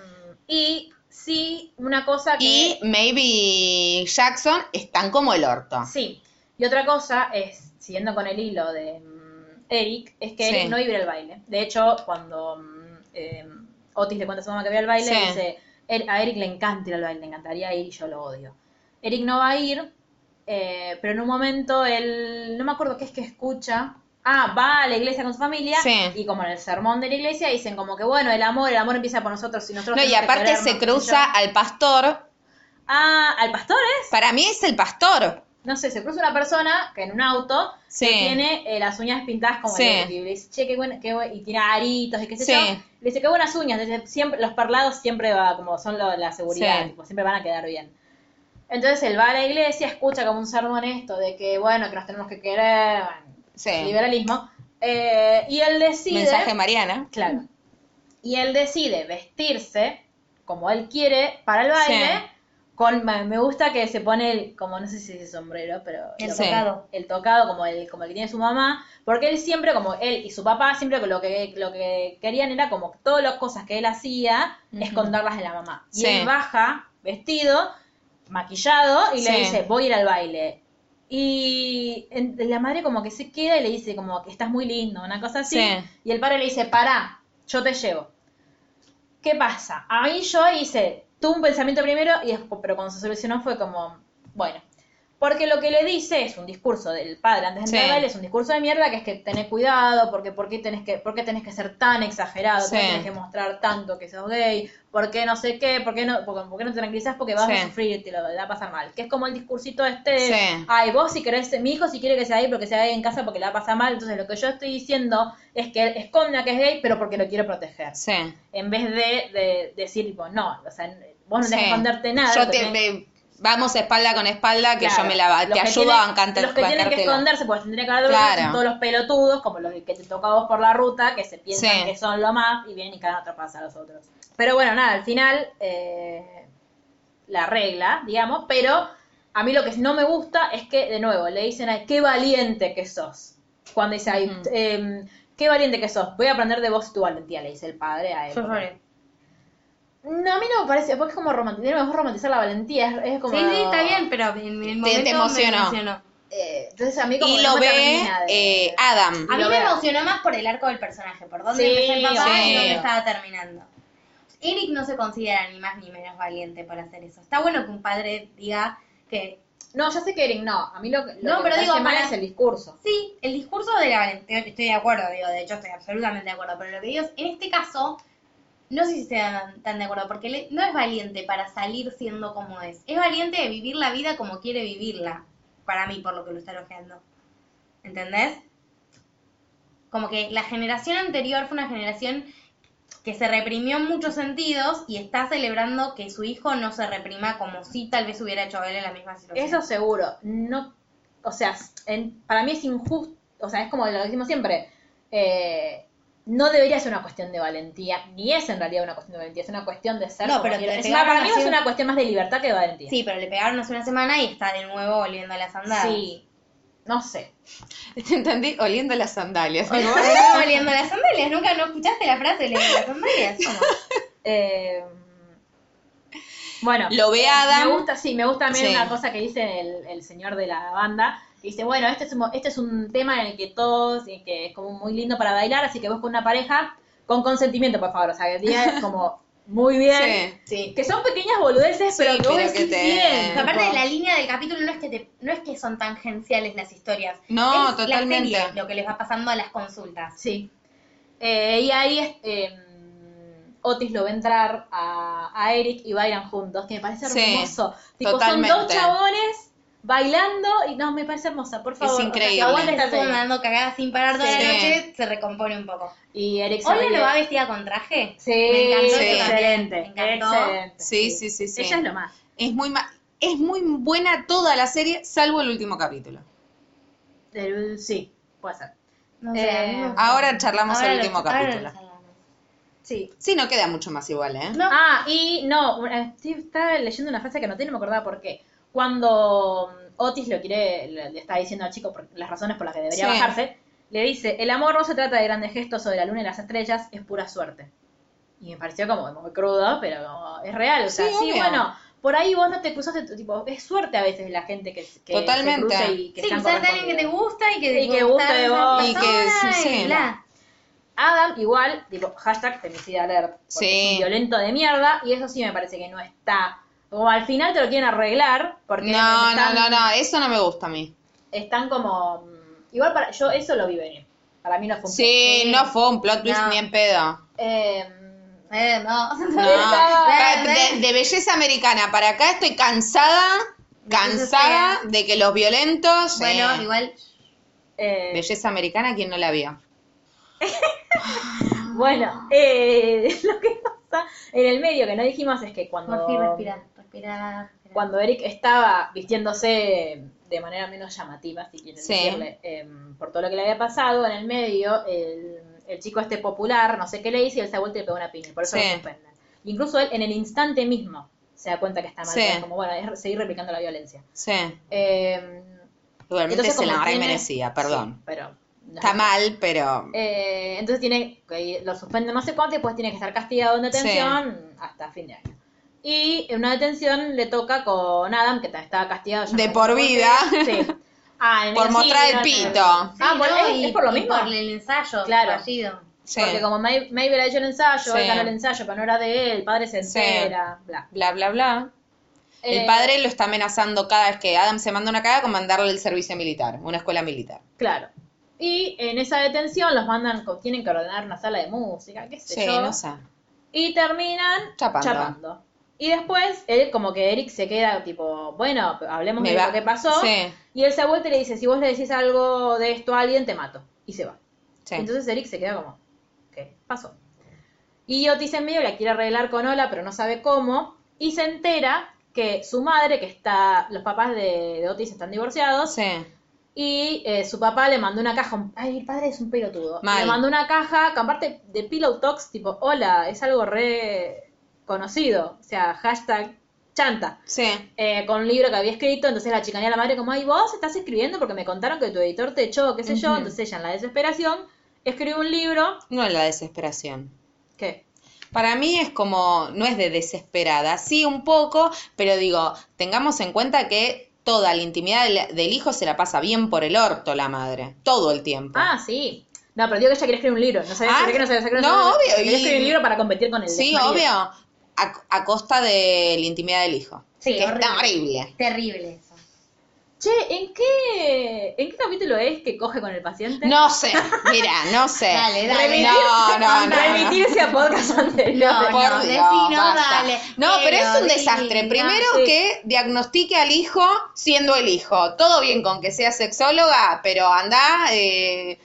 A: y sí, una cosa que...
E: Y Maybe Jackson están como el orto.
A: Sí. Y otra cosa es, siguiendo con el hilo de mm, Eric, es que
E: Sí.
A: Eric no iba a ir al baile. De hecho, cuando mm, eh, Otis le cuenta a su mamá que va al baile,
E: Sí.
A: dice, "Er- a Eric le encanta ir al baile, le encantaría ir y yo lo odio. Eric no va a ir, eh, pero en un momento él, no me acuerdo qué es que escucha. Ah, va a la iglesia con su familia
E: Sí.
A: y como en el sermón de la iglesia dicen como que bueno, el amor, el amor empieza por nosotros y nosotros
E: No, y
A: tenemos que
E: aparte se
A: querernos, qué sé yo.
E: cruza al pastor.
A: Ah, al pastor es?
E: Para mí es el pastor.
A: no sé, se cruza una persona que en un auto
E: Sí.
A: que tiene eh, las uñas pintadas como
E: Sí.
A: el y le dice, che, qué buena, qué buen- y tiene aritos y qué sé
E: Sí.
A: yo. Le dice, qué buenas uñas, le dice, siempre, los perlados siempre va, como son lo- la seguridad,
E: Sí.
A: tipo, siempre van a quedar bien. Entonces él va a la iglesia, escucha como un sermón esto de que, bueno, que nos tenemos que querer, bueno,
E: Sí.
A: liberalismo, eh, y él decide...
E: Mensaje de Mariana.
A: Claro. Y él decide vestirse como él quiere para el baile.
E: Sí.
A: Con, me me gusta que se pone el, como no sé si es sombrero, pero
B: El
A: lo-
B: tocado.
A: el tocado como el, como el que tiene su mamá, porque él siempre, como él y su papá, siempre lo que, lo que querían era como que todas las cosas que él hacía, esconderlas de la mamá. Y
E: Sí.
A: él baja vestido, maquillado, y le
E: Sí.
A: dice, voy a ir al baile. Y en- la madre como que se queda y le dice como que estás muy lindo, una cosa así.
E: Sí.
A: Y el padre le dice, pará, yo te llevo. ¿Qué pasa? A mí yo hice, tuve un pensamiento primero, y después, pero cuando se solucionó fue como, bueno. Porque lo que le dice es un discurso del padre antes de
E: Sí.
A: entrar al baile, es un discurso de mierda que es que tenés cuidado, porque ¿por qué tenés que, por qué tenés que ser tan exagerado?
E: Sí.
A: ¿Por qué tenés que mostrar tanto que sos gay? ¿Por qué no sé qué? ¿Por qué no, por, por qué no te tranquilizás? Porque vas
E: Sí.
A: a sufrir y te lo va a pasar mal. Que es como el discursito este de,
E: Sí.
A: ay, vos si querés, mi hijo si quiere que sea gay, porque sea gay en casa porque la pasa mal. Entonces lo que yo estoy diciendo es que él esconda que es gay, pero porque lo quiero proteger.
E: Sí.
A: En vez de, de decir, tipo, no, o sea, vos no tenés que
E: Sí.
A: esconderte nada.
E: Yo
A: lo que
E: te-
A: tenés-
E: me- vamos espalda con espalda que yo
A: Claro.
E: me la va-
A: Los
E: te
A: que
E: ayudo
A: tienen-
E: a encantar
A: Los que tienen que esconderse, pues tendría que haber
E: Claro.
A: son todos los pelotudos, como los que te toca a vos por la ruta, que se piensan
E: Sí.
A: que son lo más y vienen y cagan atrapadas a los otros. Pero bueno, nada, al final eh, la regla, digamos, pero a mí lo que no me gusta es que, de nuevo, le dicen, ay, qué valiente que sos. Cuando dice, ay, em, qué valiente que sos, voy a aprender de vos tu valentía, le dice el padre a él.
B: Yo lloré.
A: No, a mí no me parece, porque es como romantizar, es romantizar la valentía, es, es como...
B: Sí, sí, está bien, pero en el momento
E: te emocionó.
B: me emocionó.
A: Eh, entonces a mí como
E: Y
A: que
E: lo
A: no me
E: ve
A: termina de-
C: ah.
E: eh, Adam.
B: A mí
A: Lo
B: me
A: veo.
B: emocionó más por el arco del personaje, por dónde
A: Sí,
B: empezó el papá
E: sí.
B: y dónde estaba terminando. Eric no se considera ni más ni menos valiente por hacer eso. Está bueno que un padre diga que
A: No, ya sé que Eric no. A mí lo, que- lo
B: No,
A: que
B: pero
A: me
B: digo,
A: parece mal
B: para-
A: es el discurso.
B: sí, el discurso de la valentía, estoy de acuerdo, digo, de hecho estoy absolutamente de acuerdo, pero lo que digo es, en este caso, no sé si están tan de acuerdo, porque le- no es valiente para salir siendo como es, es valiente de vivir la vida como quiere vivirla, para mí, por lo que lo está elogiando. ¿Entendés? Como que la generación anterior fue una generación que se reprimió en muchos sentidos y está celebrando que su hijo no se reprima como si tal vez hubiera hecho él en la misma situación.
A: Eso seguro. No, o sea, en- para mí es injusto. O sea, es como lo decimos siempre. eh, no debería ser una cuestión de valentía, ni es en realidad una cuestión de valentía, es una cuestión de ser.
B: No,
A: como
B: pero
A: quiero-
B: te
A: es una- para mí
B: pegaron
A: es
B: así-
A: una cuestión más de libertad que de valentía.
B: Sí, pero le pegaron hace una semana y está de nuevo volviendo a las andadas.
A: Sí. No sé.
E: Te entendí oliendo las sandalias.
B: Está nuevo volviendo a las sandalias. Nunca no escuchaste la frase de las sandalias. ¿Cómo?
A: Eh, bueno,
E: Lo ve
A: eh,
E: Adam.
A: Me gusta, sí, me gusta también
E: Sí.
A: una cosa que dice el, el señor de la banda. que Dice, bueno, este es, un, mo- este es un tema en el que todos, y que es como muy lindo para bailar, así que vos con una pareja, con consentimiento, por favor. O sea, que diga como muy bien. Que son pequeñas boludeces,
E: Sí,
A: pero que vos
E: pero que
A: decís
E: te-
A: bien.
B: Pero aparte
A: tipo.
B: de la línea del capítulo no es que te- no es que son tangenciales las historias.
E: No,
B: Es
E: totalmente.
B: La serie, lo que les va pasando a las consultas.
A: Sí. Eh, y ahí es- eh, Otis lo va a entrar a, a Eric y bailan juntos, que me parece
E: Sí,
A: hermoso. tipo, son
E: totalmente.
A: dos chabones bailando y no, me parece hermosa, por favor. O sea,
C: increíble.
A: que aguante
B: Aguanta
A: esta
B: estuvo
A: serie.
B: mandando cagadas sin parar toda
C: Sí.
B: la noche, se recompone un poco.
A: Y Eric
B: Hola
A: Sabadia.
B: lo va vestida con traje.
A: Sí,
B: Me encantó
C: sí.
B: esa
A: excelente,
B: canción, me encantó.
A: excelente.
C: Sí, sí, sí, sí.
A: Ella es lo más.
C: Es muy ma- es muy buena toda la serie, salvo el último capítulo.
A: Eh, Sí, puede ser.
B: No sé, a mí me
A: Eh,
B: gustó.
C: Ahora charlamos
B: Ahora
C: el
B: lo-
C: último
B: ahora lo
C: capítulo.
B: charlamos.
A: Sí.
C: Sí, no queda mucho más igual, ¿eh?
B: No.
A: Ah, y no, eh, Steve estaba leyendo una frase que no tiene, no me acordaba por qué. Cuando mm, Otis lo quiere, le le está diciendo al chico por- las razones por las que debería
C: Sí.
A: bajarse, le dice, el amor no se trata de grandes gestos sobre la luna y las estrellas, es pura suerte. Y me pareció como muy crudo, pero como, es real, o sea,
C: Sí,
A: sí,
C: obvio.
A: bueno, por ahí vos no te cruzaste, tu- tipo, es suerte a veces la gente que, que
C: Totalmente.
A: se cruza y que
B: Sí,
A: sean
B: quizás de alguien que te
A: correspondidos.
B: gusta y que,
A: Y que gusta de vos.
C: Y que sí, sí.
B: bla.
A: Adam, igual, tipo, hashtag femicida alert. Porque
C: Sí.
A: es un violento de mierda, y eso sí me parece que no está. Como al final te lo quieren arreglar, porque
C: No, no,
A: están,
C: no, no, eso no me gusta a mí.
A: están como. mm, Igual para. Yo eso lo vi venir. Para mí no fue un
C: Sí, no fue un plot twist
B: No.
C: ni en pedo.
A: Eh,
B: Eh, no.
C: No, Pa- de, de belleza americana para acá estoy cansada, cansada
B: fea.
C: de que los violentos.
B: Bueno,
C: eh,
B: igual.
A: eh,
C: Belleza americana, ¿quién no la vio?
A: bueno, eh, lo que pasa en el medio que no dijimos es que cuando.
B: Morphy, respira, respira, respira.
A: cuando Eric estaba vistiéndose de manera menos llamativa, si quieren
C: Sí.
A: decirle, em, por todo lo que le había pasado en el medio, el, el chico este popular, no sé qué le hizo, y él se ha vuelto y le pegó una piña, y por eso
C: Sí.
A: lo suspenden. Incluso él, en el instante mismo, se da cuenta que está mal,
C: Sí.
A: es como, bueno, es seguir replicando la violencia.
C: Sí.
A: Em,
C: Igualmente
A: entonces
C: se la
A: como
C: re
A: tiene-
C: merecía,
A: sí,
C: perdón.
A: pero... no
C: Está
A: es-
C: mal, pero.
A: Eh, entonces tiene que lo suspende no sé cuánto y después tiene que estar castigado en detención hasta fin de año. Y en una detención le toca con Adam, que ta- estaba castigado ya
C: De
A: no
C: por
A: sé
C: vida.
A: qué. Sí. Ah, en
C: Por
A: el
C: mostrar
A: cine, no
C: el
A: sé.
C: pito.
A: Ah, por,
B: no,
A: es,
B: y-
A: es por lo
B: y
A: mismo.
B: Por el ensayo
A: Claro.
B: fallido.
C: sí.
A: Porque como May- Mabel ha hecho el ensayo,
C: Sí.
A: él ganó el ensayo, pero no era de él, el padre se
C: Sí.
A: entera, bla.
C: Bla, bla, bla.
A: Eh,
C: El padre lo está amenazando cada vez que Adam se manda una cagada con mandarle el servicio militar, una escuela militar.
A: Claro. Y en esa detención los mandan, con- tienen que ordenar una sala de música, qué sé
C: Sí,
A: yo.
C: no sé.
A: Y terminan
C: Chapando.
A: chapando. Y después, él, como que Eric se queda tipo, bueno, hablemos
C: Me
A: de
C: va-
A: lo que pasó.
C: Sí,
A: Y él se vuelve y le dice, si vos le decís algo de esto a alguien, te mato. Y se va.
C: sí.
A: Entonces Eric se queda como, ¿qué pasó? Y Otis en medio la quiere arreglar con Ola, pero no sabe cómo. Y se entera que su madre, que está, los papás de, de Otis están divorciados,
C: sí.
A: y eh, su papá le mandó una caja. un- Ay, el padre es un pelotudo.
C: Mal.
A: Le mandó una caja, que aparte de Pillow Talks, tipo, hola, es algo re conocido. O sea, hashtag chanta.
C: Sí.
A: Eh, con un libro que había escrito, entonces la chicanía a la madre como, ay, vos estás escribiendo porque me contaron que tu editor te echó, qué sé yo. Entonces ella en la desesperación escribe un libro
C: No la desesperación.
A: que...
C: Para mí es como, no es de desesperada, sí un poco, pero digo, tengamos en cuenta que toda la intimidad del, del hijo se la pasa bien por el orto la madre, todo el tiempo.
A: Ah, sí. No, pero digo que ella quería escribir un libro. No sabía
C: Ah,
A: por qué no sabía sabía-
C: no,
A: sabía-
C: obvio,
A: Quería
C: y-
A: escribir un libro para competir con el
C: sí,
A: desmarido.
C: obvio, a, a costa de la intimidad del hijo.
B: Sí,
C: que
B: horrible.
C: está horrible.
B: Terrible eso.
A: Che, ¿en qué, ¿en qué capítulo es que coge con el paciente?
C: No sé, mira, no sé.
B: Dale, dale.
C: No, no, no, no.
A: Remitirse a podcast anterior.
B: No,
C: Por
B: no,
C: Dios,
B: decinos,
C: basta.
B: dale.
C: No, pero es un
B: Pero,
C: desastre.
B: sí,
C: Primero
A: no, sí.
C: que diagnostique al hijo siendo el hijo. Todo bien con que sea sexóloga, pero anda, eh,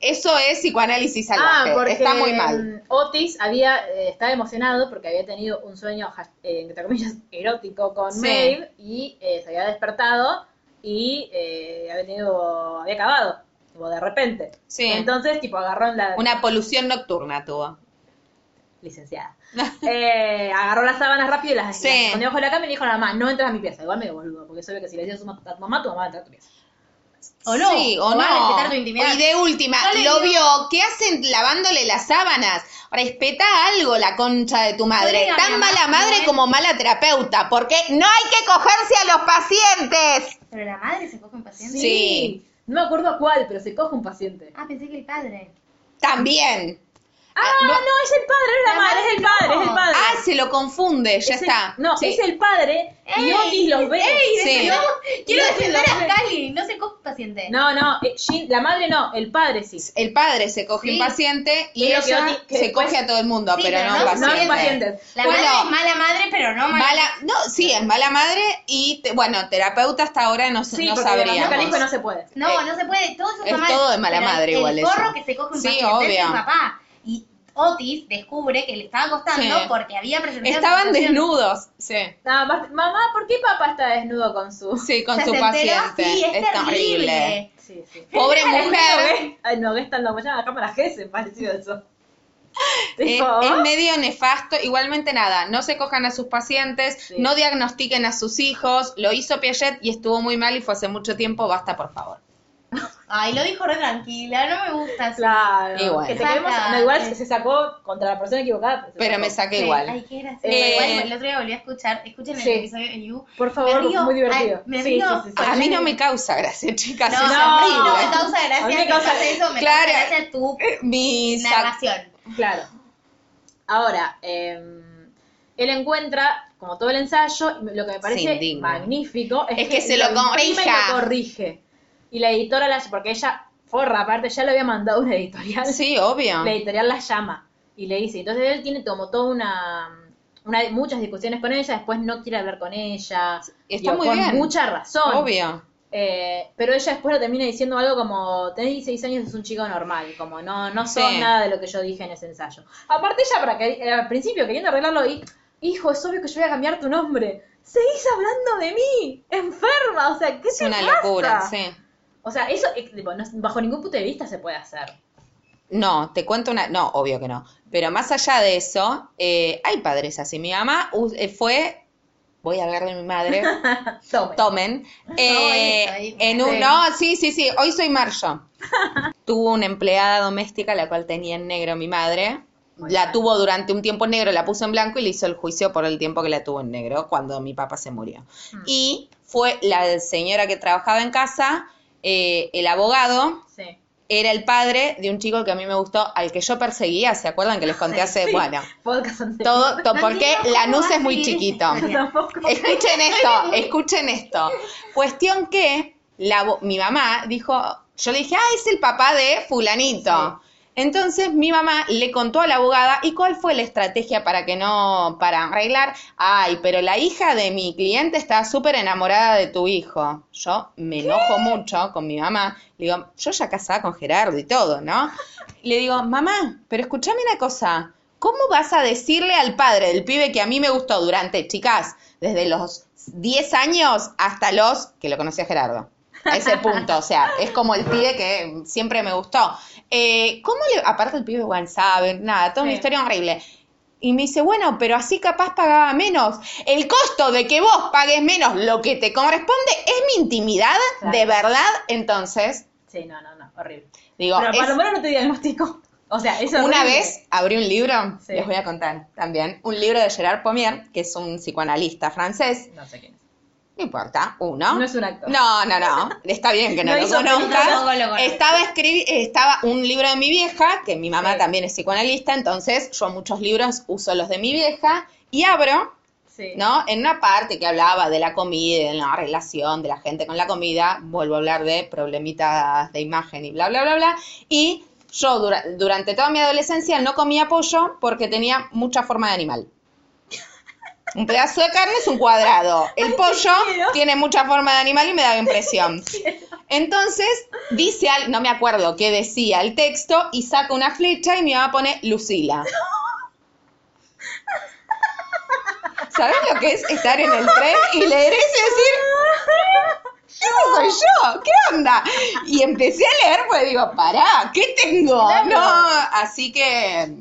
C: eso es psicoanálisis salvaje. Está muy mal.
A: mm, Ah, Otis había, eh, estaba emocionado porque había tenido un sueño, has- eh, entre comillas, erótico con
C: Sí.
A: Maeve y eh, se había despertado y eh, había tenido, había acabado, tipo, de repente.
C: Sí.
A: Entonces, tipo, agarró en la...
C: Una polución nocturna tuvo.
A: Licenciada. Eh, agarró las sábanas rápido y las,
C: Sí.
A: las escondió bajo la cama y le dijo a la mamá, no entras a mi pieza. Igual me boludo, porque es obvio que si le decías a su ma- a tu mamá, tu mamá va a entrar a tu pieza.
B: O no,
C: Sí, o,
B: o
C: no.
B: va a respetar tu intimidad.
C: Y de última,
B: Dale,
C: lo
B: yo-
C: vio. ¿Qué hacen lavándole las sábanas? Respeta algo la concha de tu
B: le
C: madre.
B: digo a mi ¿eh?
C: Tan
B: mamá
C: mala
B: que no
C: madre
B: es-
C: como mala terapeuta. Porque no hay que cogerse a los pacientes.
B: Pero la madre se coge un paciente.
C: Sí.
A: No me acuerdo cuál, pero se coge un paciente.
B: Ah, pensé que el padre.
C: También.
A: Ah, no, es el padre, no es la,
B: La
A: madre,
B: madre
A: es el
B: no.
A: padre, es el padre.
C: Ah, se lo confunde, ya
A: Es el-
C: está.
A: no,
C: Sí.
A: es el padre y Otis los ve.
C: Sí.
B: No, quiero
A: No,
B: defender
A: no,
B: a
A: no.
B: Cali, no se coge paciente.
A: No, no, eh, Jin- la madre no, el padre sí.
C: El padre se coge
B: Sí.
C: impaciente y
A: Pero que
C: ella
A: Oti- que
C: se
A: después-
C: coge a todo el mundo,
B: Sí,
C: pero,
B: pero no-
C: no,
B: no
C: paciente.
A: No, paciente.
B: La
C: Bueno.
B: madre es mala madre, pero no mala.
C: Mala, no, sí, es mala madre y, te- bueno, terapeuta hasta ahora no,
A: Sí,
C: no
A: porque demasiado
C: sabríamos.
A: canijo no se puede.
B: No, no se puede. Todo eso
C: es
B: mal.
C: todo de mala
B: Pero
C: madre igual
B: El
C: eso.
B: gorro que se coge un
C: Sí,
B: paciente es
C: obvio.
B: el papá. Y Otis descubre que le estaba costando
C: Sí.
B: porque había presentado.
C: Estaban
B: su situación.
C: desnudos, sí,
A: Nada más, mamá, ¿por qué papá está desnudo con su...?
C: sí, con
B: O sea,
C: su
B: se enteró,
C: paciente.
B: Sí, es, terrible.
A: Sí, sí.
C: Pobre
A: Ay,
C: mujer,
A: no, Ay, no, que están como llama la cámara G, se pareció eso.
C: Eh,
A: Tipo,
C: es medio nefasto. Igualmente nada, no se cojan a sus pacientes,
A: Sí.
C: no diagnostiquen a sus hijos. Lo hizo Piaget y estuvo muy mal y fue hace mucho tiempo. Basta, por favor.
B: Ay, lo dijo re tranquila, no me gusta. así.
A: Claro.
C: Y bueno.
A: Que te queremos- no,
B: Saca.
A: igual se sacó contra la persona equivocada. se
C: Pero
A: sacó.
C: me saqué
B: Sí,
C: igual.
B: Ay, qué gracioso.
A: Eh,
B: Igual el otro día volví a escuchar, escuchen el
A: sí.
B: episodio de You.
A: Por favor,
B: Me río,
A: muy divertido.
B: ay, me
A: Sí,
B: río.
A: sí, sí, sí.
C: A mí no me causa gracia, chicas.
B: No,
C: es
B: a mí no
C: horrible.
B: me causa
A: A mí
B: gracia
A: me
B: que
A: causa-
B: pase eso, me
C: Claro.
B: causa gracia tu
C: Mi sa-
B: narración.
A: Claro. Ahora, eh, él encuentra, como todo el ensayo, y lo que me
C: Se
A: parece
C: indigna.
A: magnífico es,
C: Es que se lo
A: imprime y
C: corrija.
A: lo corrige. Y la editora, la, porque ella, forra aparte, ya le había mandado una editorial.
C: Sí, obvio.
A: la editorial la llama y le dice, entonces él tiene como toda una, una- muchas discusiones con ella, después no quiere hablar con ella,
C: Está
A: Digo,
C: muy
A: con
C: bien.
A: mucha razón,
C: Obvio.
A: Eh, pero ella después lo termina diciendo algo como, tenés 16 años, es un chico normal, como no, no sos
C: Sí.
A: nada de lo que yo dije en ese ensayo. Aparte ella para que, eh, al principio queriendo arreglarlo, y, hijo, es obvio que yo voy a cambiar tu nombre, seguís hablando de mí, enferma, o sea, ¿qué
C: Es
A: te
C: una
A: pasa?
C: locura, sí.
A: O sea, eso eh, tipo, no- bajo ningún punto de vista se puede hacer.
C: No, te cuento una. No, obvio que no. Pero más allá de eso, eh, hay padres así. Mi mamá uh, eh, fue. Voy a hablar de mi madre.
A: Tome.
C: tomen. Eh,
B: ahí.
C: en un,
A: Sí.
C: no, sí, sí, sí, hoy soy Marjo. tuvo una empleada doméstica la cual tenía en negro mi madre. la tuvo durante un tiempo en negro, la puso en blanco y le hizo el juicio por el tiempo que la tuvo en negro cuando mi papá se murió. Y fue la señora que trabajaba en casa, eh, el abogado,
A: Sí.
C: era el padre de un chico que a mí me gustó, al que yo perseguía, ¿se acuerdan que les conté hace, bueno,
A: Podcast anterior.
C: todo, todo
B: No
C: porque
B: entiendo cómo
C: Lanús
B: va a
C: es muy
B: seguir esta
C: chiquito.
B: historia.
A: Tampoco.
C: Escuchen esto, escuchen esto. Cuestión que la, vo- mi mamá dijo, yo le dije, ah, es el papá de fulanito. Entonces mi mamá le contó a la abogada y cuál fue la estrategia para que no, para arreglar, ay, pero la hija de mi cliente está súper enamorada de tu hijo. Yo me enojo mucho con mi mamá, le digo, yo ya casada con Gerardo y todo, ¿no? Le digo, mamá, pero escúchame una cosa, ¿cómo vas a decirle al padre del pibe que a mí me gustó durante, chicas, desde los 10 años hasta los que lo conocí a Gerardo? A ese punto, o sea, es como el pibe que siempre me gustó. Eh, ¿Cómo le, aparte el pibe igual sabe, nada, toda una
A: Sí.
C: historia horrible. Y me dice, bueno, pero así capaz pagaba menos. El costo de que vos pagues menos lo que te corresponde es mi intimidad, de verdad. Entonces,
A: Sí, no, no, no, horrible.
C: digo,
A: Pero
C: es-
A: para lo menos no te diagnostico. O sea, eso
C: una vez abrí un libro,
A: Sí.
C: les voy a contar también, un libro de Gerard Pommier, que es un psicoanalista francés,
A: No sé quién es.
C: no importa, uno.
A: No es un actor.
C: No, no, no. Está bien que no,
A: No
C: lo
A: hizo
C: conozcas.
A: película, no lo conozco.
C: Estaba escribi estaba un libro de mi vieja, que mi mamá
A: Sí.
C: también es psicoanalista, entonces yo muchos libros uso los de mi vieja y abro,
A: Sí.
C: ¿no? En una parte que hablaba de la comida, de la relación de la gente con la comida, vuelvo a hablar de problemitas de imagen y bla, bla, bla, bla. Y yo dura- durante toda mi adolescencia no comía pollo porque tenía mucha forma de animal. Un pedazo de carne es un cuadrado. El pollo
A: quiero.
C: tiene mucha forma de animal y me daba impresión. Entonces, dice, al, no me acuerdo qué decía el texto, y saca una flecha y mi mamá pone Lucila. ¿Sabes lo que es estar en el tren y leer eso y decir, ¿eso soy yo? ¿Qué onda? Y empecé a leer, pues digo, pará, ¿qué tengo? No, así que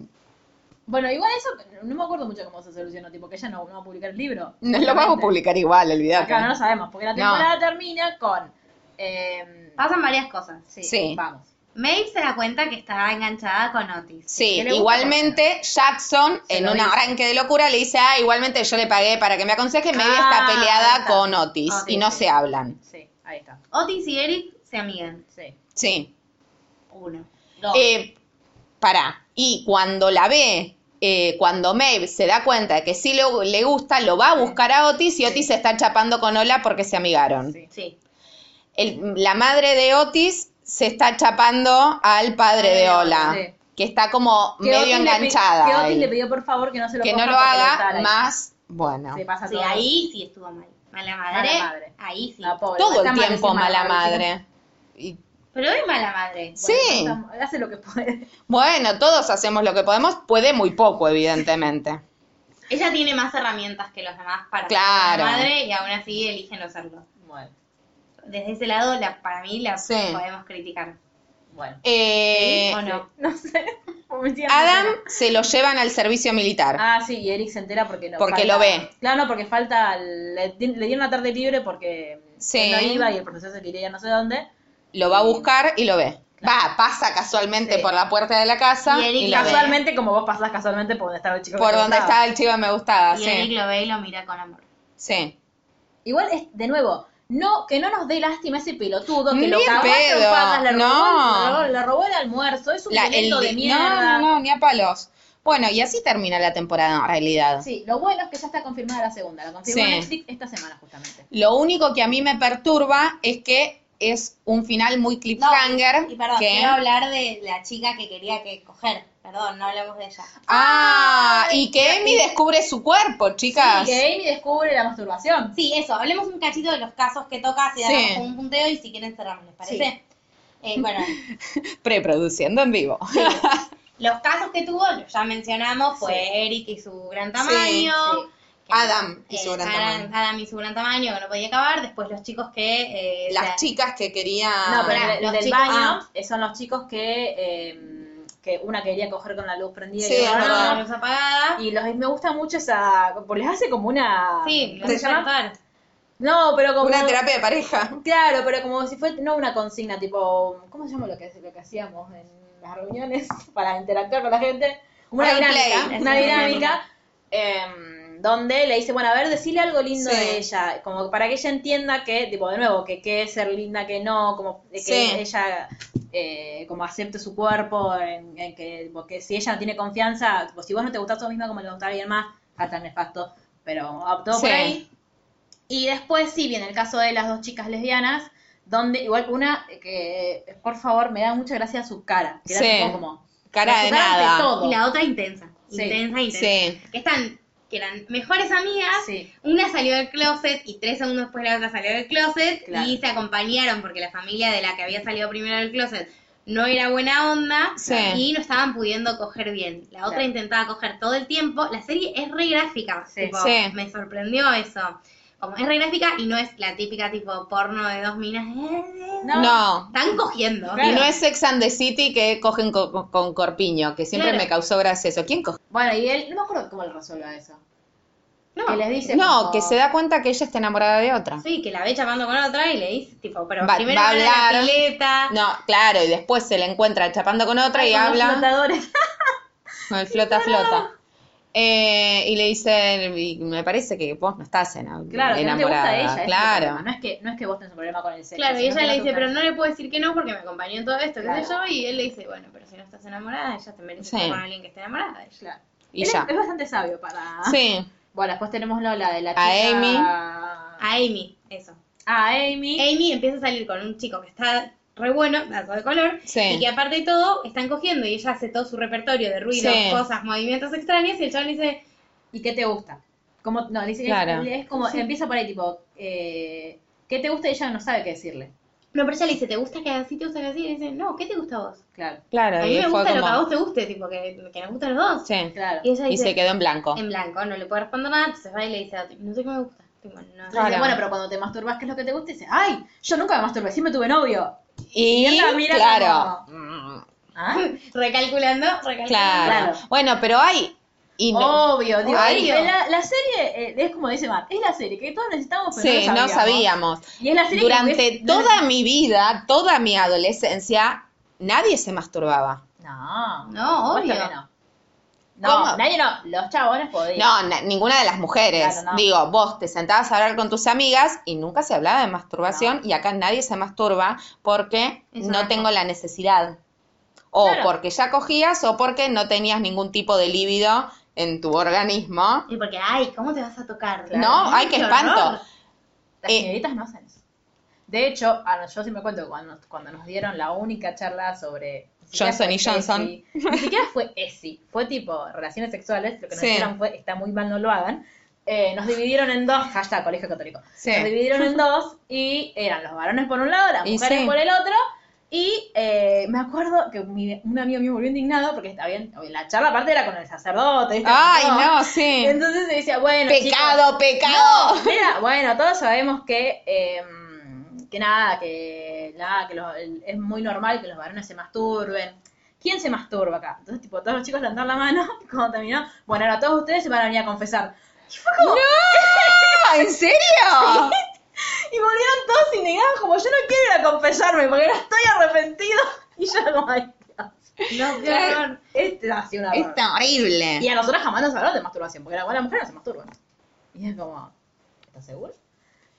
A: Bueno, igual eso, no me acuerdo mucho cómo se solucionó, tipo que ella no, no va a publicar el libro.
C: no lo vamos a publicar igual, olvidate.
A: Acá no lo sabemos, porque la
C: No. Ah,
A: temporada termina con... eh,
B: Pasan varias cosas, sí.
C: Sí.
A: Vamos.
B: Maeve se da cuenta que está enganchada con Otis.
C: Sí,
B: Que le gusta
C: igualmente Jackson
A: Se
C: en
A: lo
C: un
A: dice.
C: arranque de locura le dice, ah, igualmente yo le pagué para que me aconseje, media
A: Ah,
C: está peleada
A: está.
C: con Otis
A: Otis,
C: y no
A: sí.
C: se hablan.
A: Sí, ahí está.
B: Otis y Eric se amigan.
A: Sí.
C: Sí.
B: Uno. Dos.
C: Eh, Pará. Y cuando la ve, eh, cuando Maeve se da cuenta de que sí lo- le gusta, lo va a buscar a Otis y Otis se está chapando con Ola porque se amigaron.
B: Sí.
C: El- la madre de Otis se está chapando al padre de Ola,
A: Sí.
C: que está como medio
A: Otis le pe-
C: enganchada.
A: Que Otis
C: ahí.
A: le pidió por favor que no se lo
C: Que
A: coja
C: no lo
A: porque está
C: haga
A: ahí.
C: más. Bueno.
A: Se pasa
B: Sí,
A: todo.
B: ahí sí estuvo mal. Mala madre.
A: Mala madre.
B: Ahí sí.
A: La pobre.
C: Todo
A: Está
C: el
A: mal
C: tiempo
A: encima,
C: mala
A: pobrecita.
C: madre. Y-
B: Pero es mala madre.
C: sí.
A: Está- Hace lo que puede.
C: Bueno, todos hacemos lo que podemos. Puede muy poco, evidentemente.
B: Ella tiene más herramientas que los demás para ser
C: Claro.
B: mala madre y aún así eligen no serlo.
A: Bueno,
B: Desde ese lado, la, para mí, la
C: Sí.
B: podemos criticar.
A: bueno.
C: Eh,
B: ¿O no?
A: No sé. Me estoy
C: Adam
A: enterando.
C: se lo llevan al servicio militar.
A: Ah, sí, y Eric se entera porque no.
C: Porque lo ve.
A: Claro, no, porque falta. el- Le, di- le dieron una tarde libre porque
C: Sí.
A: él no iba y el profesor se quería ir a no sé dónde.
C: Lo va a buscar y lo ve. Va, pasa casualmente
A: Sí.
C: por la puerta de la casa
B: Y Eric
C: y lo ve.
A: Casualmente, como vos pasás casualmente por donde estaba el chico. que
C: Por
A: te
C: donde
A: gustaba.
C: estaba el chico que me gustaba.
B: Y Eric
C: Sí.
B: lo ve y lo mira con amor.
C: sí.
A: Igual, es, de nuevo, no, que no nos dé lástima ese pelotudo que
C: Ni
A: lo
C: en
A: cagó
C: pedo,
A: a trompadas, le robó,
C: no.
A: le robó- le robó el almuerzo, es un
C: La- el-
A: violento de
C: no,
A: mierda.
C: no, no, ni a palos. Bueno, y así termina la temporada en realidad.
A: Sí, lo bueno es que ya está confirmada la segunda, la confirmó
C: Sí.
A: Netflix esta semana justamente.
C: Lo único que a mí me perturba es que es un final muy cliffhanger.
B: Y perdón,
C: que-
B: quiero hablar de la chica que quería que coger. Perdón, no hablamos de ella.
C: Ah, y que Amy descubre su cuerpo,
A: Y
C: chicas.
A: que Amy descubre la masturbación.
B: Sí, eso, hablemos un cachito de los casos que toca, si
C: Sí.
B: damos como un punteo y si quieren cerramos, ¿les parece? Eh, bueno,
C: Preproduciendo en vivo.
B: los casos que tuvo, los ya mencionamos, fue Eric y su gran tamaño.
C: sí.
B: que- eh,
C: Adam y su gran
B: Adam,
C: tamaño.
B: Adam y su gran tamaño, que no podía acabar. Después los chicos que... eh,
C: Las
B: se-
C: chicas que querían.
A: No, pero
B: pará,
A: el,
B: los
A: Ah, del
B: chicos-
A: baño
B: ah.
A: eh, son los chicos que, eh, que una quería coger con la luz prendida
C: Sí,
A: y
C: es
A: otra
B: Con
C: verdad.
B: la
A: no.
B: luz apagada.
A: Y los, me gusta mucho esa. Porque les hace como una.
B: Sí, los
A: ¿Cómo
B: hizo
A: se llama?
B: actuar.
A: No, pero como.
C: Una terapia de pareja.
A: Claro, pero como si fuera. No una consigna, tipo. ¿Cómo se llama lo que, lo que hacíamos en las reuniones para interactuar con la gente? Una
C: Role
A: dinámica.
C: play.
A: Una dinámica. em, donde le dice, bueno, a ver, decile algo lindo
C: Sí.
A: de ella, como para que ella entienda que, tipo, de nuevo, que qué es ser linda, que no, como de que
C: Sí.
A: ella eh, como acepte su cuerpo, en, en que, tipo, que si ella no tiene confianza, tipo, si vos no te gustás a vos misma como le gustaba a alguien más, está tan nefasto, pero optó
C: Sí.
A: por ahí. Y después sí viene el caso de las dos chicas lesbianas, donde igual una que, por favor, me da mucha gracia su cara. Que era
C: Sí.
A: tipo como,
C: Cara de
A: su cara ante
C: nada.
A: todo.
B: Y la otra intensa.
A: Sí.
B: Intensa, intensa.
C: Sí.
B: Que están, que eran mejores amigas.
A: Sí.
B: Una salió del closet y tres segundos después la otra salió del closet
A: Claro.
B: y se acompañaron porque la familia de la que había salido primero del closet no era buena onda
C: Sí.
B: y no estaban pudiendo coger bien. La otra
A: Claro.
B: intentaba coger todo el tiempo. La serie es re gráfica,
A: Sí.
B: tipo,
C: Sí.
B: me sorprendió eso. Como es re gráfica y no es la típica tipo porno de dos minas. eh,
A: No.
C: No.
B: Están cogiendo.
C: Y
A: Claro.
C: no es Sex and the City que cogen co- co- con, Corpiño, que siempre
A: Claro.
C: me causó gracia eso. ¿Quién coge?
A: Bueno, y él, no me acuerdo cómo le resuelve eso.
B: No.
A: Que les dice
C: No,
A: como-
C: que se da cuenta que ella está enamorada de otra.
B: Sí, que la ve chapando con otra y le dice, tipo, pero
C: Va-
B: primero
C: va a
B: van a la
C: hablar.
B: pileta.
C: No, claro, y después se la encuentra chapando con otra y
A: Con los
C: habla.
A: flotadores.
C: No, el flota, flota. Eh, y le dicen, y me parece que vos no estás ena-
A: Claro, que no te
C: enamorada.
A: gusta ella. ese es el
C: claro.
A: problema. No es, que, no es que vos tenés un problema con el sexo.
B: Claro, y
A: sino
B: ella
A: que
B: le
A: te
B: dice,
A: gusta.
B: pero no le puedo decir que no porque me acompañó en todo esto, qué sé yo,
A: Claro.
B: y él le dice, bueno, pero si no estás enamorada, ella te merece
C: Sí.
B: estar con alguien que esté enamorada de ella.
A: Claro.
C: Y
A: Él es-
C: ya.
A: Es, bastante sabio para...
C: Sí,
A: Bueno, después tenemos la, la de la
C: A
A: chica...
C: Amy.
A: A
B: A Amy, eso.
A: Amy.
B: Amy empieza a salir con un chico que está re bueno, dato de color,
C: Sí.
B: y que aparte de todo, están cogiendo y ella hace todo su repertorio de ruidos,
C: Sí.
B: cosas, movimientos extraños, y el chaval le dice,
A: ¿Y qué te gusta? Como, no, dice que
C: Claro.
A: es, es como, empieza por ahí, tipo, eh, ¿qué te gusta? Y ella no sabe qué decirle.
B: no, pero ella le dice, ¿te gusta que haga así, te gusta que haga así? Y le dice, no, ¿qué te gusta a vos?
A: Claro,
C: claro.
B: A mí
C: y
B: me
C: fue
B: gusta lo que
C: como-
B: a vos te guste, tipo, que, que nos gustan los dos.
C: Sí.
A: claro.
B: Y ella
C: Y
B: dice,
C: se quedó en blanco.
B: en blanco, no le puede responder nada, entonces va y le dice a otro, no sé qué me gusta. Tipo, no,
A: Dice, bueno, pero cuando te masturbas, ¿qué es lo que te gusta? Y dice, ¡ay! Yo nunca me masturbé, siempre tuve novio.
C: Y,
A: él la mira
C: claro.
A: ¿Ah?
B: Recalculando, recalculando.
C: Claro.
A: Claro.
C: Bueno, pero hay. Y no-
A: Obvio, digo,
C: Obvio.
A: es La, la serie eh, es como dice Mar, es la serie que todos necesitamos, pero
C: sí,
A: no,
C: no
A: lo
C: sabíamos.
A: Y es la serie
C: Durante
A: que, pues,
C: toda mi vida, toda mi adolescencia, nadie se masturbaba.
A: No,
B: No,
A: por
B: obvio.
A: supuesto que no. No,
C: ¿Cómo?
A: nadie no, los chabones podían.
C: No, na- ninguna de las mujeres.
A: Claro, no.
C: Digo, vos te sentabas a hablar con tus amigas y nunca se hablaba de masturbación y acá nadie se masturba porque
B: Eso
C: no
B: no.
C: tengo la necesidad. O porque ya cogías o porque no tenías ningún tipo de líbido en tu organismo.
B: Y porque, ay, ¿cómo te vas a tocar?
C: No, ay, qué
B: Qué
C: espanto.
B: horror.
A: Las
C: Eh.
A: señoritas no hacen eso. De hecho, a nos- yo siempre cuento que cuando, nos- cuando nos dieron la única charla sobre... ni siquiera
C: Johnson
A: fue
C: y Johnson.
A: ESI, ni siquiera fue ESI, fue tipo relaciones sexuales, lo que nos
C: Sí.
A: dijeron fue, está muy mal, no lo hagan. Eh, nos dividieron en dos, hashtag colegio católico.
C: Sí.
A: Nos dividieron en dos y eran los varones por un lado, las
C: Y
A: mujeres
C: sí.
A: por el otro. Y eh, me acuerdo que mi- un amigo mío volvió indignado porque está bien, la charla aparte era con el sacerdote. ¿viste?
C: Ay,
A: Como,
C: no, sí.
A: Entonces decía, bueno, chicos,
C: Pecado, pecado.
A: no, mira, bueno, todos sabemos que, eh, que nada, que nada, que los- el- es muy normal que los varones se masturben. ¿Quién se masturba acá? Entonces, tipo, todos los chicos levantaron la mano y cuando terminó, bueno, ahora todos ustedes se van a venir a confesar. Y fue como,
C: ¿En serio?
A: y volvieron todos indignados, como yo no quiero ir a confesarme porque no estoy arrepentido. Y yo como, ay, Dios, no, qué horror. Este ha sido una
C: Es horrible.
A: Y eh, a nosotras jamás nos hablaron de masturbación, porque la, las mujeres no se masturban. Y es como, ¿estás seguro?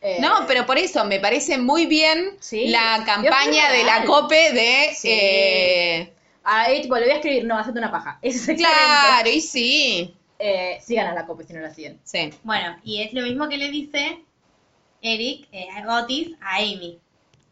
A: Eh,
C: No, pero por eso me parece muy bien
A: Sí.
C: la
A: Dios,
C: campaña
A: qué
C: de la
A: moral.
C: COPE de...
A: Sí.
C: eh,
A: Ahí, tipo, le voy a escribir, no, hacete una paja. Ese es excelente.
C: claro, y sí.
A: Eh, sigan a la copa si no la siguen.
C: Sí.
B: Bueno, y es lo mismo que le dice Eric eh, Otis a Amy.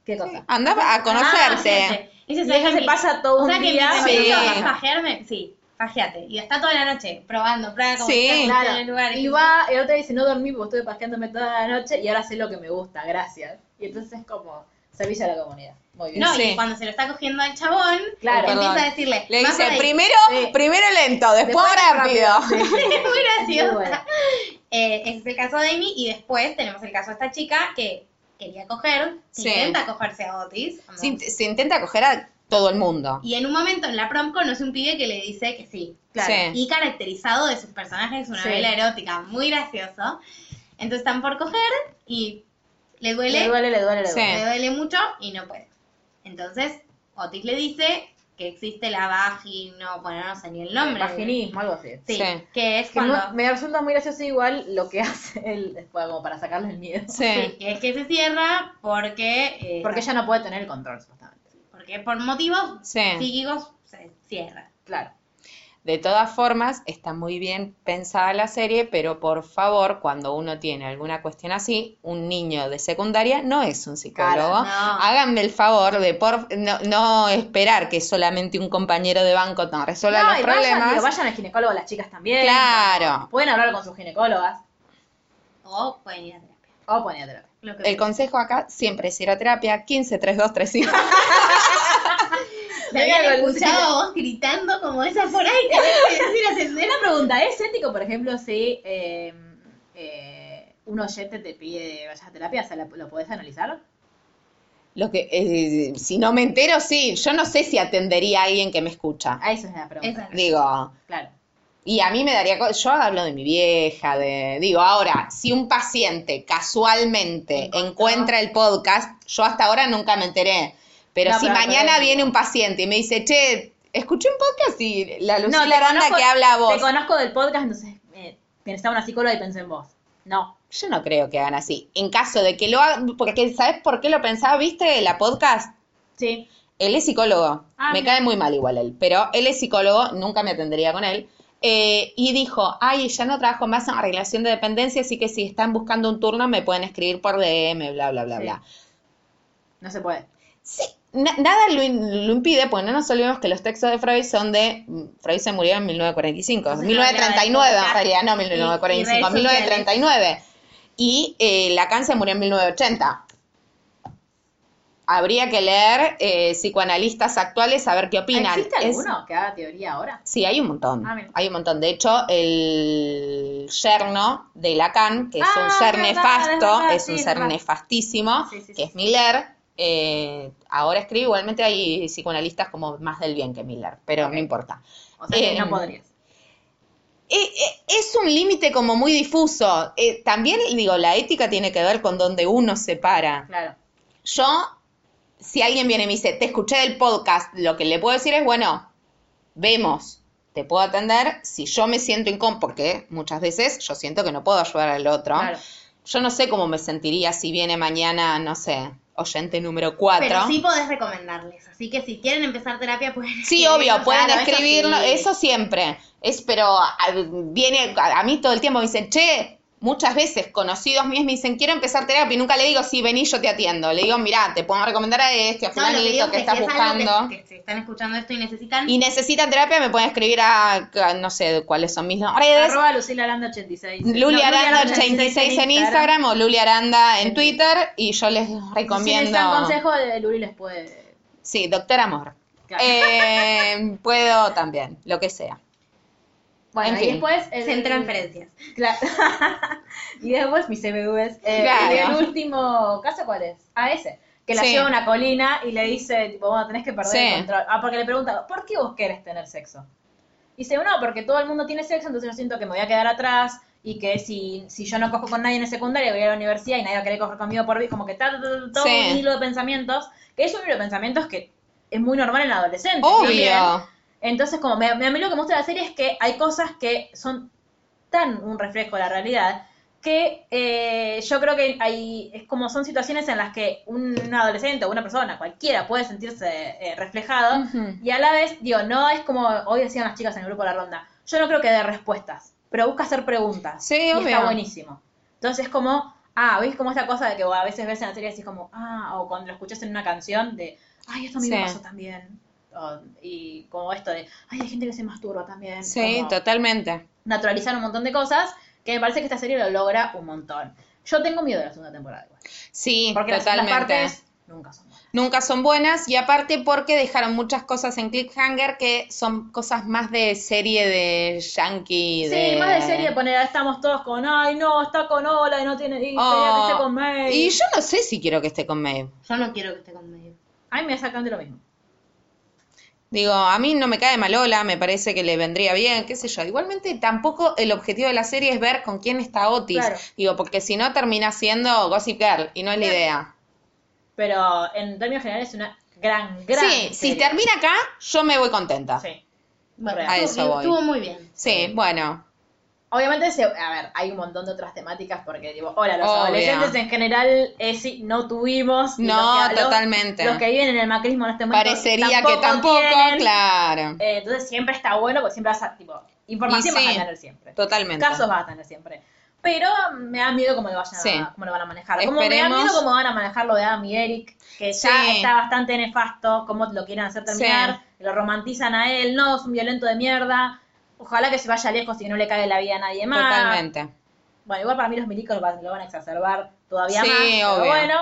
A: ¿Qué cosa?
C: Anda a conocerte.
B: Ah, Ese
A: Y ella
B: que
A: se
B: mi-
A: pasa todo
B: o
A: un
B: sea que
A: día.
B: mi
C: Sí.
B: recomendación es fajearme, sí, fajeate. Y está toda la noche probando, prueba como
C: Sí,
B: si estás
A: Claro.
B: en el lugar.
A: Y va, el otro dice, no dormí porque estuve pajeándome toda la noche y ahora sé lo que me gusta, gracias. Y entonces es como, servicio a la comunidad. Muy bien.
B: No,
C: Sí.
B: y cuando se lo está cogiendo al chabón,
A: Claro.
B: empieza
C: Perdón.
B: a decirle,
C: Le
B: "Más
C: dice,
B: ahí".
C: primero,
A: Sí.
C: primero lento, después, rápido.
B: Es muy graciosa.
A: Muy bueno.
B: Eh, ese es el caso de Amy y después tenemos el caso de esta chica que quería coger, que
C: Sí.
B: intenta cogerse a Otis. ¿o no?
C: Se, int- se intenta coger a todo el mundo.
B: Y en un momento en la prom conoce un pibe que le dice que sí.
A: Claro.
C: Sí.
B: Y caracterizado de sus personajes una
A: Sí.
B: vela erótica, muy gracioso. Entonces están por coger y le duele,
A: Le duele, le duele, le
C: Sí.
A: duele.
B: le duele mucho y no puede. Entonces Otis le dice que existe la vagino, bueno, no sé ni el nombre.
A: Vaginismo, algo así.
B: Sí,
C: Sí.
B: que es
A: Que
B: cuando...
A: no- me resulta muy gracioso igual lo que hace él después, como para sacarle el miedo.
C: Sí.
B: Sí, que es que se cierra porque... eh,
A: Porque ella no puede tener el control, supuestamente.
B: Porque por motivos
C: Sí.
B: psíquicos se cierra.
A: Claro.
C: De todas formas, está muy bien pensada la serie, pero por favor, cuando uno tiene alguna cuestión así, un niño de secundaria no es un
B: Claro,
C: psicólogo.
B: no.
C: Háganme el favor de por, no, no esperar que solamente un compañero de banco te resuelva
A: no,
C: los
A: y Vayan,
C: problemas.
A: digo, vayan al ginecólogo las chicas también.
C: Claro.
A: Pueden hablar con sus ginecólogas
B: O pueden ir a terapia.
A: o ponéatelo.
B: Lo que
C: El consejo acá siempre es ir a terapia, 15 3235.
B: Me habían escuchado a vos gritando como esa por ahí.
A: Es una pregunta, ¿es ético, por ejemplo, si eh, eh, un oyente te pide vayas a terapia, o sea, ¿la- ¿lo podés analizar?
C: Lo que, eh, si no me entero, sí, yo no sé si atendería a alguien que me escucha.
A: Ah, esa es la pregunta.
B: Esa.
C: Digo,
A: Claro.
C: Y a mí me daría, co- yo hablo de mi vieja, de, digo, ahora, si un paciente casualmente encuentra el podcast, yo hasta ahora nunca me enteré, pero
A: No,
C: si
A: pero-
C: mañana
A: pero-
C: viene un paciente y me dice, che, escuché un podcast y la
A: No,
C: Lucila
A: te
C: Aranda
A: conozco-
C: que habla a
A: Te
C: vos,
A: conozco del podcast, entonces eh, pensaba una psicóloga y pensé en vos. No.
C: yo no creo que hagan así, en caso de que lo hagan, porque ¿sabes por qué lo pensaba? ¿Viste la podcast?
A: Sí.
C: Él es psicólogo.
A: Ah,
C: me
A: mira.
C: cae muy mal igual él, pero él es psicólogo, nunca me atendería con él. Eh, y dijo, ay, ya no trabajo más en relación de dependencia, así que si están buscando un turno me pueden escribir por DM, bla, bla, bla,
A: Sí.
C: bla.
A: No se puede.
C: Sí, na- nada lo, in- lo impide, pues no nos olvidemos que los textos de Freud son de, mm, Freud se murió en 1945,
B: Entonces,
C: 1939
B: no
C: en
B: hablaba de
C: realidad, no
B: podcast y-
C: 1945,
B: y redes
C: 1939. Y eh, Lacan se murió en 1980. Habría que leer eh, psicoanalistas actuales a ver qué opinan.
A: ¿Existe
C: Es-
A: alguno que haga teoría ahora?
C: Sí, hay un montón.
A: Ah, mira.
C: hay un montón. De hecho, el yerno de Lacan, que es
A: Ah,
C: un ser
A: es verdad,
C: nefasto,
A: es verdad,
C: es un
A: sí, es
C: ser
A: verdad.
C: nefastísimo,
A: Sí, sí, sí.
C: que es Miller. eh, ahora escribe, igualmente hay psicoanalistas como más del bien que Miller, pero no importa.
A: O sea, que
C: Eh,
A: no podrías.
C: Eh, eh, es un límite como muy difuso. Eh, también, digo, la ética tiene que ver con donde uno se para.
A: Claro.
C: Yo, si alguien viene y me dice, te escuché del podcast, lo que le puedo decir es, bueno, vemos, te puedo atender. Si yo me siento incómodo, porque muchas veces yo siento que no puedo ayudar al otro,
A: Claro.
C: Yo no sé cómo me sentiría si viene mañana, no sé, oyente número 4.
B: Pero sí podés recomendarles. Así que si quieren empezar terapia, pueden.
C: Sí, obvio,
B: escribirnos,
C: pueden
B: claro, eso
C: escribirlo,
B: sí.
C: eso, siempre. Es, pero a- viene a, a mí todo el tiempo me dicen, che, muchas veces conocidos míos me dicen, quiero empezar terapia y nunca le digo, sí, vení, yo te atiendo. Le digo, mirá, te puedo recomendar a este, a
B: No, lo que
C: fulanito
B: digo es
C: que,
B: que
C: estás
B: si es algo
C: buscando.
B: Que, que si están escuchando esto y necesitan.
C: Y necesitan terapia, me pueden escribir a, a- no sé cuáles son mis redes.
A: Arroba Lucila Aranda 86.
C: Luli Aranda 86 en Instagram o Luli Aranda en Twitter y yo les
A: Si
C: recomiendo.
A: necesitan consejo, de Luli les puede.
C: Sí, doctor amor.
A: Claro.
C: Eh, puedo también, lo que sea.
A: Bueno,
C: en
A: y
C: fin.
A: después. el-
B: Hacen transferencias.
A: Claro. y después mis CBVs. Eh,
C: Claro.
A: y el último caso, ¿cuál es? A ese. Que la
C: Sí.
A: lleva a una colina y le dice, tipo, bueno, tenés que perder
C: Sí.
A: el control. Ah, porque le pregunta, ¿por qué vos querés tener sexo? Y dice, no, porque todo el mundo tiene sexo, entonces yo siento que me voy a quedar atrás y que si, si yo no cojo con nadie en la secundaria, voy a la universidad y nadie va a querer coger conmigo por mí. Como que está todo todo
C: Sí.
A: un hilo de pensamientos, que es un hilo de pensamientos que es muy normal en adolescentes. también.
C: Obvio.
A: Entonces, como me, me- a mí lo que me gusta de la serie es que hay cosas que son tan un reflejo de la realidad que eh, yo creo que hay, es como son situaciones en las que un adolescente o una persona, cualquiera, puede sentirse eh, reflejado
C: Ujú.
A: y a la vez, digo, no es como hoy decían las chicas en el grupo de la ronda, yo no creo que dé respuestas, pero busca hacer preguntas
C: Sí,
A: y
C: obvio.
A: está buenísimo. Entonces, como, ah, ¿ves como esta cosa de que a veces ves en la serie así como, ah, o cuando lo escuchas en una canción de, ay, esto a mí me
C: Sí.
A: pasó también. O- y como esto de, ay, hay gente que se masturba también.
C: Sí,
A: como
C: totalmente.
A: naturalizar un montón de cosas, que me parece que esta serie lo logra un montón. Yo tengo miedo de la segunda temporada igual.
C: Sí,
A: Porque las-
C: totalmente.
A: las partes nunca son buenas.
C: Nunca son buenas y aparte porque dejaron muchas cosas en Cliffhanger que son cosas más de serie de yankee.
A: Sí, más de serie, poner, estamos todos con, ay, no, está con Ola y no tiene, y quería que
C: Oh,
A: esté con May.
C: Y yo no sé si quiero que esté con Maeve.
B: Yo no quiero que esté conmigo.
A: Ay, me sacan de lo mismo.
C: Digo, a mí no me cae malola, me parece que le vendría bien, qué sé yo. Igualmente, tampoco el objetivo de la serie es ver con quién está Otis.
A: Claro.
C: Digo, porque si no termina siendo Gossip Girl y no es la idea.
A: Pero en términos generales es una gran, gran
C: Sí, si
A: serie.
C: termina acá, yo me voy contenta. Sí,
A: Sí.
B: Bueno,
A: Real.
C: A
B: estuvo-
C: eso voy.
B: estuvo muy bien.
C: bueno.
A: Obviamente, se- a ver, hay un montón de otras temáticas porque, digo, hola, los
C: Obvio.
A: adolescentes en general, eh, sí, no tuvimos. y
C: No,
A: los que- los-
C: totalmente.
A: Los, que viven en el macrismo en este momento
C: Parecería que tampoco,
A: tienen.
C: claro.
A: Eh, entonces siempre está bueno porque siempre vas a, tipo, información
C: Y sí,
A: vas a tener siempre.
C: Totalmente.
A: Casos vas a tener siempre. Pero me da miedo cómo lo, vayan a-
C: Sí.
A: cómo lo van a manejar. Como me da
C: Esperemos.
A: miedo cómo van a manejar lo de Adam y Eric, que ya
C: Sí.
A: está bastante nefasto, cómo lo quieren hacer terminar, lo romantizan a él, no, es un violento de mierda. Ojalá que se vaya lejos y que no le caiga la vida a nadie más. eh,
C: Totalmente.
A: Bueno, igual para mí los milicos lo van, lo van a exacerbar todavía
C: Sí,
A: más. Pero
C: obvio.
A: bueno.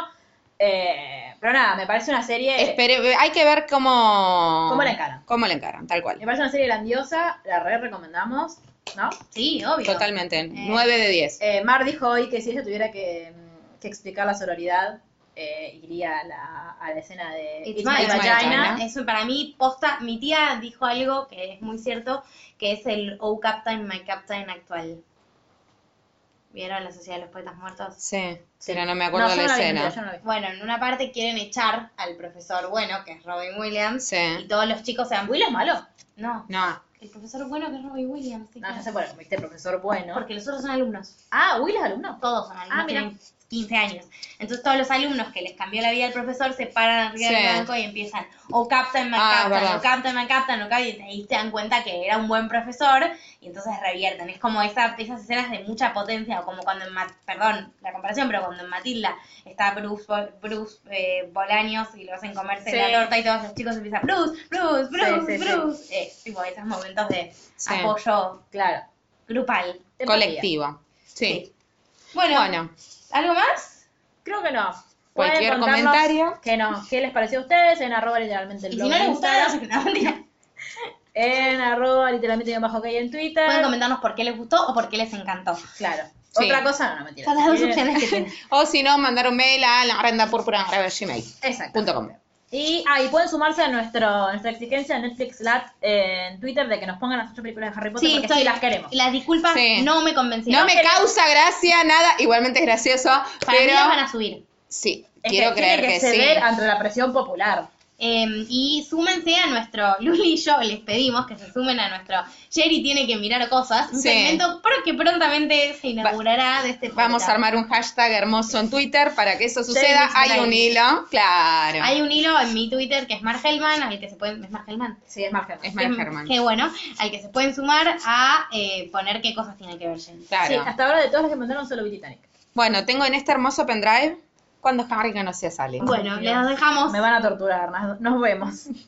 A: Eh, pero nada, me parece una serie.
C: Espere- hay que ver cómo...
A: ¿Cómo la encaran?
C: Cómo la encaran, tal
A: Me
C: cual.
A: parece una serie grandiosa, la re recomendamos, ¿no?
B: Sí, obvio.
C: Totalmente. 9 de 10.
A: Eh, Mar dijo hoy que si ella tuviera que, mm, que explicar la sororidad, eh, iría a la, a la escena de
B: It's, my,
C: my
B: Eh, vagina.
C: vagina.
B: Eso para mí, posta, mi tía dijo algo que es muy cierto, que es el Oh Captain, My Captain actual. ¿Vieron la Sociedad de los Poetas Muertos?
C: Sí, pero no me acuerdo
A: No, yo no
C: la
A: la vi,
C: escena.
A: yo no la vi.
B: Bueno, en una parte quieren echar al profesor bueno, que es Robin Williams, y
C: Sí.
B: todos los chicos se dan...
A: Will es malo.
B: No,
C: No.
B: el profesor bueno que es Robin Williams. sí,
A: Ah, No,
B: claro.
A: ya sé por qué viste profesor bueno.
B: Porque los otros son alumnos.
A: Ah, Will es alumno.
B: todos son alumnos,
A: Ah, mira.
B: tienen 15 años. Entonces todos los alumnos que les cambió la vida el profesor se paran arriba
C: Sí.
B: del banco y empiezan, o captan, me
C: Ah,
B: captan,
C: verdad.
B: o captan, me captan, o captan, y ahí se dan cuenta que era un buen profesor y entonces revierten. Es como esa, esas escenas de mucha potencia, o como cuando en, Ma- perdón la comparación, pero cuando en Matilda está Bruce, Bo- Bruce eh, Bolaños y lo hacen comerse
A: Sí.
B: la torta y todos los chicos empiezan, Bruce, Bruce, Bruce,
A: sí, sí.
B: Bruce. Eh, tipo esos momentos de
C: Sí.
B: apoyo
A: Claro.
B: grupal.
C: Colectivo. Sí.
B: Bueno,
C: Bueno,
B: ¿algo más?
A: Creo que no. Pueden
C: cualquier
A: contarnos
C: comentario.
A: Que no. ¿Qué les pareció a ustedes? En arroba literalmente el
B: Y si
A: blog
B: no
A: en
B: les gustaron,
A: Instagram, En arroba literalmente guión bajo gay en Twitter.
B: pueden comentarnos por qué les gustó o por qué les encantó.
A: Claro.
C: Sí.
A: Otra cosa, no, no mentira.
B: Son las dos
A: Miren,
B: opciones que tienen.
C: O si no, mandar un mail a larendaporpura.gmail.com
A: Exacto. Y, ah, y pueden sumarse a nuestro, nuestra exigencia en Netflix Lat eh, en Twitter de que nos pongan las ocho películas de Harry Potter
B: Sí,
A: porque
B: estoy,
A: sí las queremos.
B: Las disculpas
C: Sí.
B: no me convencieron.
C: No me causa gracia nada, igualmente es gracioso,
B: Para mí
C: pero
B: las van a subir.
C: sí,
A: Es
C: quiero
A: que
C: creer
A: tiene
C: que,
A: que
C: sí.
A: ceder ante la presión popular.
B: Eh, y súmense a nuestro, Luli y yo les pedimos que se sumen a nuestro Jerry tiene que mirar cosas, un
C: Sí.
B: segmento pro- que prontamente se inaugurará de este
C: Vamos
B: podcast.
C: a armar un hashtag hermoso en Twitter para que eso suceda.
B: James
C: Hay
B: Brown.
C: un hilo, claro.
B: Hay un hilo en mi Twitter que es Mark Hellman, al que se pueden, es Mark Hellman,
F: Sí, es margen.
C: Es Mark Herman.
B: que bueno, al que se pueden sumar a eh, poner qué cosas tienen que ver Jerry.
F: Sí,
C: Claro.
F: hasta ahora de todas las que mandaron solo vi Titanic.
C: Bueno, tengo en este hermoso pendrive cuando Harry no sea sale.
B: Bueno, les dejamos.
F: Me van a torturar, nos, nos vemos.